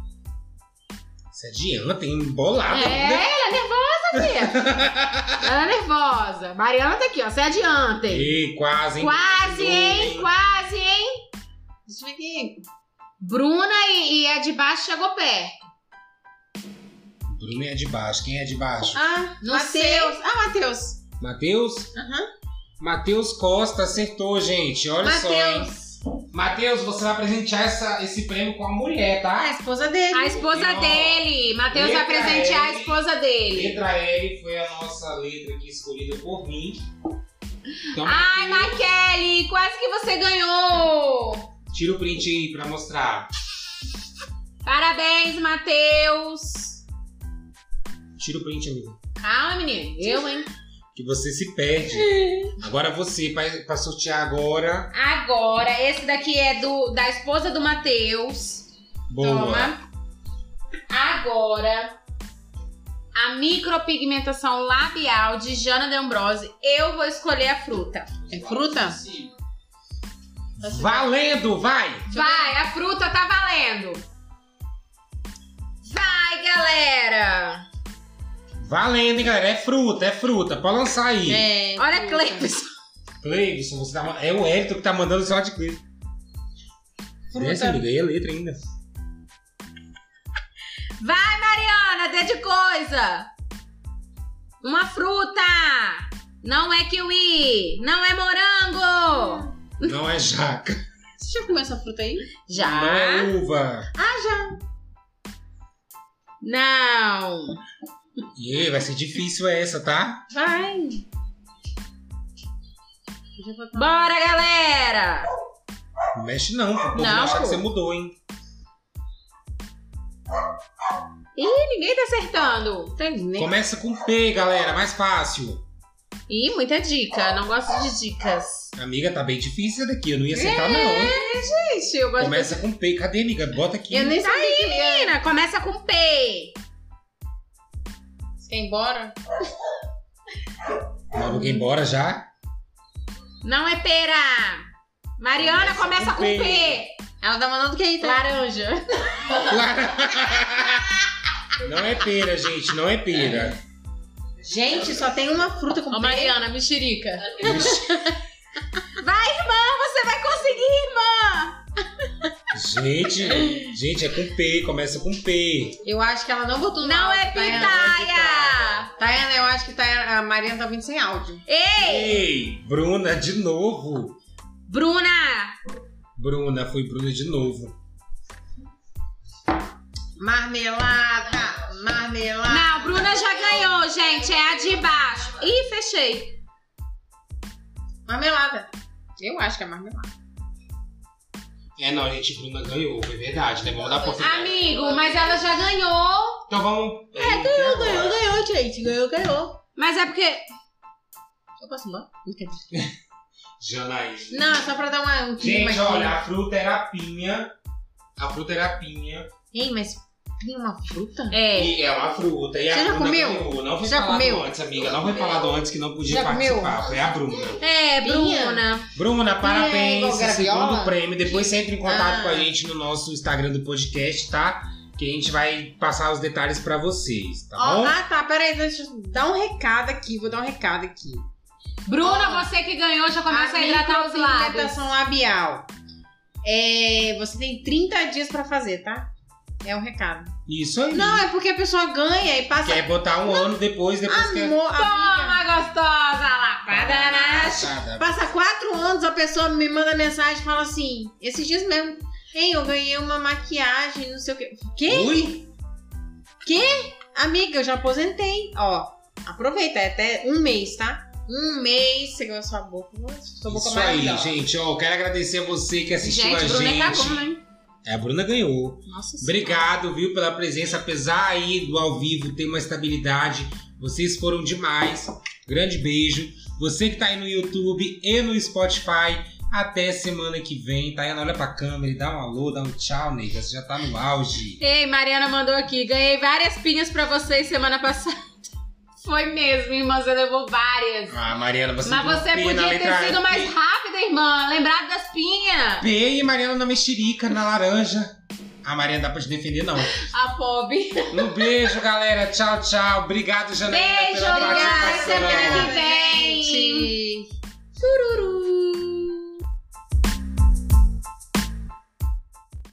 Você adianta, hein? Bolado. é, né? ela é nervosa, filha. ela é nervosa. Mariana tá aqui, ó. Você adianta. hein? Ih, quase, hein? Quase, hein? Dois. Quase, hein? Deixa eu ver aqui. Bruna e, e a de baixo chegou perto. Bruno é de baixo. Quem é de baixo? Ah, Não Matheus. Ah, Matheus. Matheus? Aham. Matheus Costa acertou, gente. Olha só, hein? Matheus. Matheus, você vai presentear essa- esse prêmio com a mulher, Ah, a tá? esposa dele. A esposa Ó. dele. Matheus vai Letra presentear a L. esposa dele. Letra L foi a nossa letra aqui escolhida por mim. Então, Ai, Matheus, Maquele, quase que você ganhou. Tira o print aí pra mostrar. Parabéns, Matheus. Tira o print, amigo. Calma, menino. Eu, hein? Que você se perde. Agora você, pra, pra sortear agora. Agora, esse daqui é do da esposa do Matheus. Boa. Toma. Agora, a micropigmentação labial de Jana de Ambrose. Eu vou escolher a fruta. É fruta? Sim. Valendo, vai! Vai, a fruta tá valendo. Vai, galera. Valendo, hein, galera. É fruta, é fruta. Pode lançar aí. É, Olha, fruta. Cleibson. Cleibson, você tá. ma- É o Hélito que tá mandando o celular de Cleibson. Essa, Fruta. amiga, aí é letra ainda. Vai, Mariana, dê de coisa. Uma fruta. Não é kiwi. Não é morango. Não é jaca. Você já comeu essa fruta aí? Já. Não Ah. é uva. Não. E vai ser difícil essa, tá? Vai. Bora, galera! Não mexe não, pô. Não, Não, achar pô. que você mudou, hein? Ih, ninguém tá acertando. Tem nem. Né? Começa com P, galera. Mais fácil. Ih, muita dica. Não gosto de dicas. Amiga, tá bem difícil essa daqui. Eu não ia aceitar, não. Gente, eu gosto Começa com P. Cadê, amiga? Bota aqui. de... Eu nem sabia Tá Aí, menina, começa com P. Você quer ir embora? Não, vou embora já. Não é pera. Mariana começa, com, P. Ela tá mandando quem tá? Laranja. Não é pera, gente. Não é pera. Gente, só tem uma fruta com Ô, pera. Mariana, mexerica. Ixi, Você vai conseguir, irmã. Gente, gente, é com P. Começa com P. Eu acho que ela não botou Não no é áudio, Tayana, pitaia. Tayana, eu acho que Tayana, a Mariana tá vindo sem áudio. Ei, Bruna, de novo. Bruna. Bruna, foi Bruna de novo. Marmelada, marmelada. Não, Bruna já ganhou, gente. É a de baixo. Ih, fechei. Marmelada. Eu acho que é marmelada. É, não, gente, Bruna ganhou. É verdade, né? Vamos dar pra Amigo, mas ela já ganhou. Então vamos. É, ganhou, ganhou, gente. Ganhou, ganhou. Mas é porque... Eu posso ir embora? Janaína. Não, é só pra dar uma, um clima Gente, aqui. olha, a fruta era a pinha. A fruta era a pinha. Ei, mas tem uma fruta? É. E é uma fruta. E a Você já Bruna comeu? ganhou. Não foi Você já falado comeu? antes, amiga. Não foi falado antes que não podia Já comeu? participar. Foi a Bruna. É, Pinha. Bruna. Bruna, parabéns. igual segundo graviola? prêmio. Depois você entra em contato Ah. com a gente no nosso Instagram do podcast, tá? Que a gente vai passar os detalhes pra vocês, tá Ó, bom? ah, tá. Peraí, deixa eu dar um recado aqui. Vou dar um recado aqui. Bruna, você que ganhou, já começa a, hidratar os lábios. hidratação labial. É, você tem 30 dias pra fazer, tá? É o recado. Isso aí. Não, é porque a pessoa ganha e passa Quer botar um ano depois, depois que... é amor, amiga. Toma, gostosa, né? lapada na Passada. Passa quatro anos, a pessoa me manda mensagem e fala assim, esses dias mesmo, hein, eu ganhei uma maquiagem, não sei o quê. Quê? Ui, Amiga, eu já aposentei. Ó, aproveita, é até um mês, tá? Um mês, você ganhou a sua boca. Sua boca isso aí, maravilhosa. gente. Ó, eu quero agradecer a você que assistiu Gente, a Bruna gente. acabou, né? É, a Bruna ganhou. Nossa Obrigado, viu, pela presença. Apesar aí do ao vivo ter uma estabilidade, vocês foram demais. Grande beijo. Você que tá aí no YouTube e no Spotify, até semana que vem. Tayana, olha pra câmera e dá um alô, dá um tchau, nega. Você já tá no auge. Ei, Mariana mandou aqui. Ganhei várias pinhas pra vocês semana passada. Foi mesmo, irmã. Você levou várias. Ah, Mariana, você Mas tem um você P na podia letra ter sido mais rápida, irmã. Lembrado das pinhas. P e Mariana na mexerica, na laranja. A Mariana dá pra te defender, não. A pobre. Um beijo, galera. Tchau, tchau. Obrigado, Janaína, Beijo, pela obrigada. é participação. Semana que vem. gente. Tururu.